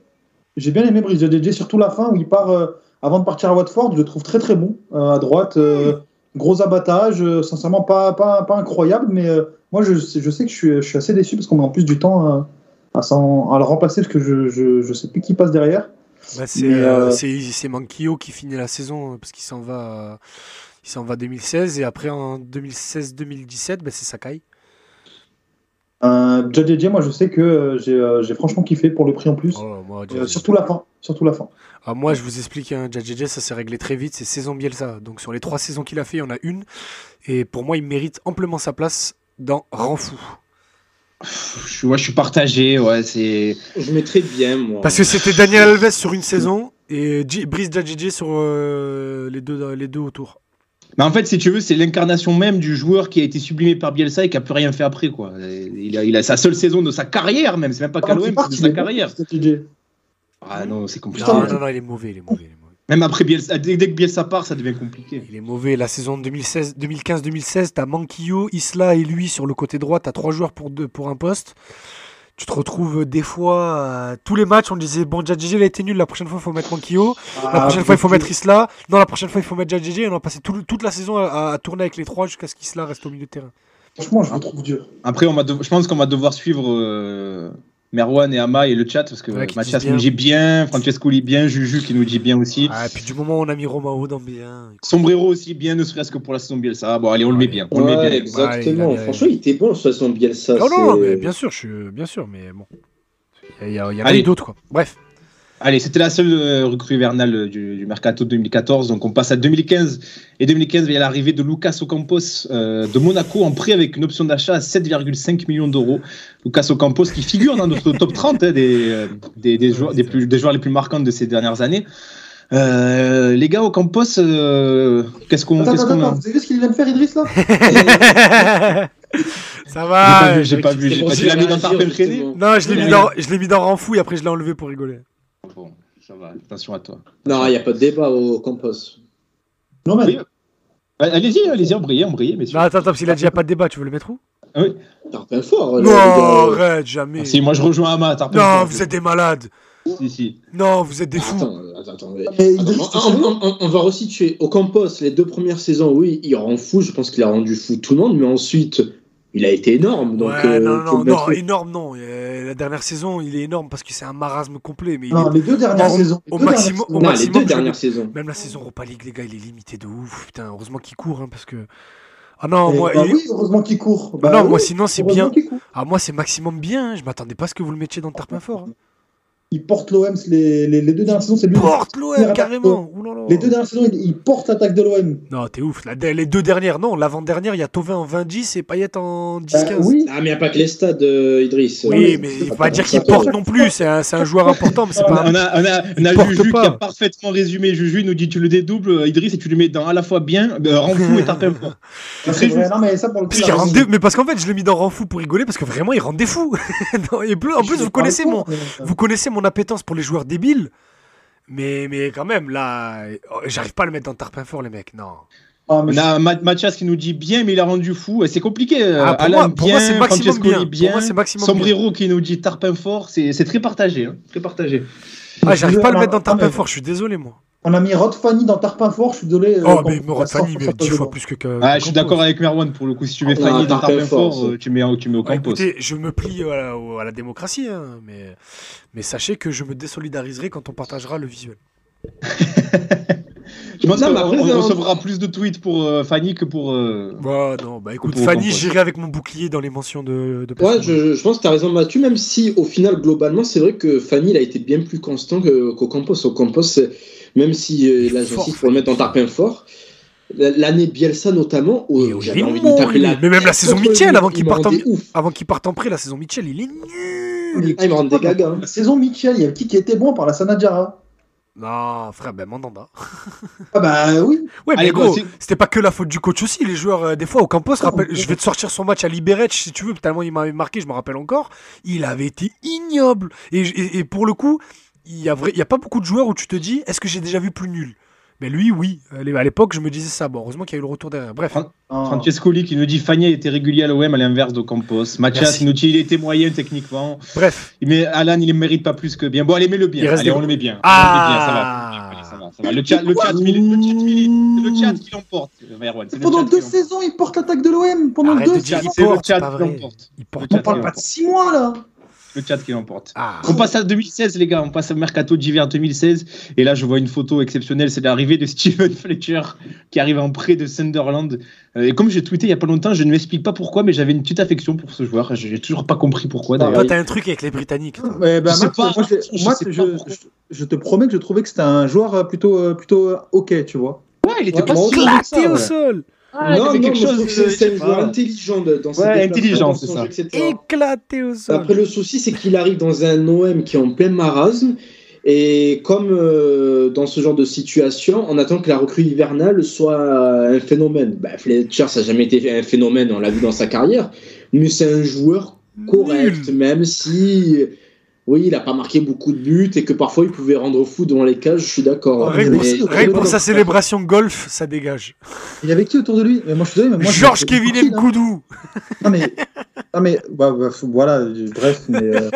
[SPEAKER 5] J'ai bien aimé Brice DJ, surtout la fin où il part euh, avant de partir à Watford. Je le trouve très très bon euh, à droite. euh, Gros abattage, euh, sincèrement pas, pas, pas incroyable, mais euh, moi je, sais- je sais que je suis, je suis assez déçu parce qu'on met en plus du temps euh, à, s'en- à le remplacer parce que je, je, je sais plus qui passe derrière.
[SPEAKER 3] Bah, c'est,
[SPEAKER 5] Mais,
[SPEAKER 3] euh,
[SPEAKER 5] euh,
[SPEAKER 3] c'est, c'est Manquillo qui finit la saison euh, parce qu'il s'en va, euh, il s'en va 2016 et après en 2016-2017, bah, c'est Sakai.
[SPEAKER 5] Euh, JJJ, moi je sais que euh, j'ai euh, j'ai franchement kiffé pour le prix en plus,
[SPEAKER 3] Oh, moi,
[SPEAKER 5] Euh, surtout la fin. Surtout la fin.
[SPEAKER 3] Ah, moi, je vous explique, hein, Djadjedje, ça s'est réglé très vite, c'est saison Bielsa. Donc sur les trois saisons qu'il a fait, il y en a une. Et pour moi, il mérite amplement sa place dans Renfou.
[SPEAKER 2] Je suis, ouais, je suis partagé, ouais, c'est.
[SPEAKER 6] Je mettrais bien, moi.
[SPEAKER 3] Parce que c'était Daniel Alves sur une saison et J- Brice Djadjedje sur euh, les, deux, les deux autour.
[SPEAKER 2] Mais en fait, si tu veux, c'est l'incarnation même du joueur qui a été sublimé par Bielsa et qui a plus rien fait après, quoi. Il a, il a sa seule saison de sa carrière, même. C'est même pas qu'à
[SPEAKER 5] Quand il
[SPEAKER 2] l'OM,
[SPEAKER 5] part,
[SPEAKER 2] c'est de
[SPEAKER 5] il
[SPEAKER 2] sa
[SPEAKER 5] est bon,
[SPEAKER 2] carrière.
[SPEAKER 5] JJJ.
[SPEAKER 2] Ah non, c'est compliqué.
[SPEAKER 3] Non, non, non, il est mauvais, il est mauvais. Il est mauvais.
[SPEAKER 2] Même après Bielsa, dès, dès que Bielsa part, ça devient compliqué.
[SPEAKER 3] Il est mauvais. La saison 2016 2015-2016, t'as Manquillo, Isla et lui sur le côté droit. T'as trois joueurs pour, deux, pour un poste. Tu te retrouves des fois, euh, tous les matchs, on disait, bon, Djadjedje, il a été nul, la prochaine fois, il faut mettre Manquillo.
[SPEAKER 2] Ah,
[SPEAKER 3] La prochaine fois, il faut mettre Isla. Non, la prochaine fois, il faut mettre Jadjj. Et on a passé tout le- toute la saison à, à tourner avec les trois jusqu'à ce qu'Isla reste au milieu de terrain.
[SPEAKER 5] Franchement, je le trouve dur.
[SPEAKER 2] Après, on va dev- je pense qu'on va devoir suivre euh, Merwan et Ama et le chat, parce que euh,
[SPEAKER 3] Ouais, qui disent
[SPEAKER 2] Mathias
[SPEAKER 3] bien.
[SPEAKER 2] nous dit bien, Francesco lit bien, Juju qui nous dit bien aussi.
[SPEAKER 3] Ah, et puis du moment où on a mis Romao dans bien.
[SPEAKER 2] Sombrero aussi bien, ne serait-ce que pour la saison Bielsa. Ah, Bon, allez, on le
[SPEAKER 3] Ouais.
[SPEAKER 2] met bien. On le met
[SPEAKER 6] Ouais,
[SPEAKER 2] bien.
[SPEAKER 6] exactement.
[SPEAKER 3] Ouais, il a-
[SPEAKER 6] Franchement, il était bon, le 60 Bielsa.
[SPEAKER 3] non, non,
[SPEAKER 6] c'est-
[SPEAKER 3] mais bien sûr, je suis, bien sûr, mais bon. Il y, a- il y en a
[SPEAKER 2] Allez.
[SPEAKER 3] eu d'autres, quoi. Bref.
[SPEAKER 2] Allez, c'était la seule euh, recrue hivernale euh, du, du mercato de 2014. Donc on passe à 2015. Et 2015, il y a l'arrivée de Lucas Ocampos euh, de Monaco en prêt avec une option d'achat à 7,5 millions d'euros. Lucas Ocampos qui figure dans notre top 30 hein, des, euh, des, des joueurs, des, plus- des joueurs les plus marquants de ces dernières années. Euh, les gars, Ocampos, euh, qu'est-ce qu'on.
[SPEAKER 5] Attends,
[SPEAKER 2] qu'est-ce
[SPEAKER 5] attends,
[SPEAKER 2] qu'on a-
[SPEAKER 5] attends, vous avez vu ce qu'il vient de faire, Idriss, là
[SPEAKER 3] Ça va. euh,
[SPEAKER 2] J'ai pas
[SPEAKER 3] je-
[SPEAKER 2] vu, j'ai
[SPEAKER 6] C'est
[SPEAKER 2] pas
[SPEAKER 6] pour ça
[SPEAKER 2] vu. Ah, Tu l'as
[SPEAKER 6] que
[SPEAKER 2] mis dans
[SPEAKER 6] j'ai
[SPEAKER 2] Tarpel
[SPEAKER 6] justement.
[SPEAKER 2] René
[SPEAKER 3] Non, je l'ai mis dans, je l'ai mis dans Renfou et après je l'ai enlevé pour rigoler.
[SPEAKER 2] Bon, ça va, attention à toi.
[SPEAKER 6] Non, il n'y a pas de débat au Campos.
[SPEAKER 5] Non, mais.
[SPEAKER 2] Oui. Ouais, Allez-y, allez-y, embrayez, embrayez, messieurs.
[SPEAKER 3] Non, attends, attends, parce qu'il a dit il n'y a pas de débat, tu veux le mettre où
[SPEAKER 6] Tarpin fort.
[SPEAKER 3] Non,
[SPEAKER 6] là,
[SPEAKER 3] arrête, jamais.
[SPEAKER 5] Ah,
[SPEAKER 2] Si, moi je rejoins hein, Ama, Tarpel.
[SPEAKER 3] Non, vous êtes des malades.
[SPEAKER 2] Si, si.
[SPEAKER 3] Non, vous êtes
[SPEAKER 6] le
[SPEAKER 3] des
[SPEAKER 6] gars.
[SPEAKER 3] fous.
[SPEAKER 6] Attends, attends, attends. mais-
[SPEAKER 5] Mais
[SPEAKER 6] Attends,
[SPEAKER 3] Ah,
[SPEAKER 5] Idriss,
[SPEAKER 6] on, Ah, on- on- on va resituer. Au Campos, les deux premières saisons, oui, il rend fou. Je pense qu'il a rendu fou tout le monde, mais ensuite, il a été énorme. Donc,
[SPEAKER 3] ouais,
[SPEAKER 6] euh,
[SPEAKER 3] non,
[SPEAKER 6] faut
[SPEAKER 3] non, non,
[SPEAKER 6] le mettre-
[SPEAKER 3] non, énorme, non. Euh, la dernière saison, il est énorme parce que c'est un marasme complet. Mais il
[SPEAKER 5] Non,
[SPEAKER 3] est-
[SPEAKER 5] les deux dernières
[SPEAKER 3] Au-
[SPEAKER 5] saisons. les
[SPEAKER 3] au
[SPEAKER 5] deux dernières
[SPEAKER 3] maximum-
[SPEAKER 5] saisons.
[SPEAKER 3] au
[SPEAKER 6] Non, les
[SPEAKER 3] maximum,
[SPEAKER 6] deux
[SPEAKER 3] je-
[SPEAKER 6] dernières saisons.
[SPEAKER 3] même la saison Europa League, les gars, il est limité de ouf. Putain, heureusement qu'il court, hein, parce que. Ah non,
[SPEAKER 5] Eh
[SPEAKER 3] moi,
[SPEAKER 5] bah
[SPEAKER 3] il-
[SPEAKER 5] oui, heureusement qu'il court.
[SPEAKER 3] Ah
[SPEAKER 5] Bah
[SPEAKER 3] non,
[SPEAKER 5] oui,
[SPEAKER 3] moi sinon c'est bien.
[SPEAKER 5] heureusement qu'il court.
[SPEAKER 3] Ah moi c'est maximum bien. hein. Je m'attendais pas à ce que vous le mettiez dans le tarpin fort. hein.
[SPEAKER 5] Il porte l'OM les, les, les deux dernières saisons, c'est lui.
[SPEAKER 3] Porte l'OM
[SPEAKER 5] Première
[SPEAKER 3] hein, carrément. Ouh là là.
[SPEAKER 5] Les deux dernières saisons, il, il porte l'attaque de l'OM.
[SPEAKER 3] Non, t'es ouf. La- les deux dernières, non. L'avant-dernière, il y a Tovin en 20-10 et Payet en 10-15.
[SPEAKER 5] Euh, oui,
[SPEAKER 6] Ah, mais il n'y a pas que les stades, euh, Idriss.
[SPEAKER 3] Oui, mais il faut pas dire qu'il porte non plus. C'est un, c'est un joueur important, mais c'est pas.
[SPEAKER 2] On a, on a, on
[SPEAKER 3] Il
[SPEAKER 2] a
[SPEAKER 3] porte
[SPEAKER 2] Juju
[SPEAKER 3] pas.
[SPEAKER 2] qui a parfaitement résumé. Juju il nous dit tu le dédoubles, euh, Idriss, et tu le mets dans à la fois bien, euh, Renfou et Tarpin fort.
[SPEAKER 5] c'est
[SPEAKER 2] très
[SPEAKER 5] vrai.
[SPEAKER 2] juste.
[SPEAKER 5] Non, mais ça, pour le coup,
[SPEAKER 3] Parce
[SPEAKER 5] il a
[SPEAKER 3] qu'il
[SPEAKER 5] raison.
[SPEAKER 3] rend des- Mais parce qu'en fait, je l'ai mis dans Renfou pour rigoler parce que vraiment, il rend des fous. Non, et plus- en
[SPEAKER 5] Je
[SPEAKER 3] plus,
[SPEAKER 5] sais
[SPEAKER 3] vous
[SPEAKER 5] pas
[SPEAKER 3] connaissez mon,
[SPEAKER 5] pourquoi, mais, euh,
[SPEAKER 3] vous connaissez mon appétence pour les joueurs oh, débiles. Mais, mais quand même, là, euh, j'arrive pas à le mettre dans le tarpin fort, les mecs. Non.
[SPEAKER 5] Ah, mais
[SPEAKER 2] On a Ma- Mathias qui nous dit bien, mais il a rendu fou. C'est compliqué. euh,
[SPEAKER 3] Ah, pour,
[SPEAKER 2] Alan
[SPEAKER 3] moi, pour moi, c'est
[SPEAKER 2] bien,
[SPEAKER 3] maximum
[SPEAKER 2] Francescoli
[SPEAKER 3] bien.
[SPEAKER 2] bien.
[SPEAKER 3] Pour moi, c'est maximum bien.
[SPEAKER 2] Sombrero qui nous dit tarpin fort. C'est c'est très partagé. hein, Très partagé.
[SPEAKER 3] Ah, j'arrive pas à le mettre dans
[SPEAKER 5] Ah, mais-
[SPEAKER 3] Tarpin Fort, je suis désolé, moi.
[SPEAKER 5] On a mis Rod Fanny dans Tarpin Fort, je suis désolé.
[SPEAKER 3] Oh,
[SPEAKER 5] euh,
[SPEAKER 3] mais
[SPEAKER 5] quand-
[SPEAKER 3] me Fanny,
[SPEAKER 5] ça-
[SPEAKER 3] mais
[SPEAKER 5] ça-
[SPEAKER 3] 10
[SPEAKER 5] ça-
[SPEAKER 3] fois plus que. que-
[SPEAKER 2] Ah,
[SPEAKER 3] que
[SPEAKER 2] je suis
[SPEAKER 3] Campos.
[SPEAKER 2] d'accord avec Merwan pour le coup. Si tu mets
[SPEAKER 6] Ah,
[SPEAKER 2] Fanny dans
[SPEAKER 6] Tarpin
[SPEAKER 2] tarpin fort,
[SPEAKER 6] Fort,
[SPEAKER 2] euh, tu mets au- tu mets au
[SPEAKER 3] Bah,
[SPEAKER 2] Campos.
[SPEAKER 3] écoutez, je me plie euh, à la, au- à la démocratie, hein, mais, mais sachez que je me désolidariserai quand on partagera le visuel.
[SPEAKER 2] Je pense
[SPEAKER 6] Non,
[SPEAKER 2] qu'on
[SPEAKER 6] mais après,
[SPEAKER 2] on
[SPEAKER 6] on-
[SPEAKER 2] recevra plus de tweets pour euh, Fanny que pour. euh,
[SPEAKER 3] Bah non, bah écoute,
[SPEAKER 2] Pour
[SPEAKER 3] Fanny,
[SPEAKER 2] Campos.
[SPEAKER 3] j'irai avec mon bouclier dans les mentions de. de
[SPEAKER 6] Ouais,
[SPEAKER 3] personnes.
[SPEAKER 6] je, je pense que tu as raison, Mathieu, même si au final, globalement, c'est vrai que Fanny il a été bien plus constant que- qu'au Campos. Au Campos, c'est- même si euh, là,
[SPEAKER 3] Fort,
[SPEAKER 6] j'insiste pour le mettre dans Tarpin Fort, l- l'année Bielsa notamment, où
[SPEAKER 3] Et où
[SPEAKER 6] j'avais
[SPEAKER 3] il
[SPEAKER 6] envie de lui
[SPEAKER 3] mord,
[SPEAKER 6] taper
[SPEAKER 3] il-
[SPEAKER 6] la
[SPEAKER 3] mais même la
[SPEAKER 6] tête
[SPEAKER 3] saison
[SPEAKER 6] contre
[SPEAKER 3] Mitchell,
[SPEAKER 6] lui,
[SPEAKER 3] avant qu'il
[SPEAKER 6] il me
[SPEAKER 3] parte en-
[SPEAKER 6] rendait ouf.
[SPEAKER 3] Avant qu'il parte en prêt, la saison Mitchell, il est nul
[SPEAKER 6] Ah, il me rend des gagas. hein.
[SPEAKER 5] La saison Michel, il y a qui qui était bon par la Sanadjara
[SPEAKER 3] Non, frère, ben Mandanda.
[SPEAKER 5] Ah bah oui.
[SPEAKER 3] Ouais, mais
[SPEAKER 2] Allez,
[SPEAKER 3] gros,
[SPEAKER 2] quoi, c'est-
[SPEAKER 3] c'était pas que la faute du coach aussi. Les joueurs, euh, des fois, au Campos, rappelle, je vais te sortir son match à Liberec, si tu veux, tellement il m'avait marqué, je me rappelle encore. Il avait été ignoble. Et, je- et- et pour le coup, il y, a vrai- il y a pas beaucoup de joueurs où tu te dis, est-ce que j'ai déjà vu plus nul Mais lui, oui. À l'é- à l'époque, je me disais ça. Bon, heureusement qu'il y a eu le retour derrière. Bref.
[SPEAKER 5] Ah.
[SPEAKER 2] Francescoli qui nous dit Fanny était régulier à l'OM à l'inverse de Campos. Mathias
[SPEAKER 3] Merci.
[SPEAKER 2] il nous dit il était moyen techniquement.
[SPEAKER 3] Bref.
[SPEAKER 2] Mais Alan il ne mérite pas plus que bien. Bon allez mets-le
[SPEAKER 3] Il
[SPEAKER 2] bien.
[SPEAKER 3] reste
[SPEAKER 2] Allez
[SPEAKER 3] des-
[SPEAKER 2] on le met bien.
[SPEAKER 3] Ah
[SPEAKER 2] On le met bien, ça va. Allez, ça va, ça va. Le chat, le chat, milite- le chat, milite. C'est le chat qui l'emporte. Merwan. C'est le
[SPEAKER 5] Pendant
[SPEAKER 2] chat
[SPEAKER 5] deux
[SPEAKER 2] qui l'emporte.
[SPEAKER 5] saisons, il porte l'attaque de l'OM. Pendant
[SPEAKER 3] Arrête de
[SPEAKER 5] deux
[SPEAKER 3] dire
[SPEAKER 5] saisons.
[SPEAKER 3] il
[SPEAKER 2] C'est le
[SPEAKER 3] porte,
[SPEAKER 2] chat
[SPEAKER 3] c'est pas
[SPEAKER 2] qui
[SPEAKER 3] vrai.
[SPEAKER 2] l'emporte.
[SPEAKER 3] Il porte
[SPEAKER 2] Le
[SPEAKER 5] On
[SPEAKER 2] chat
[SPEAKER 5] parle
[SPEAKER 2] qui
[SPEAKER 5] pas de
[SPEAKER 2] l'emporte.
[SPEAKER 5] six mois là.
[SPEAKER 2] Le chat qui l'emporte.
[SPEAKER 3] Ah.
[SPEAKER 2] On passe à 2016, les gars. On passe au mercato d'hiver 2016. Et là, je vois une photo exceptionnelle. C'est l'arrivée de Steven Fletcher qui arrive en prêt de Sunderland. Euh, Et comme j'ai tweeté il y a pas longtemps, je ne m'explique pas pourquoi, mais j'avais une petite affection pour ce joueur. Je n'ai toujours pas compris pourquoi d'ailleurs.
[SPEAKER 3] Toi, t'as un truc avec les Britanniques. toi.
[SPEAKER 5] Mais bah,
[SPEAKER 2] Je sais
[SPEAKER 5] Max,
[SPEAKER 2] pas,
[SPEAKER 5] moi, je,
[SPEAKER 2] je
[SPEAKER 5] moi,
[SPEAKER 2] sais
[SPEAKER 5] je-
[SPEAKER 2] pas pourquoi.
[SPEAKER 5] je- je te promets que je trouvais que c'était un joueur euh, plutôt, euh, plutôt euh, ok, tu vois.
[SPEAKER 2] Ouais, il était
[SPEAKER 6] Ouais, bah,
[SPEAKER 2] pas
[SPEAKER 6] bon,
[SPEAKER 2] si mauvais que ça,
[SPEAKER 3] Claté au
[SPEAKER 2] ouais.
[SPEAKER 3] sol.
[SPEAKER 2] il y
[SPEAKER 6] non,
[SPEAKER 2] avait
[SPEAKER 6] non,
[SPEAKER 2] quelque
[SPEAKER 6] mais je
[SPEAKER 2] chose,
[SPEAKER 6] trouve que
[SPEAKER 2] euh, je sais
[SPEAKER 6] c'est un joueur
[SPEAKER 2] pas.
[SPEAKER 6] intelligent de- dans ses
[SPEAKER 2] Ouais,
[SPEAKER 6] déplacements,
[SPEAKER 2] intelligent,
[SPEAKER 6] dans
[SPEAKER 2] c'est
[SPEAKER 6] son
[SPEAKER 2] ça.
[SPEAKER 6] jeu, etc.
[SPEAKER 3] Éclaté au sol.
[SPEAKER 6] Après, le souci, c'est qu'il arrive dans un OM qui est en plein marasme. Et comme euh, dans ce genre de situation, on attend que la recrue hivernale soit euh, un phénomène. Bah, Fletcher, ça n'a jamais été un phénomène, on l'a vu dans sa carrière. Mais c'est un joueur correct,
[SPEAKER 3] Nul.
[SPEAKER 6] même si, euh, oui, il n'a pas marqué beaucoup de buts et que parfois il pouvait rendre fou devant les cages, je suis d'accord.
[SPEAKER 3] Rien que
[SPEAKER 6] Mais-
[SPEAKER 3] pour- rien que pour sa célébration golf, ça dégage.
[SPEAKER 5] Il y avait qui autour de lui Mais Moi, je suis désolé, mais moi, je-
[SPEAKER 3] Georges
[SPEAKER 5] je-
[SPEAKER 3] Kevin
[SPEAKER 5] je-
[SPEAKER 3] Nkoudou.
[SPEAKER 5] Non mais, non, mais bah, bah, faut- voilà, euh, bref, mais, euh,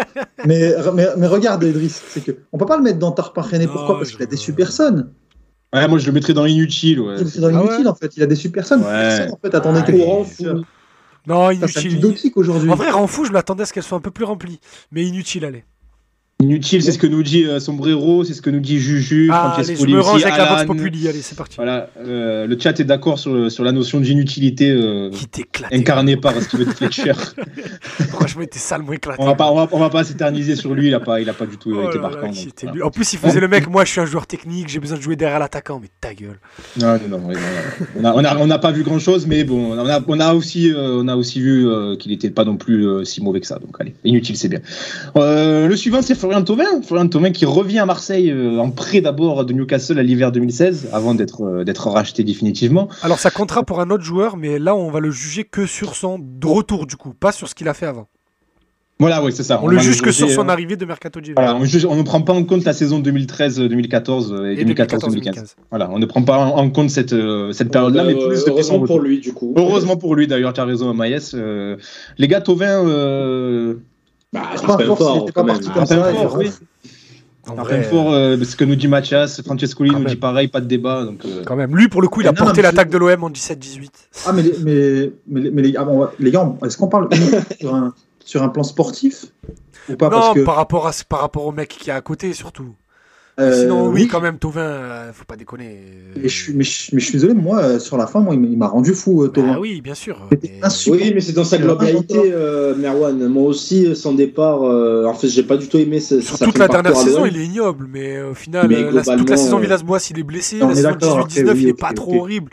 [SPEAKER 5] mais, mais, mais regarde Idriss, c'est que on peut pas le mettre dans Tarpin René, pourquoi
[SPEAKER 3] Non,
[SPEAKER 5] Parce qu'il a
[SPEAKER 3] je-
[SPEAKER 5] déçu personne.
[SPEAKER 2] Ouais, moi, je le mettrais dans inutile. ouais.
[SPEAKER 5] Il était dans
[SPEAKER 3] Ah
[SPEAKER 5] l'inutile en fait, il a déçu personne.
[SPEAKER 2] Ouais.
[SPEAKER 5] Personne en fait attendait
[SPEAKER 3] Ah,
[SPEAKER 5] que
[SPEAKER 3] il est
[SPEAKER 5] Laurent
[SPEAKER 6] fou.
[SPEAKER 5] Fou-
[SPEAKER 3] Non,
[SPEAKER 5] Putain, C'est un
[SPEAKER 3] inutile.
[SPEAKER 5] petit aujourd'hui.
[SPEAKER 3] En vrai, Renfou, je m'attendais à ce qu'elle soit un peu plus remplie. Mais inutile, allez.
[SPEAKER 2] Inutile, c'est ce que nous dit euh, Sombrero, c'est ce que nous dit Juju,
[SPEAKER 3] Ah, allez, je
[SPEAKER 2] Francescoli
[SPEAKER 3] me range
[SPEAKER 2] aussi,
[SPEAKER 3] avec la Vox
[SPEAKER 2] Alan.
[SPEAKER 3] Populi, allez, c'est parti.
[SPEAKER 2] Voilà, euh, le chat est d'accord sur, le- sur la notion d'inutilité euh,
[SPEAKER 3] Qui t'éclate.
[SPEAKER 2] incarnée par Steven Fletcher.
[SPEAKER 3] Franchement, il était salement éclaté.
[SPEAKER 2] On va pas, on va, on va pas s'éterniser sur lui. Il a pas, il a pas du tout
[SPEAKER 3] Oh
[SPEAKER 2] été
[SPEAKER 3] là
[SPEAKER 2] marquant.
[SPEAKER 3] là,
[SPEAKER 2] donc,
[SPEAKER 3] qui était
[SPEAKER 2] voilà.
[SPEAKER 3] nul. En plus, il faisait le mec, moi je suis un joueur technique, j'ai besoin de jouer derrière l'attaquant, mais ta gueule.
[SPEAKER 2] Non, Ah, non, non, oui, non, non. On a- on a, on a pas vu grand chose, mais bon, on a, on a aussi, euh, on a aussi vu euh, qu'il n'était pas non plus euh, si mauvais que ça. Donc allez, inutile, c'est bien. Euh, le suivant, c'est Florian Thauvin. Florian Thauvin qui revient à Marseille euh, en prêt d'abord de Newcastle à l'hiver 2016, avant d'être, euh, d'être racheté définitivement.
[SPEAKER 3] Alors, ça comptera pour un autre joueur, mais là, on va le juger que sur son retour, du coup, pas sur ce qu'il a fait avant.
[SPEAKER 2] Voilà, oui, c'est ça.
[SPEAKER 3] On, le
[SPEAKER 2] Bah, va
[SPEAKER 3] juge que
[SPEAKER 2] juger,
[SPEAKER 3] sur son
[SPEAKER 2] euh,
[SPEAKER 3] arrivée de Mercato d'hiver.
[SPEAKER 2] Voilà, on juge- on ne prend pas en compte la saison 2013-2014 euh, et,
[SPEAKER 3] Et
[SPEAKER 2] 2014-2015.
[SPEAKER 3] 2014-2015.
[SPEAKER 2] Voilà, on ne prend pas en en compte cette, euh, cette période-là, mais plus depuis son
[SPEAKER 6] heureusement
[SPEAKER 2] retour.
[SPEAKER 6] pour lui, du coup.
[SPEAKER 2] Heureusement pour lui d'ailleurs, tu as raison, Maïs. Euh, les gars, Tauvin, euh,
[SPEAKER 6] Bah,
[SPEAKER 5] Tarpin
[SPEAKER 6] Tarpin
[SPEAKER 5] Fort,
[SPEAKER 6] Fort,
[SPEAKER 5] il était
[SPEAKER 6] quand
[SPEAKER 5] pas
[SPEAKER 6] même.
[SPEAKER 5] parti
[SPEAKER 3] Ah,
[SPEAKER 5] comme ça.
[SPEAKER 2] Tarpin
[SPEAKER 5] il est
[SPEAKER 2] Fort,
[SPEAKER 5] rentré.
[SPEAKER 2] oui.
[SPEAKER 3] En
[SPEAKER 2] Tarpin
[SPEAKER 3] vrai,
[SPEAKER 2] Fort, euh, ce que nous dit Mathias, Francescoli
[SPEAKER 3] Quand
[SPEAKER 2] nous
[SPEAKER 3] même.
[SPEAKER 2] dit pareil, pas de débat. Donc, euh,
[SPEAKER 3] Quand même, lui pour le coup, il a
[SPEAKER 5] Mais non,
[SPEAKER 3] porté
[SPEAKER 5] mais
[SPEAKER 3] l'attaque de l'OM en 17-18.
[SPEAKER 5] Ah mais les- mais mais, les- mais les, ah, bon, ouais, les gars, on- est-ce qu'on parle uniquement sur un sur un plan sportif ou pas
[SPEAKER 3] non,
[SPEAKER 5] parce que
[SPEAKER 3] par, rapport à, ce- par rapport au mec qui est à côté, surtout.
[SPEAKER 5] euh,
[SPEAKER 3] Sinon, oui, quand même, Tovin, euh, faut pas déconner. euh.
[SPEAKER 5] Mais je, suis- mais, je, mais je suis désolé, moi, euh, sur la fin, moi, il m'a- il m'a rendu fou, euh,
[SPEAKER 3] Bah
[SPEAKER 5] Thauvin.
[SPEAKER 3] oui, bien sûr.
[SPEAKER 5] C'était
[SPEAKER 3] mais-
[SPEAKER 5] insupportable.
[SPEAKER 6] Ah, Oui, mais c'est dans sa
[SPEAKER 5] Il y a pas
[SPEAKER 6] globalité, euh, Merwan. Moi aussi, euh, son départ, euh, en fait, j'ai pas du tout aimé ce,
[SPEAKER 3] Sur
[SPEAKER 6] sa
[SPEAKER 3] toute
[SPEAKER 6] fin
[SPEAKER 3] la
[SPEAKER 6] de
[SPEAKER 3] dernière
[SPEAKER 6] parcours à
[SPEAKER 3] saison,
[SPEAKER 6] l'OM.
[SPEAKER 3] il est ignoble, mais euh, au final,
[SPEAKER 6] Mais
[SPEAKER 3] euh, la- toute la
[SPEAKER 6] globalement,
[SPEAKER 3] saison
[SPEAKER 6] euh,
[SPEAKER 3] Villas-Boas, il est blessé.
[SPEAKER 5] on
[SPEAKER 3] La
[SPEAKER 5] est
[SPEAKER 3] saison
[SPEAKER 5] d'accord,
[SPEAKER 3] 18-19,
[SPEAKER 5] ok,
[SPEAKER 3] il
[SPEAKER 5] oui,
[SPEAKER 3] est
[SPEAKER 5] ok,
[SPEAKER 3] pas
[SPEAKER 5] ok.
[SPEAKER 3] trop horrible.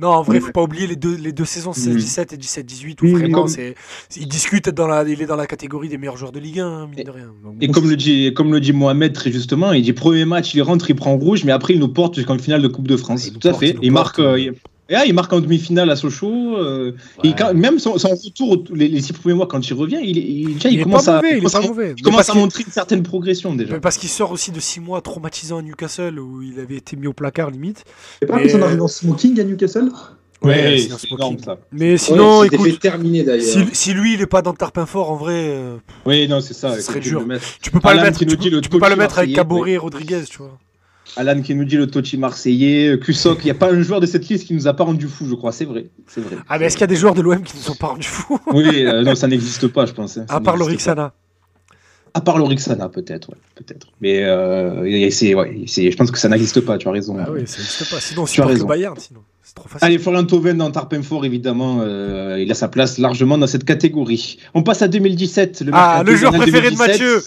[SPEAKER 3] Non, en vrai,
[SPEAKER 5] Oui.
[SPEAKER 3] faut pas oublier les deux, les deux saisons, 16-17 et 17-18, où
[SPEAKER 2] Oui, mais
[SPEAKER 3] vraiment,
[SPEAKER 2] comme-
[SPEAKER 3] c'est, il discute dans la, il est dans la catégorie des meilleurs joueurs de Ligue 1, hein, mine
[SPEAKER 2] Et-
[SPEAKER 3] de rien. Donc,
[SPEAKER 2] Et
[SPEAKER 3] bon,
[SPEAKER 2] comme le, dit, comme le dit Mohamed très justement, il dit premier match, il rentre, il prend rouge, mais après il nous porte jusqu'en finale de Coupe de France.
[SPEAKER 3] Il nous
[SPEAKER 2] Tout à
[SPEAKER 3] porte,
[SPEAKER 2] fait.
[SPEAKER 3] il nous
[SPEAKER 2] Il marque,
[SPEAKER 3] porte.
[SPEAKER 2] euh, il- et là, il marque en demi-finale à Sochaux. euh,
[SPEAKER 3] ouais.
[SPEAKER 2] et quand- même son, son retour, les, les six premiers mois, quand il revient, il, il- déjà, il
[SPEAKER 3] il est
[SPEAKER 2] commence
[SPEAKER 3] pas
[SPEAKER 2] à,
[SPEAKER 3] mauvais,
[SPEAKER 2] il
[SPEAKER 3] il est
[SPEAKER 2] commence
[SPEAKER 3] pas
[SPEAKER 2] à-
[SPEAKER 3] mauvais.
[SPEAKER 2] il
[SPEAKER 3] Mais
[SPEAKER 2] commence
[SPEAKER 3] parce
[SPEAKER 2] à
[SPEAKER 3] qu'il-
[SPEAKER 2] montrer une certaine progression déjà.
[SPEAKER 3] mais parce qu'il sort aussi de 6 mois traumatisants à Newcastle où il avait été mis au placard limite.
[SPEAKER 5] C'est pas
[SPEAKER 3] Mais- euh,
[SPEAKER 5] que son arrivée en smoking à Newcastle
[SPEAKER 3] Ouais,
[SPEAKER 2] Ouais,
[SPEAKER 3] c'est un
[SPEAKER 2] c'est
[SPEAKER 3] smoking.
[SPEAKER 2] énorme, ça.
[SPEAKER 3] Mais sinon,
[SPEAKER 6] Ouais, il s'était
[SPEAKER 3] écoute,
[SPEAKER 6] fait terminer
[SPEAKER 4] euh,
[SPEAKER 6] d'ailleurs.
[SPEAKER 3] si, si lui il est pas dans le tarpin fort, en vrai, euh,
[SPEAKER 2] Oui, non, c'est ça.
[SPEAKER 3] Ce serait
[SPEAKER 2] écoute,
[SPEAKER 3] dur.
[SPEAKER 2] le mettre-
[SPEAKER 3] tu peux pas
[SPEAKER 2] Alan
[SPEAKER 3] le mettre.
[SPEAKER 2] qui nous
[SPEAKER 3] Tu,
[SPEAKER 2] dit
[SPEAKER 3] peux-
[SPEAKER 2] le
[SPEAKER 3] tu peux pas le
[SPEAKER 2] Totti
[SPEAKER 3] mettre avec
[SPEAKER 2] marseillais,
[SPEAKER 3] Caboret et Rodriguez, tu vois.
[SPEAKER 2] Alan qui nous dit le Totti marseillais, euh, Kusok, il n'y a pas un joueur de cette liste qui nous a pas rendu fou, je crois. C'est vrai. C'est vrai.
[SPEAKER 3] Ah mais est-ce qu'il y a des joueurs de l'OM qui nous ont pas rendu fous
[SPEAKER 2] Oui, euh, non, ça n'existe pas, je pense. hein. Ça
[SPEAKER 3] À part
[SPEAKER 2] n'existe pas.
[SPEAKER 3] Lorixana.
[SPEAKER 2] À part l'Orixana, peut-être, ouais, peut-être. Mais euh, et c'est, ouais, c'est- je pense que ça n'existe pas, tu as raison.
[SPEAKER 3] Ah oui, ça n'existe pas. Sinon, on
[SPEAKER 2] Tu as
[SPEAKER 3] supporte le
[SPEAKER 2] raison.
[SPEAKER 3] Bayern, sinon. C'est trop facile.
[SPEAKER 2] Allez, Florian Thauvin dans Tarpin Fort, évidemment, euh, il a sa place largement dans cette catégorie. On passe à 2017. Le
[SPEAKER 3] Ah,
[SPEAKER 2] mercato
[SPEAKER 3] le joueur
[SPEAKER 2] hivernal
[SPEAKER 3] préféré de
[SPEAKER 2] 2017.
[SPEAKER 3] Mathieu.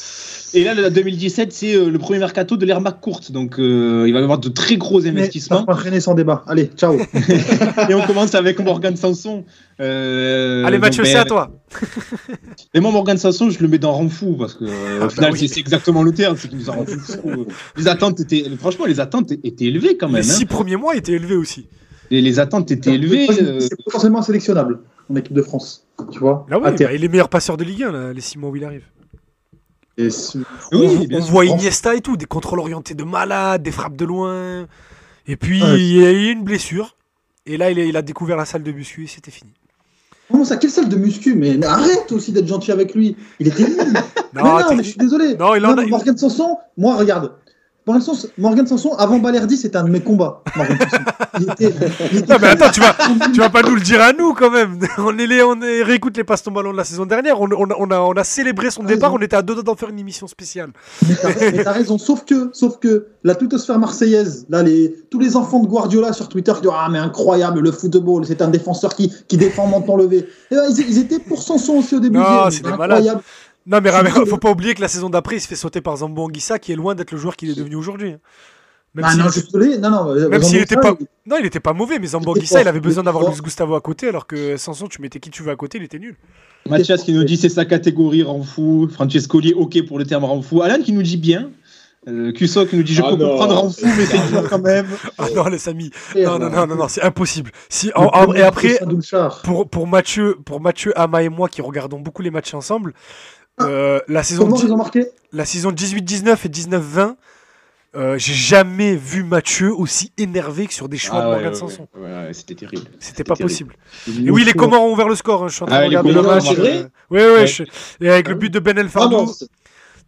[SPEAKER 2] Et là, le 2017, c'est euh, le premier mercato de l'ère courte. Donc, euh, il va y avoir de très gros
[SPEAKER 5] Mais
[SPEAKER 2] investissements.
[SPEAKER 5] ça fera René sans débat. Allez, ciao.
[SPEAKER 2] Et on commence avec Morgan Sanson. Euh,
[SPEAKER 3] Allez,
[SPEAKER 2] donc,
[SPEAKER 3] Mathieu,
[SPEAKER 2] ben,
[SPEAKER 3] c'est à toi.
[SPEAKER 2] Et moi, Morgan Sanson, je le mets dans rang fou parce que, euh,
[SPEAKER 3] bah
[SPEAKER 2] au final,
[SPEAKER 3] oui.
[SPEAKER 2] c'est- c'est exactement le terme, c'est qu'il nous a rendu fou. Les attentes étaient, franchement, les attentes étaient élevées quand
[SPEAKER 3] Les
[SPEAKER 2] même. hein.
[SPEAKER 3] six premiers mois étaient élevés aussi.
[SPEAKER 2] Les, les attentes étaient élevées. euh,
[SPEAKER 5] C'est potentiellement sélectionnable en équipe de France. Tu vois
[SPEAKER 3] Là, oui,
[SPEAKER 2] Ah,
[SPEAKER 5] À terme.
[SPEAKER 3] bah, il est meilleur passeur de Ligue 1, là, les six mois où il arrive.
[SPEAKER 5] Et c'est-
[SPEAKER 2] oui,
[SPEAKER 3] on
[SPEAKER 2] bien
[SPEAKER 3] on
[SPEAKER 2] sûr. Oh.
[SPEAKER 3] voit Iniesta et tout, des contrôles orientés de malade, des frappes de loin. Et puis,
[SPEAKER 2] Ah,
[SPEAKER 5] Ouais.
[SPEAKER 3] il y a eu une blessure. Et là, il a, il a découvert la salle de muscu et c'était fini.
[SPEAKER 5] Comment ça Quelle salle de muscu Mais arrête aussi d'être gentil avec lui. Il était nul.
[SPEAKER 3] Non,
[SPEAKER 5] mais non,
[SPEAKER 3] Ah, t'es-
[SPEAKER 5] mais je suis désolé.
[SPEAKER 3] Non, il en
[SPEAKER 5] Non,
[SPEAKER 3] a-
[SPEAKER 5] mais Morgan Sanson, moi, regarde. Morgan Sanson, Morgan Sanson, avant Balerdi, c'était un de mes combats. Morgan Sanson. Il était, il était-
[SPEAKER 3] Non, mais attends, tu vas, tu vas pas nous le dire à nous quand même. On, est les, on est- réécoute les passes ton ballon de la saison dernière. On, on a- on a, on a célébré son
[SPEAKER 5] Ah,
[SPEAKER 3] départ.
[SPEAKER 5] ils ont-
[SPEAKER 3] On était à deux doigts d'en faire une émission spéciale.
[SPEAKER 5] Mais t'as- mais t'as raison, sauf que, sauf que la twittosphère marseillaise, là, les, tous les enfants de Guardiola sur Twitter qui disent Ah, mais incroyable, le football, c'est un défenseur qui, qui défend menton levé. Eh ben, ils, ils étaient pour Sanson aussi au début.
[SPEAKER 3] Non,
[SPEAKER 5] ils disaient,
[SPEAKER 3] c'est
[SPEAKER 5] mais
[SPEAKER 3] des
[SPEAKER 5] incroyable.
[SPEAKER 3] Non, mais
[SPEAKER 5] C'est
[SPEAKER 3] Ramiro,
[SPEAKER 5] vrai.
[SPEAKER 3] faut pas oublier que la saison d'après, il se fait sauter par Zambo Anguissa, qui est loin d'être le joueur qu'il est devenu aujourd'hui. hein. Même
[SPEAKER 5] Ah
[SPEAKER 3] s'il
[SPEAKER 5] non,
[SPEAKER 3] était-
[SPEAKER 5] je suis désolé, non, non, euh,
[SPEAKER 3] Même s'il
[SPEAKER 5] Jean-Louis
[SPEAKER 3] était
[SPEAKER 5] Salle,
[SPEAKER 3] pas- Non, il était pas mauvais, mais Zambo
[SPEAKER 5] Il était
[SPEAKER 3] Anguissa, il
[SPEAKER 5] fort,
[SPEAKER 3] avait besoin
[SPEAKER 5] il était
[SPEAKER 3] d'avoir
[SPEAKER 5] fort.
[SPEAKER 3] Luis Gustavo à côté, alors que Sanson, tu mettais qui tu veux à côté, il était nul.
[SPEAKER 2] Mathias qui nous dit c'est sa catégorie rang fou. Francescoli, ok pour le terme rang fou. Alan qui nous dit bien. Euh, Cusso qui nous dit je
[SPEAKER 6] Ah
[SPEAKER 2] peux
[SPEAKER 6] non,
[SPEAKER 2] comprendre rang fou, mais c'est
[SPEAKER 6] sérieux.
[SPEAKER 2] dur quand même.
[SPEAKER 3] Ah non, les amis.
[SPEAKER 5] et,
[SPEAKER 3] Non,
[SPEAKER 5] euh,
[SPEAKER 3] non, non, non, non, c'est impossible. Si,
[SPEAKER 5] le
[SPEAKER 3] en- en-
[SPEAKER 5] premier
[SPEAKER 3] et après,
[SPEAKER 5] Christian Doulchard.
[SPEAKER 3] pour, pour Mathieu, pour Mathieu, Ama et moi qui regardons beaucoup les matchs ensemble, euh, la saison
[SPEAKER 5] Ah. Comment
[SPEAKER 3] dix-
[SPEAKER 5] ils ont marqué
[SPEAKER 3] la saison 18-19 et 19-20, euh, j'ai jamais vu Mathieu aussi énervé que sur des choix
[SPEAKER 2] Ah
[SPEAKER 3] de
[SPEAKER 2] ouais,
[SPEAKER 3] Morgan
[SPEAKER 2] ouais,
[SPEAKER 3] Sanson.
[SPEAKER 2] ouais, ouais, ouais, c'était terrible.
[SPEAKER 3] C'était pas
[SPEAKER 2] terrible.
[SPEAKER 3] possible. Et oui, les Comores ont ouvert le score. hein, Je suis en train
[SPEAKER 2] Ah,
[SPEAKER 3] de
[SPEAKER 2] les
[SPEAKER 3] regarder le
[SPEAKER 6] Comores ont
[SPEAKER 3] match.
[SPEAKER 6] marqué.
[SPEAKER 3] euh, ouais, ouais,
[SPEAKER 2] Ouais.
[SPEAKER 3] je- et avec le but de Ben El
[SPEAKER 6] Ah
[SPEAKER 3] Fardou.
[SPEAKER 6] non, c'est-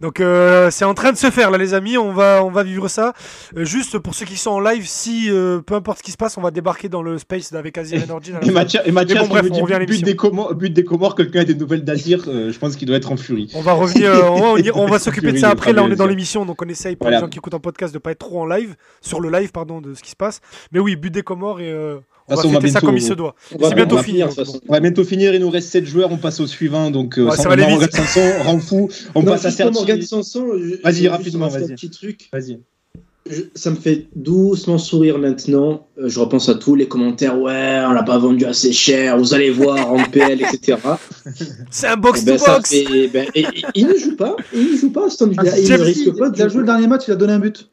[SPEAKER 3] Donc euh, c'est en train de se faire là les amis, on va on va vivre ça. Euh, juste pour ceux qui sont en live, si euh, peu importe ce qui se passe, on va débarquer dans le space avec Azir Energy. dans la-
[SPEAKER 2] Et Mathias, et Mathias
[SPEAKER 3] Mais bon,
[SPEAKER 2] qui
[SPEAKER 3] bref,
[SPEAKER 2] nous
[SPEAKER 3] on revient à
[SPEAKER 2] dit but
[SPEAKER 3] l'émission.
[SPEAKER 2] des, Comores, but des Comores, quelqu'un a des nouvelles d'Azir, euh, je pense qu'il doit être en furie.
[SPEAKER 3] On va revenir, euh, on, va- on y- on va s'occuper de ça après. Là on est dans l'émission, donc on essaye pour
[SPEAKER 2] Voilà.
[SPEAKER 3] les gens qui écoutent en podcast de pas être trop en live sur le live pardon de ce qui se passe. Mais oui, but des Comores et euh, on
[SPEAKER 2] De toute façon, on
[SPEAKER 3] va
[SPEAKER 2] va
[SPEAKER 3] fêter ça
[SPEAKER 2] bientôt-
[SPEAKER 3] comme il se doit.
[SPEAKER 6] on va-
[SPEAKER 3] C'est bientôt
[SPEAKER 6] on va
[SPEAKER 3] fini,
[SPEAKER 6] finir, de
[SPEAKER 3] donc
[SPEAKER 6] toute façon.
[SPEAKER 2] On va bientôt finir, il nous reste 7 joueurs, on passe au suivant. Donc, euh,
[SPEAKER 3] Ouais,
[SPEAKER 2] sans
[SPEAKER 3] ça va aller
[SPEAKER 2] Morgan
[SPEAKER 3] vite.
[SPEAKER 2] Sanson, rang fou, on
[SPEAKER 6] Non,
[SPEAKER 2] passe à
[SPEAKER 6] justement,
[SPEAKER 2] Sergi.
[SPEAKER 6] Morgan Sanson, je-
[SPEAKER 2] Vas-y,
[SPEAKER 6] je- juste
[SPEAKER 2] rapidement,
[SPEAKER 6] un
[SPEAKER 2] vas-y.
[SPEAKER 6] petit truc.
[SPEAKER 2] Vas-y.
[SPEAKER 6] Je- ça me fait doucement sourire maintenant. Euh, je repense à tous les commentaires. Ouais, on l'a pas vendu assez cher. Vous allez voir en PL, etc.
[SPEAKER 3] C'est un
[SPEAKER 6] Eh
[SPEAKER 3] box
[SPEAKER 6] ben,
[SPEAKER 3] to
[SPEAKER 6] ça
[SPEAKER 3] box.
[SPEAKER 6] fait- ben, et- et- il ne joue pas. Il ne joue pas. Aston Villa.
[SPEAKER 5] Ah, c'est
[SPEAKER 6] il ne
[SPEAKER 5] Chelsea,
[SPEAKER 6] risque pas de
[SPEAKER 5] Il a joué
[SPEAKER 6] jouer.
[SPEAKER 5] le dernier match, il a donné un but.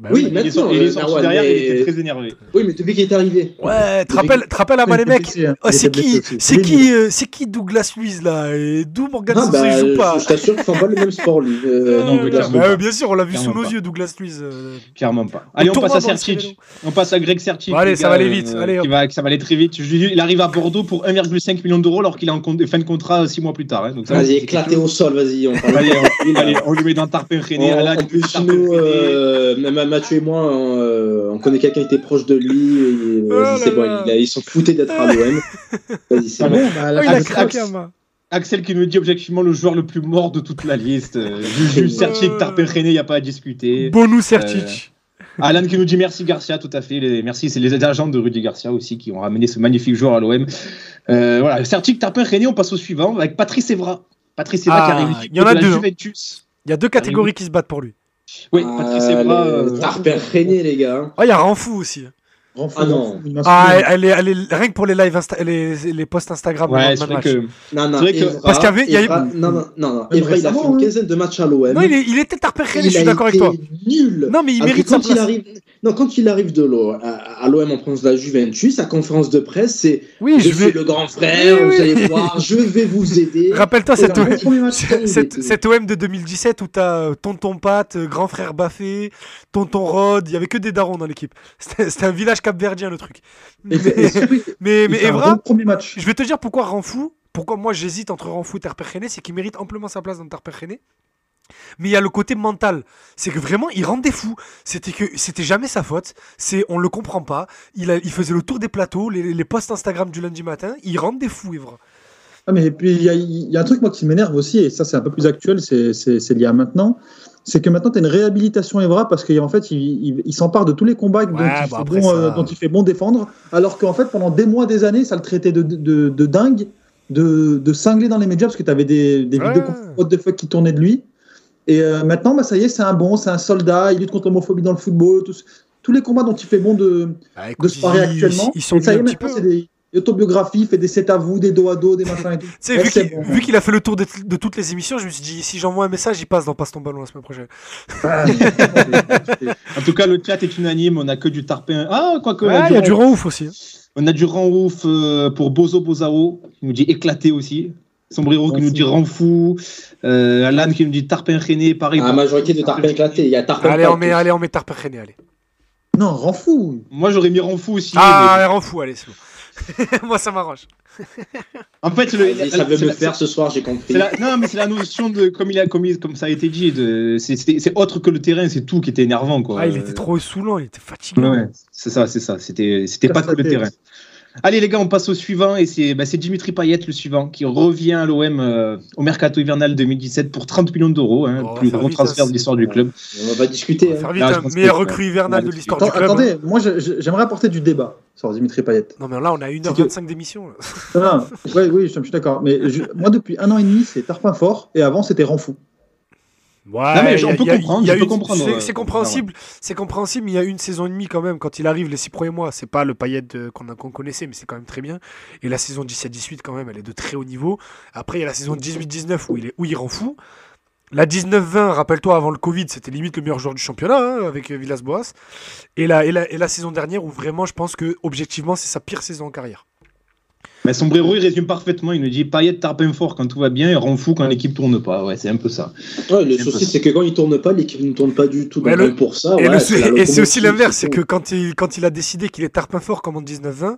[SPEAKER 3] Bah
[SPEAKER 6] oui,
[SPEAKER 2] Il est
[SPEAKER 6] maintenant.
[SPEAKER 2] sorti, il est
[SPEAKER 6] euh,
[SPEAKER 2] sorti
[SPEAKER 6] Narwan,
[SPEAKER 2] derrière, il
[SPEAKER 6] mais-
[SPEAKER 2] était très énervé.
[SPEAKER 6] Oui, mais depuis qu'il est arrivé.
[SPEAKER 3] Ouais, te rappelles, te rappelles Ama, les
[SPEAKER 5] Il était
[SPEAKER 3] mecs.
[SPEAKER 5] blessé, hein.
[SPEAKER 3] Oh,
[SPEAKER 5] Il
[SPEAKER 3] c'est
[SPEAKER 5] était blessé
[SPEAKER 3] qui,
[SPEAKER 5] aussi.
[SPEAKER 3] c'est
[SPEAKER 5] Nul.
[SPEAKER 3] qui, euh, c'est qui Douglas Luiz là et d'où Morgan
[SPEAKER 6] Ah,
[SPEAKER 3] Sanson
[SPEAKER 6] bah,
[SPEAKER 3] il joue pas
[SPEAKER 6] je, je t'assure qu'ils font pas le même sport lui. Euh,
[SPEAKER 3] Euh,
[SPEAKER 2] non,
[SPEAKER 6] Douglas
[SPEAKER 2] clairement
[SPEAKER 3] bah,
[SPEAKER 2] pas.
[SPEAKER 3] euh, bien sûr, on l'a vu
[SPEAKER 2] Clairement
[SPEAKER 3] sous nos
[SPEAKER 2] pas.
[SPEAKER 3] yeux, Douglas Luiz. euh.
[SPEAKER 2] Clairement pas. Allez, on
[SPEAKER 3] tournoi
[SPEAKER 2] passe à
[SPEAKER 3] dans le
[SPEAKER 2] Sertic.
[SPEAKER 3] Cervélo.
[SPEAKER 2] On passe à Greg Sertic.
[SPEAKER 3] Bon, allez,
[SPEAKER 2] les euh,
[SPEAKER 3] ça va aller vite. Allez, hop.
[SPEAKER 2] qui va, ça va aller très vite. Je lui dis, il arrive à Bordeaux pour 1,5 million d'euros alors qu'il est en compte- fin de contrat 6 mois plus tard. hein. Donc, ça va,
[SPEAKER 6] Vas-y,
[SPEAKER 2] c'est-
[SPEAKER 6] éclatez au sol, vas-y, on parle.
[SPEAKER 2] Allez, on, allez, on lui met dans Tarpin René.
[SPEAKER 6] en,
[SPEAKER 2] Alain,
[SPEAKER 6] en
[SPEAKER 2] qui nous dit
[SPEAKER 6] plus,
[SPEAKER 2] Tarpin
[SPEAKER 6] nous,
[SPEAKER 2] René.
[SPEAKER 6] euh, même Mathieu et moi, on, euh, on connaît quelqu'un qui était proche de lui. et, euh,
[SPEAKER 3] Oh
[SPEAKER 6] vas-y, c'est
[SPEAKER 3] là
[SPEAKER 6] bon,
[SPEAKER 3] là.
[SPEAKER 6] il a- ils sont foutés d'être à l'OM. Vas-y, c'est
[SPEAKER 2] Ah,
[SPEAKER 6] bon.
[SPEAKER 5] Bon, bah,
[SPEAKER 3] Oh,
[SPEAKER 5] la-
[SPEAKER 3] il a
[SPEAKER 2] Axe-
[SPEAKER 3] craqué,
[SPEAKER 2] Axe-
[SPEAKER 3] Ama.
[SPEAKER 2] Axel qui nous dit objectivement le joueur le plus mort de toute la liste. Euh, Juju, Sertic, Tarpin René, il n'y a pas à discuter.
[SPEAKER 3] Bonus Certic.
[SPEAKER 2] Alan qui nous dit merci Garcia, tout à fait. Les- merci, c'est les agents de Rudy Garcia aussi qui ont ramené ce magnifique joueur à l'OM. Euh, voilà, Certic, Tarpin, René, on passe au suivant avec Patrice Evra. Patrice Evra
[SPEAKER 3] Ah,
[SPEAKER 2] qui arrive. du
[SPEAKER 3] il y en
[SPEAKER 2] côté
[SPEAKER 3] a
[SPEAKER 2] de la
[SPEAKER 3] deux, hein.
[SPEAKER 2] Juventus.
[SPEAKER 3] Il y a deux catégories qui se battent pour lui.
[SPEAKER 2] Oui, Patrice Evra. euh,
[SPEAKER 6] Tarpin René, les gars. hein.
[SPEAKER 3] Ah, il y a Ranfou aussi.
[SPEAKER 5] Grand fou,
[SPEAKER 6] Ah,
[SPEAKER 5] grand
[SPEAKER 6] non.
[SPEAKER 5] fou, il m'a
[SPEAKER 3] Ah,
[SPEAKER 5] saoulé.
[SPEAKER 3] elle est, elle est- rien que pour les lives, Insta- les, les posts Instagram. le
[SPEAKER 2] Ouais,
[SPEAKER 3] lendemain
[SPEAKER 2] c'est
[SPEAKER 3] de
[SPEAKER 2] vrai
[SPEAKER 3] match.
[SPEAKER 2] que.
[SPEAKER 6] Non, non,
[SPEAKER 2] C'est vrai que-
[SPEAKER 6] Evra,
[SPEAKER 3] parce qu'il y avait- il y a eu-
[SPEAKER 6] Evra- Non, non, non, non.
[SPEAKER 5] Même
[SPEAKER 6] Evra, il a fait
[SPEAKER 5] récemment,
[SPEAKER 6] une
[SPEAKER 5] hein.
[SPEAKER 6] quinzaine de matchs à l'OM.
[SPEAKER 3] Non, il, est- il était tarpéché, je
[SPEAKER 6] euh, Il a
[SPEAKER 3] suis d'accord avec
[SPEAKER 6] été
[SPEAKER 3] toi.
[SPEAKER 6] Nul.
[SPEAKER 3] Non, mais il
[SPEAKER 6] Après,
[SPEAKER 3] mérite sa
[SPEAKER 6] quand il
[SPEAKER 3] place.
[SPEAKER 6] arrive, non, quand il arrive de l'eau à, à l'OM en France de la Juventus, sa conférence de presse, c'est
[SPEAKER 3] Oui,
[SPEAKER 6] je,
[SPEAKER 3] je
[SPEAKER 6] suis
[SPEAKER 3] vais.
[SPEAKER 6] le grand frère,
[SPEAKER 3] Oui,
[SPEAKER 6] vous
[SPEAKER 3] oui.
[SPEAKER 6] allez voir, je vais vous aider.
[SPEAKER 3] Rappelle-toi
[SPEAKER 6] Et
[SPEAKER 3] cette,
[SPEAKER 6] dans
[SPEAKER 3] O-
[SPEAKER 6] le premier match,
[SPEAKER 3] cette,
[SPEAKER 6] il
[SPEAKER 3] cette-
[SPEAKER 6] est-
[SPEAKER 3] cette OM de 2017 où t'as euh, Tonton Pat, euh, Grand Frère Baffé, Tonton Rod, il y avait que des darons dans l'équipe. C'était c'était un village capverdien le truc. Mais,
[SPEAKER 5] Et- et- et surtout,
[SPEAKER 3] mais,
[SPEAKER 5] il
[SPEAKER 3] mais
[SPEAKER 5] fait un
[SPEAKER 3] Evra,
[SPEAKER 5] bon premier match.
[SPEAKER 3] je vais te dire pourquoi Renfou, pourquoi moi j'hésite entre Renfou et Terperrené, c'est qu'il mérite amplement sa place dans Terperrené. Mais il y a le côté mental, c'est que vraiment il rendait fou. C'était que c'était jamais sa faute. C'est on le comprend pas. Il, a- il faisait le tour des plateaux, les, les posts Instagram du lundi matin, il rendait fou Evra.
[SPEAKER 5] Ah, mais puis il y, a- il y a un truc moi qui m'énerve aussi, et ça c'est un peu plus actuel, c'est- c'est c'est lié à maintenant. C'est que maintenant tu as une réhabilitation Evra parce qu'en fait il, il- il s'empare de tous les combats dont,
[SPEAKER 3] Ouais,
[SPEAKER 5] il
[SPEAKER 3] bah
[SPEAKER 5] fait
[SPEAKER 3] après,
[SPEAKER 5] bon,
[SPEAKER 3] ça-
[SPEAKER 5] euh, dont il fait bon défendre, alors qu'en fait pendant des mois, des années, ça le traitait de, de, de dingue, de, de cinglé dans les médias parce que tu avais des, des
[SPEAKER 3] Ouais.
[SPEAKER 5] vidéos what the fuck qui tournaient de lui. Et euh, maintenant, bah, ça y est, c'est un bon, c'est un soldat, il lutte contre l'homophobie dans le football, tous- tous les combats dont il fait bon de,
[SPEAKER 3] Bah,
[SPEAKER 5] de se parer actuellement.
[SPEAKER 3] ils, ils sont
[SPEAKER 5] Et ça y
[SPEAKER 3] venus
[SPEAKER 5] est,
[SPEAKER 3] un petit
[SPEAKER 5] maintenant,
[SPEAKER 3] peu.
[SPEAKER 5] c'est des autobiographies, il fait des c'est à vous, des dos à dos, des machins et tout.
[SPEAKER 3] Tu sais,
[SPEAKER 5] Ouais,
[SPEAKER 3] vu
[SPEAKER 5] c'est
[SPEAKER 3] qu'il
[SPEAKER 5] bon.
[SPEAKER 3] vu qu'il a fait le tour de, de toutes les émissions, je me suis dit, si j'envoie un message, il passe dans Passe ton ballon la semaine prochaine.
[SPEAKER 2] En tout cas, le chat est unanime. On a que du tarpin. Ah, quoi que.
[SPEAKER 3] Ouais, il y a du rang ouf aussi. hein.
[SPEAKER 2] On a du rang ouf euh, pour Bozo Bozao, qui nous dit éclaté aussi. Sombrero qui
[SPEAKER 5] Renfou.
[SPEAKER 2] nous dit renfou. Euh, Alan qui nous dit tarpin rené. Pareil.
[SPEAKER 6] À la
[SPEAKER 2] pour-
[SPEAKER 6] Ah, majorité de Tarpin éclaté, il y a Tarpin
[SPEAKER 3] Allez, on met,
[SPEAKER 6] partout.
[SPEAKER 3] allez, on met Tarperrené, allez.
[SPEAKER 5] Non, rend fou.
[SPEAKER 2] Moi, j'aurais mis renfou aussi.
[SPEAKER 3] Ah, elle rend fou, allez, c'est bon. Moi, ça m'arrange.
[SPEAKER 2] mais- En fait, le-
[SPEAKER 6] Vas-y, ça veut
[SPEAKER 2] c'est
[SPEAKER 6] me
[SPEAKER 2] la-
[SPEAKER 6] faire ce soir, j'ai
[SPEAKER 2] c'est
[SPEAKER 6] compris.
[SPEAKER 2] la- non, mais c'est la notion de, comme, il a, comme, il- comme ça a été dit, de- c'est- c'est c'est autre que le terrain, c'est tout qui était énervant. Quoi.
[SPEAKER 3] Ah, il était
[SPEAKER 2] Euh,
[SPEAKER 3] trop saoulant, il était fatiguant.
[SPEAKER 2] Ouais, c'est ça, c'est ça. C'était, c'était
[SPEAKER 5] Ça,
[SPEAKER 2] pas
[SPEAKER 5] ça
[SPEAKER 2] que le
[SPEAKER 5] fait.
[SPEAKER 2] terrain. Allez les gars, on passe au suivant et c'est, bah, c'est Dimitri Payet le suivant qui revient à l'OM euh, au mercato hivernal 2017 pour 30 millions d'euros, hein,
[SPEAKER 3] Oh, on va
[SPEAKER 2] le plus
[SPEAKER 3] faire
[SPEAKER 2] gros
[SPEAKER 3] vite,
[SPEAKER 2] transfert
[SPEAKER 3] hein,
[SPEAKER 2] de l'histoire du
[SPEAKER 6] c'est-
[SPEAKER 2] club.
[SPEAKER 6] On va discuter.
[SPEAKER 3] On va
[SPEAKER 6] hein.
[SPEAKER 3] faire vite,
[SPEAKER 2] Ah, je
[SPEAKER 3] hein.
[SPEAKER 2] pense que
[SPEAKER 3] meilleur
[SPEAKER 2] c'est-
[SPEAKER 3] recrue hivernale de
[SPEAKER 2] Allez,
[SPEAKER 3] l'histoire du
[SPEAKER 5] Attends,
[SPEAKER 3] club. hein.
[SPEAKER 5] attendez, moi je- je- j'aimerais apporter du débat sur Dimitri Payet.
[SPEAKER 3] Non, mais là, on a 1h25 d'émission. là.
[SPEAKER 5] Non, non, ouais, oui, je, je suis d'accord. Mais je- moi, depuis un an et demi, c'est Tarpin fort et avant, c'était rend fou.
[SPEAKER 3] Ouais,
[SPEAKER 2] mais
[SPEAKER 3] il y a-
[SPEAKER 2] on peut
[SPEAKER 3] il y a-
[SPEAKER 2] comprendre,
[SPEAKER 3] il y a
[SPEAKER 2] on peut
[SPEAKER 3] une-
[SPEAKER 2] comprendre,
[SPEAKER 3] c'est-
[SPEAKER 2] euh,
[SPEAKER 3] C'est compréhensible, c'est compréhensible, mais il y a une saison et demie quand même. Quand il arrive, les six premiers mois, c'est pas le paillette qu'on qu'on connaissait, mais c'est quand même très bien. Et la saison 17-18, quand même, elle est de très haut niveau. Après, il y a la saison 18-19 où, il est- où il rend fou. La 19-20, rappelle-toi, avant le Covid, c'était limite le meilleur joueur du championnat hein, avec euh, Villas-Boas. Et la, et, la, et la saison dernière où vraiment, je pense que objectivement, c'est sa pire saison en carrière.
[SPEAKER 2] Bah, Sombrero il résume parfaitement, il nous dit Payet tarpin fort quand tout va bien et rend fou quand l'équipe tourne pas. Ouais, c'est un peu ça.
[SPEAKER 6] Ouais, le
[SPEAKER 2] C'est
[SPEAKER 6] souci,
[SPEAKER 2] impossible.
[SPEAKER 6] c'est que quand il tourne pas, l'équipe ne tourne pas du tout.
[SPEAKER 3] Ouais,
[SPEAKER 6] Donc,
[SPEAKER 3] le-
[SPEAKER 6] même pour
[SPEAKER 4] Ah
[SPEAKER 6] ça,
[SPEAKER 3] et
[SPEAKER 6] voilà,
[SPEAKER 3] le-
[SPEAKER 6] c'est la
[SPEAKER 3] et c'est aussi
[SPEAKER 6] locomotive,
[SPEAKER 3] l'inverse, c'est
[SPEAKER 6] tout.
[SPEAKER 3] que quand il, quand il a décidé qu'il est tarpin fort comme en 19-20,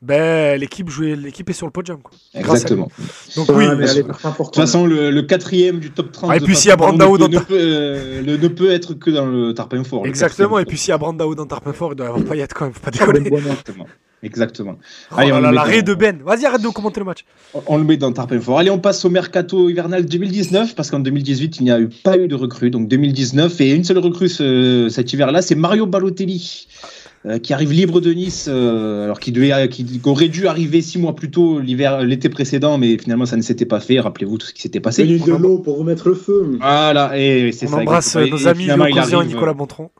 [SPEAKER 3] ben, l'équipe jouait- l'équipe est sur le podium. Quoi. Grâce à
[SPEAKER 2] Exactement.
[SPEAKER 3] Donc oui,
[SPEAKER 5] Ouais, Ah, mais
[SPEAKER 2] bien
[SPEAKER 5] elle est
[SPEAKER 2] sûr.
[SPEAKER 5] Tarpin fort.
[SPEAKER 2] De toute façon, le, le quatrième du top 30
[SPEAKER 3] Ah, et
[SPEAKER 2] de
[SPEAKER 3] puis
[SPEAKER 2] Passe
[SPEAKER 3] s'il y a
[SPEAKER 2] ton ballon
[SPEAKER 3] Brandao
[SPEAKER 2] ne peut-
[SPEAKER 3] dans
[SPEAKER 2] ne peut, euh, le- ne peut être que dans le tarpin fort. le
[SPEAKER 3] exactement. Et
[SPEAKER 2] quatrième.
[SPEAKER 3] puis s'il y a Brandao dans Tarpinfort, il doit y avoir Payet quand même, faut pas
[SPEAKER 2] Ah,
[SPEAKER 5] quand même.
[SPEAKER 3] déconner.
[SPEAKER 2] Exactement. Exactement.
[SPEAKER 3] Oh
[SPEAKER 2] Allez, on
[SPEAKER 3] là
[SPEAKER 2] le
[SPEAKER 3] là,
[SPEAKER 2] met
[SPEAKER 3] l'arrêt
[SPEAKER 2] dans-
[SPEAKER 3] de Ben. Vas-y, arrête de commenter le match.
[SPEAKER 2] On- On le met dans Tarpin Fort. Allez, on passe au mercato hivernal 2019, parce qu'en 2018, il n'y a eu, pas eu de recrue. Donc 2019, et une seule recrue ce- cet hiver-là, c'est Mario Balotelli, euh, qui arrive libre de Nice, euh, alors qu'il devait- qu'il aurait dû arriver six mois plus tôt l'hiver, l'été précédent, mais finalement, ça ne s'était pas fait. Rappelez-vous tout ce qui s'était
[SPEAKER 6] C'est
[SPEAKER 2] passé.
[SPEAKER 6] venu de l'eau pour remettre le feu.
[SPEAKER 2] Voilà, et c'est
[SPEAKER 3] On
[SPEAKER 2] ça.
[SPEAKER 3] embrasse
[SPEAKER 2] exactement.
[SPEAKER 3] euh,
[SPEAKER 2] Et-
[SPEAKER 3] nos
[SPEAKER 2] et
[SPEAKER 3] amis
[SPEAKER 2] finalement,
[SPEAKER 3] Léo
[SPEAKER 2] il
[SPEAKER 3] Causien et
[SPEAKER 2] arrive,
[SPEAKER 3] Nicolas Bontron.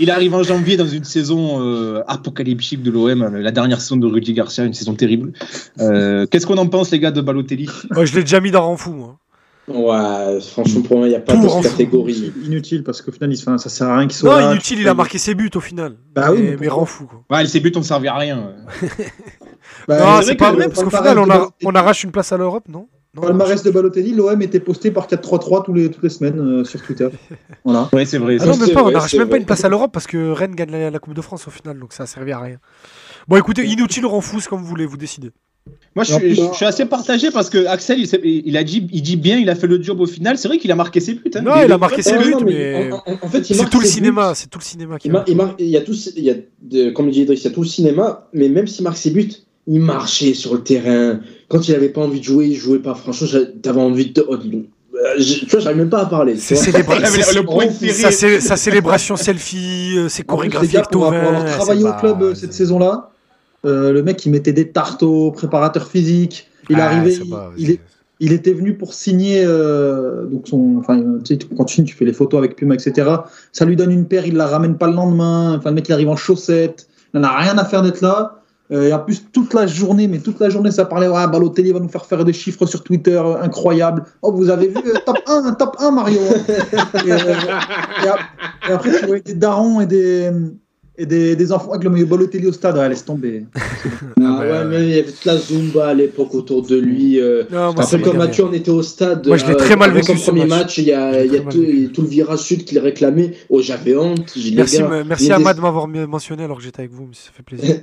[SPEAKER 2] il arrive en janvier dans une saison euh, apocalyptique de l'OM, euh, la dernière saison de Rudy Garcia, une saison terrible. Euh, Qu'est-ce qu'on en pense, les gars, de Balotelli
[SPEAKER 3] Ouais, je l'ai déjà mis dans hein. Renfou. moi.
[SPEAKER 6] Ouais, franchement, pour moi, il n'y a pas
[SPEAKER 3] Pour
[SPEAKER 6] de
[SPEAKER 3] en-
[SPEAKER 6] catégorie.
[SPEAKER 5] Inutile parce qu'au final, il se fait un- ça sert à rien qu'il soit.
[SPEAKER 3] Non,
[SPEAKER 5] là,
[SPEAKER 3] inutile,
[SPEAKER 5] tu-
[SPEAKER 3] il a marqué ses buts au final.
[SPEAKER 5] Bah oui,
[SPEAKER 3] mais
[SPEAKER 5] mais
[SPEAKER 3] mais Renfou. Quoi.
[SPEAKER 2] Ouais, ses buts, on ne servait à rien.
[SPEAKER 5] Bah,
[SPEAKER 3] non,
[SPEAKER 5] c'est
[SPEAKER 3] c'est
[SPEAKER 5] vrai
[SPEAKER 3] pas
[SPEAKER 5] que
[SPEAKER 3] vrai,
[SPEAKER 5] le
[SPEAKER 3] parce qu'au
[SPEAKER 5] palmarès
[SPEAKER 3] final, on,
[SPEAKER 5] de
[SPEAKER 3] a-
[SPEAKER 5] Balotelli-
[SPEAKER 3] on arrache une place à l'Europe, non
[SPEAKER 5] le
[SPEAKER 3] Non,
[SPEAKER 5] palmarès de Balotelli, l'OM était posté par 4-3-3 tous les, toutes les semaines euh, sur Twitter. Voilà.
[SPEAKER 2] Ouais, c'est vrai.
[SPEAKER 3] Ah non,
[SPEAKER 6] Ça,
[SPEAKER 3] même
[SPEAKER 6] c'est
[SPEAKER 3] pas, on
[SPEAKER 6] vrai,
[SPEAKER 3] n'arrache
[SPEAKER 6] c'est
[SPEAKER 3] même pas
[SPEAKER 6] vrai.
[SPEAKER 3] une place à l'Europe parce que Rennes gagne la, la Coupe de France au final, donc ça a servi à rien. Bon, écoutez, inutile ou Renfou, c'est comme vous voulez, vous décidez.
[SPEAKER 2] Moi, je,
[SPEAKER 5] Et en
[SPEAKER 2] suis-
[SPEAKER 5] plus,
[SPEAKER 2] je suis assez partagé parce que Axel, il, s'est- il a dit, il dit bien, il a fait le job au final. C'est vrai qu'il a marqué ses buts. hein.
[SPEAKER 3] Non,
[SPEAKER 2] Mais
[SPEAKER 3] il a
[SPEAKER 2] le-
[SPEAKER 3] marqué ses
[SPEAKER 6] Ouais,
[SPEAKER 3] buts,
[SPEAKER 6] Ah, non,
[SPEAKER 3] mais.
[SPEAKER 6] en- en- en fait, il
[SPEAKER 3] C'est
[SPEAKER 6] marque
[SPEAKER 3] tout le
[SPEAKER 6] ses buts.
[SPEAKER 3] cinéma, c'est tout le cinéma qui
[SPEAKER 6] Il, mar- il marque- il y a tous, il y a de- comme dit Idriss, il y a tout le cinéma, mais même s'il marque ses buts, il marchait sur le terrain. Quand il n'avait pas envie de jouer, il jouait pas. Franchement, j'a- t'avais envie de. oh, euh, je- tu vois, j'arrive même pas à parler. tu
[SPEAKER 3] C'est
[SPEAKER 6] vois.
[SPEAKER 3] célébra-
[SPEAKER 2] Ah, mais
[SPEAKER 3] c'est-
[SPEAKER 2] le point de
[SPEAKER 3] c'est-
[SPEAKER 2] série.
[SPEAKER 3] sa, cé- sa célébration selfie, euh, ses
[SPEAKER 5] En plus, les
[SPEAKER 3] chorégraphies
[SPEAKER 5] gars,
[SPEAKER 3] avec
[SPEAKER 5] pour avoir, pour avoir
[SPEAKER 3] Thauvin,
[SPEAKER 5] travaillé
[SPEAKER 3] c'est
[SPEAKER 5] au club
[SPEAKER 3] pas-
[SPEAKER 5] euh, cette saison-là, euh, le mec, il mettait des tartos, préparateur physique. Il
[SPEAKER 3] Ah,
[SPEAKER 5] arrivait,
[SPEAKER 3] c'est
[SPEAKER 5] il-
[SPEAKER 3] pas-
[SPEAKER 5] il, est- il était venu pour signer. euh, donc son, enfin, euh, tu sais, tu continues, tu fais les photos avec Puma, etc. Ça lui donne une paire, il la ramène pas le lendemain. Enfin, le mec, il arrive en chaussettes. Il n'en a rien à faire d'être là. Euh, et en plus, toute la journée, mais toute la journée, ça parlait. Ah, Balotelli va nous faire faire des chiffres sur Twitter euh, incroyables. Oh, vous avez vu, euh, top 1, top 1, Mario. et, euh, et a- et après, tu voyais des darons et des, et des, des enfants avec le maillot Balotelli au stade. Ouais, laisse tomber.
[SPEAKER 6] Ah ouais, mais il y avait toute la Zumba à l'époque autour de lui. euh,
[SPEAKER 3] Non, moi,
[SPEAKER 6] Après,
[SPEAKER 3] ça m'a
[SPEAKER 6] comme
[SPEAKER 3] gavé.
[SPEAKER 6] Mathieu, on était au stade. euh,
[SPEAKER 3] Moi, je l'ai très mal
[SPEAKER 6] avant
[SPEAKER 3] vécu,
[SPEAKER 6] Son
[SPEAKER 3] ce
[SPEAKER 6] premier
[SPEAKER 3] match.
[SPEAKER 6] match, il y
[SPEAKER 3] Je
[SPEAKER 6] a,
[SPEAKER 3] l'ai
[SPEAKER 6] il y a
[SPEAKER 3] très mal
[SPEAKER 6] tout,
[SPEAKER 3] vécu.
[SPEAKER 6] tout le virage sud qu'il réclamait. Oh, j'avais honte. J'ai dit,
[SPEAKER 3] Merci,
[SPEAKER 6] les gars,
[SPEAKER 3] me-
[SPEAKER 6] il
[SPEAKER 3] merci
[SPEAKER 6] y a
[SPEAKER 3] à
[SPEAKER 6] des-
[SPEAKER 3] Matt de m'avoir mi- mentionné alors que j'étais avec vous, mais ça fait plaisir.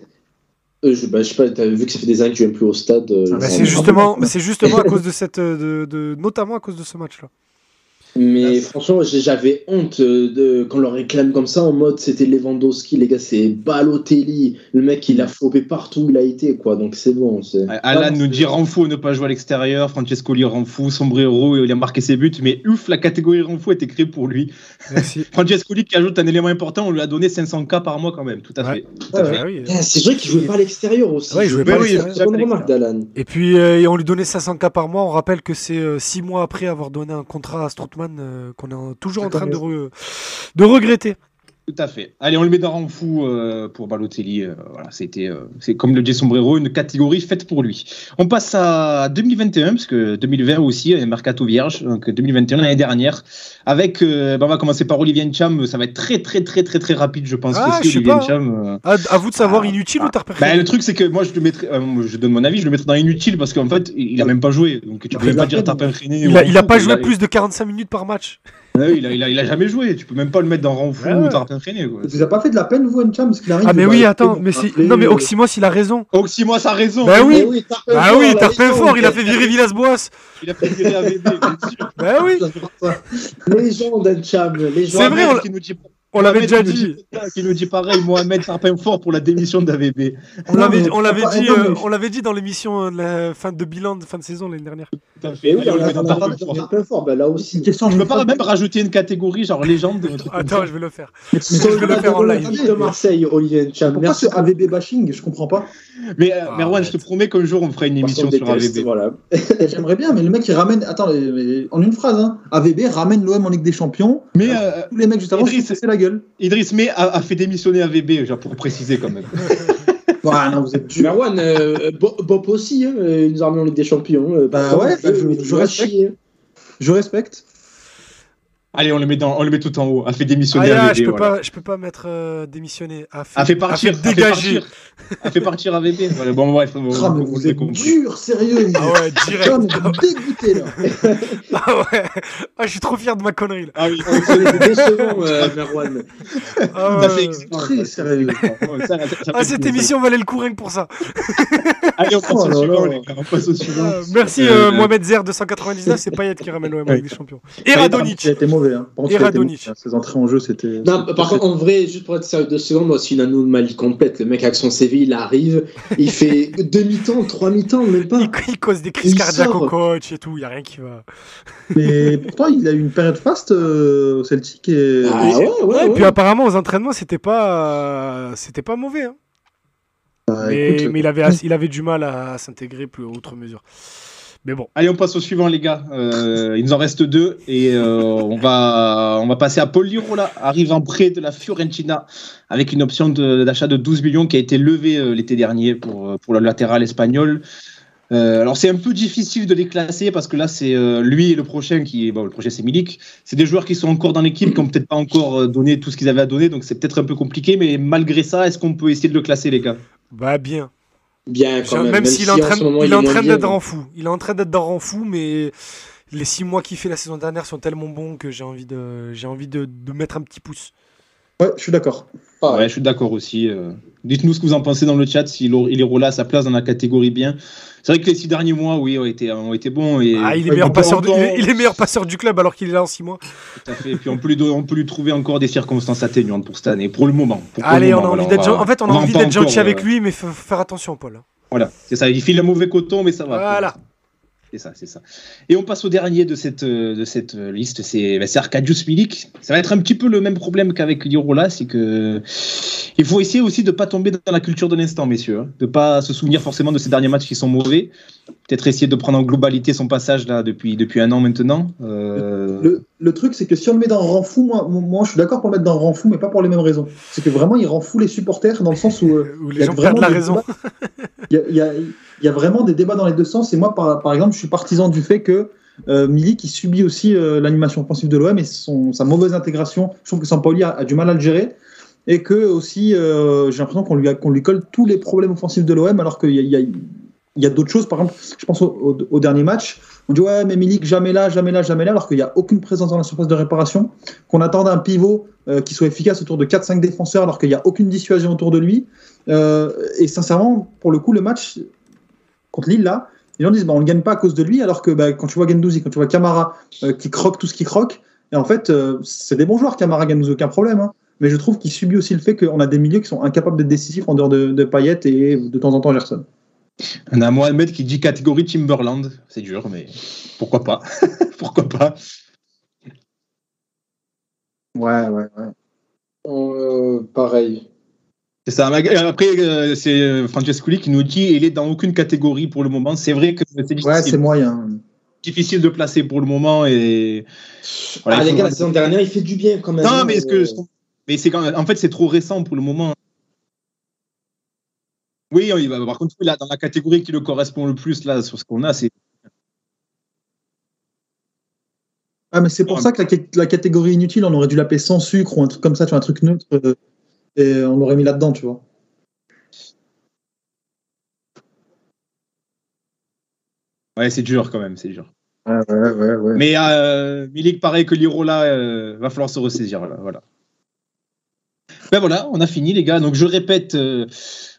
[SPEAKER 6] Euh, je, bah, je sais pas, t'as vu que ça fait des années que tu viens plus au stade. euh,
[SPEAKER 5] Ah,
[SPEAKER 3] Bah,
[SPEAKER 5] bah,
[SPEAKER 6] ça
[SPEAKER 3] c'est
[SPEAKER 6] me-
[SPEAKER 3] justement, c'est justement à cause de cette, euh, de, de- notamment à cause de ce match-là.
[SPEAKER 6] Mais franchement, j'ai- j'avais honte euh, de, quand on leur réclame comme ça en mode c'était Lewandowski, les gars, c'est Balotelli. Le mec, il a flopé partout où il a été, quoi. Donc c'est bon. c'est-
[SPEAKER 2] Alan nous dit Renfou ne pas jouer à l'extérieur, Francesco Li Renfou, Sombrero, il a marqué ses buts, mais ouf, la catégorie Renfou était créée pour lui.
[SPEAKER 3] Merci.
[SPEAKER 2] Francesco Li qui ajoute un élément important, on lui a donné 500K par mois quand même, tout à
[SPEAKER 3] Ouais.
[SPEAKER 2] fait.
[SPEAKER 6] Ah ouais.
[SPEAKER 3] Bah oui.
[SPEAKER 6] Ah, C'est vrai qu'il jouait pas à l'extérieur aussi.
[SPEAKER 3] Ouais, il jouait pas à l'extérieur.
[SPEAKER 6] C'est une bonne remarque d'Alan.
[SPEAKER 3] Et puis, euh, et on lui donnait 500K par mois. On rappelle que c'est 6 mois après avoir donné un contrat à Strootman euh, qu'on est en- toujours en train de, re- de regretter.
[SPEAKER 2] Tout à fait. Allez, on le met dans Renfou euh, pour Balotelli. euh, voilà, c'était, euh, c'est comme le dit Sombrero, une catégorie faite pour lui. On passe à 2021, parce que 2020 aussi, un mercato vierge, donc 2021 l'année dernière. Avec, euh, bah, on va commencer par Olivier Ncham, ça va être très très très très très rapide, je pense.
[SPEAKER 3] Ah,
[SPEAKER 2] parce que
[SPEAKER 3] je sais
[SPEAKER 2] Olivier
[SPEAKER 3] pas.
[SPEAKER 2] Ncham, euh,
[SPEAKER 3] À, à vous de savoir,
[SPEAKER 2] Ah,
[SPEAKER 3] inutile ou t'as repéré
[SPEAKER 2] Bah, le truc, c'est que moi, je le mettrais, euh, je donne mon avis, je le mettrais dans inutile parce qu'en fait, il a même pas joué. Donc, tu peux même pas dire t'as pas freiné.
[SPEAKER 3] Il a, il a pas
[SPEAKER 2] bah,
[SPEAKER 3] joué plus de 45 minutes par match.
[SPEAKER 2] Ouais, Ah Il a, il, a, il a jamais joué. Tu peux même pas le mettre dans Renfou
[SPEAKER 3] Ouais, ouais.
[SPEAKER 2] ou t'as pas freiné. Quoi.
[SPEAKER 5] Ça vous a pas fait de la peine, vous, Encham Parce qu'il arrive.
[SPEAKER 3] Ah, mais
[SPEAKER 5] il
[SPEAKER 3] oui,
[SPEAKER 5] va-
[SPEAKER 3] attends,
[SPEAKER 5] il
[SPEAKER 3] mais
[SPEAKER 5] va
[SPEAKER 3] c'est.
[SPEAKER 5] appeler,
[SPEAKER 3] Non, mais
[SPEAKER 5] euh,
[SPEAKER 3] Oxymos, il a raison.
[SPEAKER 2] Donc, si moi, ça a raison.
[SPEAKER 3] Bah oui,
[SPEAKER 6] Mais oui, Tarpin
[SPEAKER 3] bah
[SPEAKER 6] Fort,
[SPEAKER 3] oui,
[SPEAKER 6] la
[SPEAKER 3] Tarpin
[SPEAKER 6] légende.
[SPEAKER 3] fort, il a fait virer Villas-Boas.
[SPEAKER 2] Il a fait virer AVB, bien sûr.
[SPEAKER 3] Bah oui,
[SPEAKER 6] Légende, Encham, légende.
[SPEAKER 3] C'est vrai, on l'a-
[SPEAKER 2] qui nous dit,
[SPEAKER 3] on l'avait déjà
[SPEAKER 2] qui nous
[SPEAKER 3] dit.
[SPEAKER 2] Qui nous dit pareil, Mohamed Sarpin fort pour la démission d'AVB.
[SPEAKER 3] On l'avait, on l'avait
[SPEAKER 5] Ah,
[SPEAKER 3] dit,
[SPEAKER 5] non, mais-
[SPEAKER 3] euh, on l'avait dit dans l'émission euh, de la fin de bilan de fin de saison l'année dernière.
[SPEAKER 2] Tout à fait.
[SPEAKER 6] Mais oui,
[SPEAKER 2] Allez, on
[SPEAKER 6] on
[SPEAKER 2] le
[SPEAKER 6] l'a
[SPEAKER 2] met dans Tarpin
[SPEAKER 6] fait
[SPEAKER 2] fort.
[SPEAKER 6] Tarpin fort, bah là
[SPEAKER 5] C'est une
[SPEAKER 6] aussi.
[SPEAKER 5] question.
[SPEAKER 2] Je peux pas même rajouter une catégorie genre légende. un truc comme ça.
[SPEAKER 3] Attends, je vais le faire.
[SPEAKER 6] Soldat
[SPEAKER 3] vais le faire en
[SPEAKER 6] de
[SPEAKER 3] live.
[SPEAKER 6] l'Olympique de Marseille, Olivier Encham.
[SPEAKER 5] Pourquoi
[SPEAKER 6] Merci.
[SPEAKER 5] ce AVB bashing Je comprends pas.
[SPEAKER 2] Mais euh,
[SPEAKER 3] ah,
[SPEAKER 2] Merwan, je te promets qu'un jour on fera une
[SPEAKER 6] Parce qu'on
[SPEAKER 2] émission sur
[SPEAKER 6] déteste,
[SPEAKER 2] AVB.
[SPEAKER 6] Voilà.
[SPEAKER 5] J'aimerais bien, mais le mec il ramène. Attends, mais- mais en une phrase, hein. AVB ramène l'OM en Ligue des Champions.
[SPEAKER 2] Mais euh,
[SPEAKER 5] Tous les mecs juste avant,
[SPEAKER 2] Idriss-
[SPEAKER 5] c'est la gueule.
[SPEAKER 2] Idriss May a, a fait démissionner AVB, genre pour préciser quand même.
[SPEAKER 5] Ah non, vous êtes durs.
[SPEAKER 6] Merwan, euh, Bo- Bob aussi, hein, euh, il nous a remis en Ligue des Champions. euh,
[SPEAKER 5] Bah
[SPEAKER 6] pourtant,
[SPEAKER 5] ouais, bah, je-
[SPEAKER 6] euh,
[SPEAKER 5] je
[SPEAKER 6] on a
[SPEAKER 5] respecte.
[SPEAKER 6] chié.
[SPEAKER 5] Je respecte.
[SPEAKER 2] Allez, on le met dans, on le met tout en haut. A fait
[SPEAKER 3] Ah
[SPEAKER 2] démissionner
[SPEAKER 3] là,
[SPEAKER 2] AVB.
[SPEAKER 3] je peux
[SPEAKER 2] voilà.
[SPEAKER 3] pas, je peux pas mettre euh, démissionner. A fait,
[SPEAKER 2] A fait
[SPEAKER 3] a
[SPEAKER 2] partir, a fait
[SPEAKER 3] dégager.
[SPEAKER 2] partir. A fait partir AVB. Voilà, bon bref, on,
[SPEAKER 5] Ah, mais
[SPEAKER 2] on
[SPEAKER 5] vous
[SPEAKER 2] s'est
[SPEAKER 5] êtes
[SPEAKER 2] compris.
[SPEAKER 5] dur, sérieux.
[SPEAKER 3] Ah ouais,
[SPEAKER 5] Putain,
[SPEAKER 3] direct.
[SPEAKER 5] mais vous me dégoûtez là.
[SPEAKER 3] Ah ouais. Ah, je suis trop fier de ma connerie là.
[SPEAKER 2] Ah oui,
[SPEAKER 6] C'est décevant, euh, Merwan.
[SPEAKER 3] Ah,
[SPEAKER 2] ça
[SPEAKER 3] ouais.
[SPEAKER 2] fait exprès.
[SPEAKER 5] Très sérieux.
[SPEAKER 2] Ça- ça- ça
[SPEAKER 3] Ah,
[SPEAKER 2] fait
[SPEAKER 3] cette
[SPEAKER 2] plaisir.
[SPEAKER 3] émission valait le coup rien que pour ça.
[SPEAKER 2] Allez, on passe
[SPEAKER 5] Oh
[SPEAKER 2] au
[SPEAKER 5] là
[SPEAKER 2] suivant,
[SPEAKER 5] là.
[SPEAKER 2] les gars. On passe au suivant.
[SPEAKER 3] Ah, merci
[SPEAKER 2] Euh,
[SPEAKER 3] euh, Mohamed Zer de 199, c'est Payet qui ramène l'OM en Ligue des Champions. Et Radonic.
[SPEAKER 5] Il a été mauvais. Hein. Par
[SPEAKER 3] Et
[SPEAKER 5] contre, il a été
[SPEAKER 3] Radonjic.
[SPEAKER 5] mauvais. Ses entrées en jeu, c'était.
[SPEAKER 6] Non, par contre, en vrai, juste pour être sérieux deux secondes, moi, c'est une anomalie complète. Le mec avec son CV, il arrive, il fait demi-temps, trois mi-temps, même pas.
[SPEAKER 3] Il, il cause des crises
[SPEAKER 6] Il
[SPEAKER 3] cardiaques au
[SPEAKER 6] sort.
[SPEAKER 3] coach et tout, y a rien qui va.
[SPEAKER 5] Mais pourtant, il a eu une période faste euh, au Celtic. Et...
[SPEAKER 6] Ah ouais, ouais,
[SPEAKER 3] Ouais,
[SPEAKER 6] ouais.
[SPEAKER 3] et puis apparemment aux entraînements c'était pas, euh, c'était pas mauvais. hein.
[SPEAKER 5] Bah,
[SPEAKER 3] mais,
[SPEAKER 5] écoute,
[SPEAKER 3] mais il avait, ass- il avait du mal à s'intégrer plus outre mesure. Mais bon.
[SPEAKER 2] Allez, on passe au suivant, les gars. Euh, il nous en reste deux et euh, on va on va passer à Paul Lirola, arrivant près de la Fiorentina avec une option de- d'achat de 12 millions qui a été levée euh, l'été dernier pour euh, pour le latéral espagnol. Euh, alors c'est un peu difficile de les classer parce que là c'est euh, lui et le prochain qui bon, le prochain c'est Milik. C'est des joueurs qui sont encore dans l'équipe qui ont peut-être pas encore euh, donné tout ce qu'ils avaient à donner donc c'est peut-être un peu compliqué mais malgré ça est-ce qu'on peut essayer de le classer les gars
[SPEAKER 3] Bah bien.
[SPEAKER 6] Bien, quand
[SPEAKER 3] même,
[SPEAKER 6] même.
[SPEAKER 3] s'il est
[SPEAKER 6] si
[SPEAKER 3] en
[SPEAKER 6] en
[SPEAKER 3] train,
[SPEAKER 6] ce moment,
[SPEAKER 3] il est en
[SPEAKER 6] moins
[SPEAKER 3] train
[SPEAKER 6] bien.
[SPEAKER 3] d'être
[SPEAKER 4] hein.
[SPEAKER 3] en fou. Il est en train d'être dans rang fou, mais les six mois qu'il fait la saison dernière sont tellement bons que j'ai envie de, j'ai envie de, de mettre un petit pouce.
[SPEAKER 5] ouais, je suis d'accord.
[SPEAKER 6] Ah
[SPEAKER 2] Ouais,
[SPEAKER 6] ouais.
[SPEAKER 2] je suis d'accord aussi. euh. Dites-nous ce que vous en pensez dans le chat, s'il aur- il est roulé à sa place dans la catégorie bien. C'est vrai que les six derniers mois, oui, ont été, ont été bons. Et
[SPEAKER 3] Ah, il est
[SPEAKER 2] Ouais,
[SPEAKER 3] meilleur
[SPEAKER 2] on peut
[SPEAKER 3] passeur, du, il,
[SPEAKER 2] encore-
[SPEAKER 3] est, il est meilleur passeur du club alors qu'il est là en six mois.
[SPEAKER 2] Tout à fait. Et puis on peut, lui, don- on peut lui trouver encore des circonstances atténuantes pour cette année, pour le moment. Pour- pour le
[SPEAKER 3] Allez, on a
[SPEAKER 2] moment,
[SPEAKER 3] envie
[SPEAKER 2] voilà,
[SPEAKER 3] d'être,
[SPEAKER 2] va-
[SPEAKER 3] gen- en fait, on a
[SPEAKER 2] va
[SPEAKER 3] envie
[SPEAKER 2] pas
[SPEAKER 3] d'être gentil
[SPEAKER 2] bah, encore,
[SPEAKER 3] avec
[SPEAKER 2] euh,
[SPEAKER 3] lui, mais faut faire attention, Paul. hein.
[SPEAKER 2] Voilà, c'est ça. Il file un mauvais coton, mais ça va.
[SPEAKER 3] Voilà.
[SPEAKER 2] C'est ça, c'est ça. Et on passe au dernier de cette, euh, de cette euh, liste, c'est ben, c'est Arkadiusz Milik. Ça va être un petit peu le même problème qu'avec Lirola, c'est que il faut essayer aussi de ne pas tomber dans la culture de l'instant, messieurs. hein. De ne pas se souvenir forcément de ces derniers matchs qui sont mauvais. Peut-être essayer de prendre en globalité son passage là depuis, depuis un an maintenant. Euh,
[SPEAKER 5] Le, le truc, c'est que si on le met dans rang fou, moi, moi je suis d'accord pour le mettre dans rang fou, mais pas pour les mêmes raisons. C'est que vraiment, il rend fou les supporters dans le sens où. euh,
[SPEAKER 3] Où
[SPEAKER 5] il y
[SPEAKER 3] les
[SPEAKER 5] a
[SPEAKER 3] gens
[SPEAKER 5] vraiment
[SPEAKER 3] perdent la
[SPEAKER 5] des
[SPEAKER 3] raison.
[SPEAKER 5] débats- Il y, a- il y a- il y a vraiment des débats dans les deux sens. Et moi, par, par exemple, je suis partisan du fait que euh, Milik il subit aussi euh, l'animation offensive de l'OM et son, sa mauvaise intégration. Je trouve que Sampaoli a, a du mal à le gérer. et que aussi euh, j'ai l'impression qu'on lui, a- qu'on lui colle tous les problèmes offensifs de l'OM alors qu'il y a, il y a- il y a d'autres choses. Par exemple, je pense au, au- au dernier match, on dit ouais mais Milik jamais là, jamais là, jamais là, alors qu'il n'y a aucune présence dans la surface de réparation, qu'on attend un pivot euh, qui soit efficace autour de 4-5 défenseurs alors qu'il n'y a aucune dissuasion autour de lui. Euh, et sincèrement, pour le coup, le match contre Lille là, les gens disent bah, on ne gagne pas à cause de lui alors que bah, quand tu vois Gendouzi, quand tu vois Camara euh, qui croque tout ce qui croque, et en fait euh, c'est des bons joueurs Camara Gendouzi, aucun problème. hein mais je trouve qu'il subit aussi le fait qu'on a des milieux qui sont incapables d'être décisifs en dehors de, de Payet et de temps en temps Gerson.
[SPEAKER 2] On a Mohamed qui dit catégorie Timberland. C'est dur, mais pourquoi pas Pourquoi pas
[SPEAKER 5] Ouais, ouais, ouais.
[SPEAKER 6] Euh, pareil.
[SPEAKER 2] C'est ça. Après, euh, c'est euh, Francescoli qui nous dit il est dans aucune catégorie pour le moment. C'est vrai que c'est
[SPEAKER 5] Ouais, c'est
[SPEAKER 2] difficile,
[SPEAKER 5] moyen.
[SPEAKER 2] difficile de placer pour le moment. Et... Voilà,
[SPEAKER 6] ah,
[SPEAKER 2] il
[SPEAKER 6] les
[SPEAKER 2] faut-
[SPEAKER 6] gars, la saison dernière, il fait du bien quand même.
[SPEAKER 2] Non, mais ce que.
[SPEAKER 6] Euh,
[SPEAKER 2] ce qu'on- Mais c'est quand même- En fait, c'est trop récent pour le moment. Oui, on y va. par contre, oui, là, dans la catégorie qui le correspond le plus, là, sur ce qu'on a, c'est.
[SPEAKER 5] Ah, mais c'est pour ça que la, cat- la catégorie inutile, on aurait dû l'appeler sans sucre ou un truc comme ça, tu vois, un truc neutre, euh, et on l'aurait mis là-dedans, tu vois.
[SPEAKER 2] Ouais, c'est dur quand même, c'est dur.
[SPEAKER 5] Ouais, ouais, ouais.
[SPEAKER 2] Mais euh, Milik, pareil que Liro, là, euh, va falloir se ressaisir. Là, voilà. Ben voilà, on a fini, les gars. Donc, je répète euh,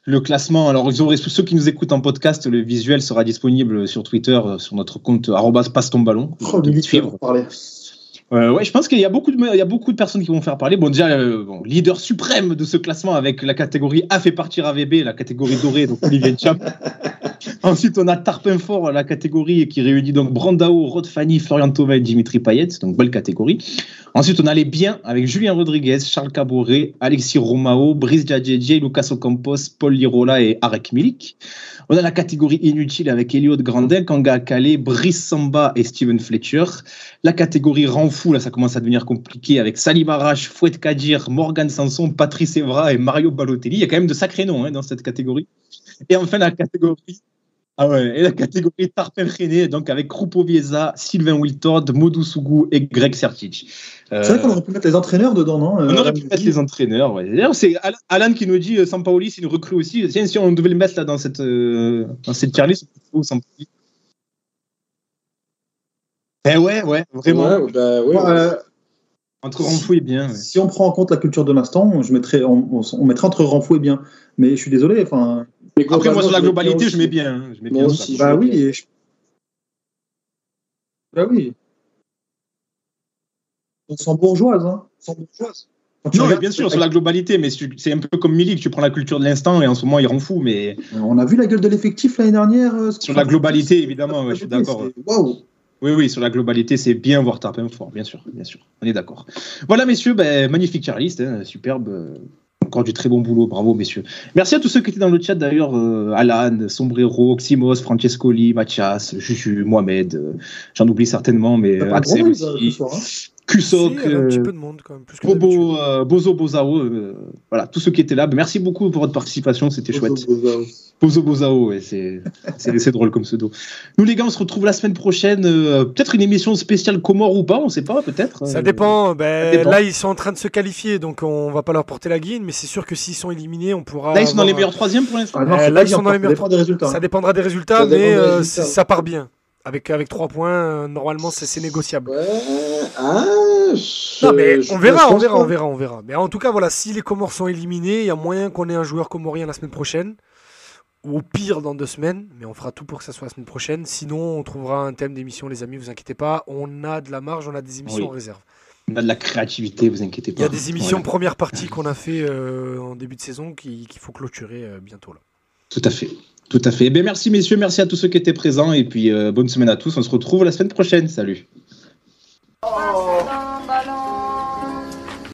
[SPEAKER 2] le classement. Alors, vous aurez- ceux qui nous écoutent en podcast, le visuel sera disponible sur Twitter, euh, sur notre compte arrobas passe ton ballon. Vous
[SPEAKER 5] Oh,
[SPEAKER 2] pouvez
[SPEAKER 5] Milik,
[SPEAKER 2] suivre.
[SPEAKER 5] on parlait.
[SPEAKER 2] Euh, ouais, je pense qu'il y a beaucoup de il y a beaucoup de personnes qui vont faire parler. Bon, déjà, euh, bon, leader suprême de ce classement avec la catégorie A fait partir AVB, la catégorie dorée, donc Olivier Cham. Ensuite, on a Tarpin Fort, la catégorie qui réunit donc Brandao, Rod Fanny, Florian Thauvin et Dimitri Payet, donc belle catégorie. Ensuite, on a les biens avec Julien Rodriguez, Charles Caboret, Alexis Romao, Brice Djadjedje, Lucas Ocampos, Paul Lirola et Arek Milik. On a la catégorie inutile avec Elliot Grandel, Kanga Calais, Brice Samba et Steven Fletcher. La catégorie rend fou, là, ça commence à devenir compliqué avec Salim Arash, Fouette Kadir, Morgan Sanson, Patrice Evra et Mario Balotelli. Il y a quand même de sacrés noms hein, dans cette catégorie. Et enfin, la catégorie. Ah ouais, et la catégorie Tarpin René, donc avec Krupo Vieza, Sylvain Wiltord, Modou Sougou et Greg Sertic. Euh,
[SPEAKER 5] C'est vrai qu'on aurait pu mettre les entraîneurs dedans, non euh,
[SPEAKER 2] on aurait pu mettre les entraîneurs. ouais. D'ailleurs, c'est Al- Alan qui nous dit euh, Sampaoli, c'est une recrue aussi. Tiens, si on devait le mettre là dans cette, euh, dans cette tier list, on peut trouver Sampaoli. Eh ouais, ouais, vraiment.
[SPEAKER 6] ouais, bah, ouais,
[SPEAKER 5] Ouais, euh,
[SPEAKER 2] Entre Renfou et bien. ouais.
[SPEAKER 5] Si on prend en compte la culture de l'instant, je mettrais, on, on- on mettrait entre Renfou et bien. Mais je suis désolé, enfin,
[SPEAKER 6] mais
[SPEAKER 2] Après, moi,
[SPEAKER 6] globalement,
[SPEAKER 2] sur la
[SPEAKER 6] je
[SPEAKER 2] globalité, je mets
[SPEAKER 6] aussi.
[SPEAKER 2] bien. hein, Je mets
[SPEAKER 6] Moi
[SPEAKER 2] bien
[SPEAKER 6] aussi,
[SPEAKER 2] ça.
[SPEAKER 6] je-
[SPEAKER 5] Bah
[SPEAKER 6] veux
[SPEAKER 5] oui.
[SPEAKER 6] dire.
[SPEAKER 5] et je- Bah oui. On sent bourgeoise, hein. On sent bourgeoise. Quand tu
[SPEAKER 2] Non, mais
[SPEAKER 5] regardes-
[SPEAKER 2] bien sûr, sur la globalité, mais c'est c'est un peu comme Milik, tu prends la culture de l'instant et en ce moment, il rend fou, mais
[SPEAKER 5] On a vu la gueule de l'effectif l'année dernière. euh, ce
[SPEAKER 2] sur
[SPEAKER 5] qu'on-
[SPEAKER 2] la globalité, évidemment, ouais, je suis d'accord.
[SPEAKER 5] C'est- Waouh.
[SPEAKER 2] Oui, oui, sur la globalité, c'est bien voir Tarpin fort, bien sûr, bien sûr, on est d'accord. Voilà, messieurs, ben, magnifique tier list, hein, superbe. euh, Encore du très bon boulot, bravo messieurs. Merci à tous ceux qui étaient dans le chat d'ailleurs, euh, Alan, Sombrero, Ximos, Francescoli, Mathias, Juju, Mohamed, euh, j'en oublie certainement, mais
[SPEAKER 5] T'as
[SPEAKER 2] euh,
[SPEAKER 5] pas de
[SPEAKER 2] Axel
[SPEAKER 5] problème, ça, ce
[SPEAKER 2] aussi,
[SPEAKER 5] soir. hein.
[SPEAKER 2] Kusok,
[SPEAKER 3] Si, il y a un petit
[SPEAKER 2] euh,
[SPEAKER 3] peu de monde quand même. Plus que d'habitude.
[SPEAKER 2] Bobo, euh, Bozo Bozao, euh, voilà, tous ceux qui étaient là. Ben, Merci beaucoup pour votre participation, c'était chouette. Bozo Bozao, ouais, c'est c'est- c'est drôle comme pseudo. Nous, les gars, on se retrouve la semaine prochaine. euh, peut-être une émission spéciale Comore ou pas, on sait pas, peut-être.
[SPEAKER 3] Ça
[SPEAKER 2] Euh,
[SPEAKER 3] dépend. Ben,
[SPEAKER 2] ça dépend.
[SPEAKER 3] Là, ils sont en train de se qualifier, donc on va pas leur porter la guine, mais c'est sûr que s'ils sont éliminés, on pourra.
[SPEAKER 2] Là, ils sont dans
[SPEAKER 3] avoir
[SPEAKER 2] les
[SPEAKER 3] un-
[SPEAKER 2] meilleurs troisièmes pour l'instant.
[SPEAKER 5] Ah, non,
[SPEAKER 3] Euh,
[SPEAKER 5] je sais
[SPEAKER 3] là,
[SPEAKER 5] pas
[SPEAKER 3] ils
[SPEAKER 5] si
[SPEAKER 3] sont
[SPEAKER 5] on
[SPEAKER 3] dans les
[SPEAKER 5] peut- ça
[SPEAKER 3] meilleurs-
[SPEAKER 5] dépend des résultats.
[SPEAKER 3] Ça
[SPEAKER 5] hein.
[SPEAKER 3] dépendra des résultats,
[SPEAKER 6] Ça dépend
[SPEAKER 3] mais
[SPEAKER 6] des
[SPEAKER 3] euh,
[SPEAKER 6] résultats.
[SPEAKER 3] si ça part bien. Avec, avec 3 points, euh, normalement, c'est c'est négociable.
[SPEAKER 6] Ouais, ah, je-
[SPEAKER 3] Non, mais
[SPEAKER 6] je-
[SPEAKER 3] on verra,
[SPEAKER 6] je
[SPEAKER 3] on
[SPEAKER 6] pense
[SPEAKER 3] verra,
[SPEAKER 6] pas.
[SPEAKER 3] on verra, on verra. Mais en tout cas, voilà, si les Comores sont éliminés, il y a moyen qu'on ait un joueur comorien la semaine prochaine. Ou au pire, dans deux semaines. Mais on fera tout pour que ça soit la semaine prochaine. Sinon, on trouvera un thème d'émission, les amis, vous inquiétez pas. On a de la marge, on a des émissions
[SPEAKER 2] Oui. Ah,
[SPEAKER 3] en réserve.
[SPEAKER 2] On a de la créativité, vous inquiétez pas.
[SPEAKER 3] Il y a des émissions
[SPEAKER 2] Voilà,
[SPEAKER 3] première partie qu'on a fait euh, en début de saison qui- qu'il faut clôturer euh, bientôt. Là.
[SPEAKER 2] Tout à fait. Tout à fait. Eh bien, merci, messieurs. Merci à tous ceux qui étaient présents. Et puis, euh, bonne semaine à tous. On se retrouve la semaine prochaine. Salut.
[SPEAKER 1] Oh.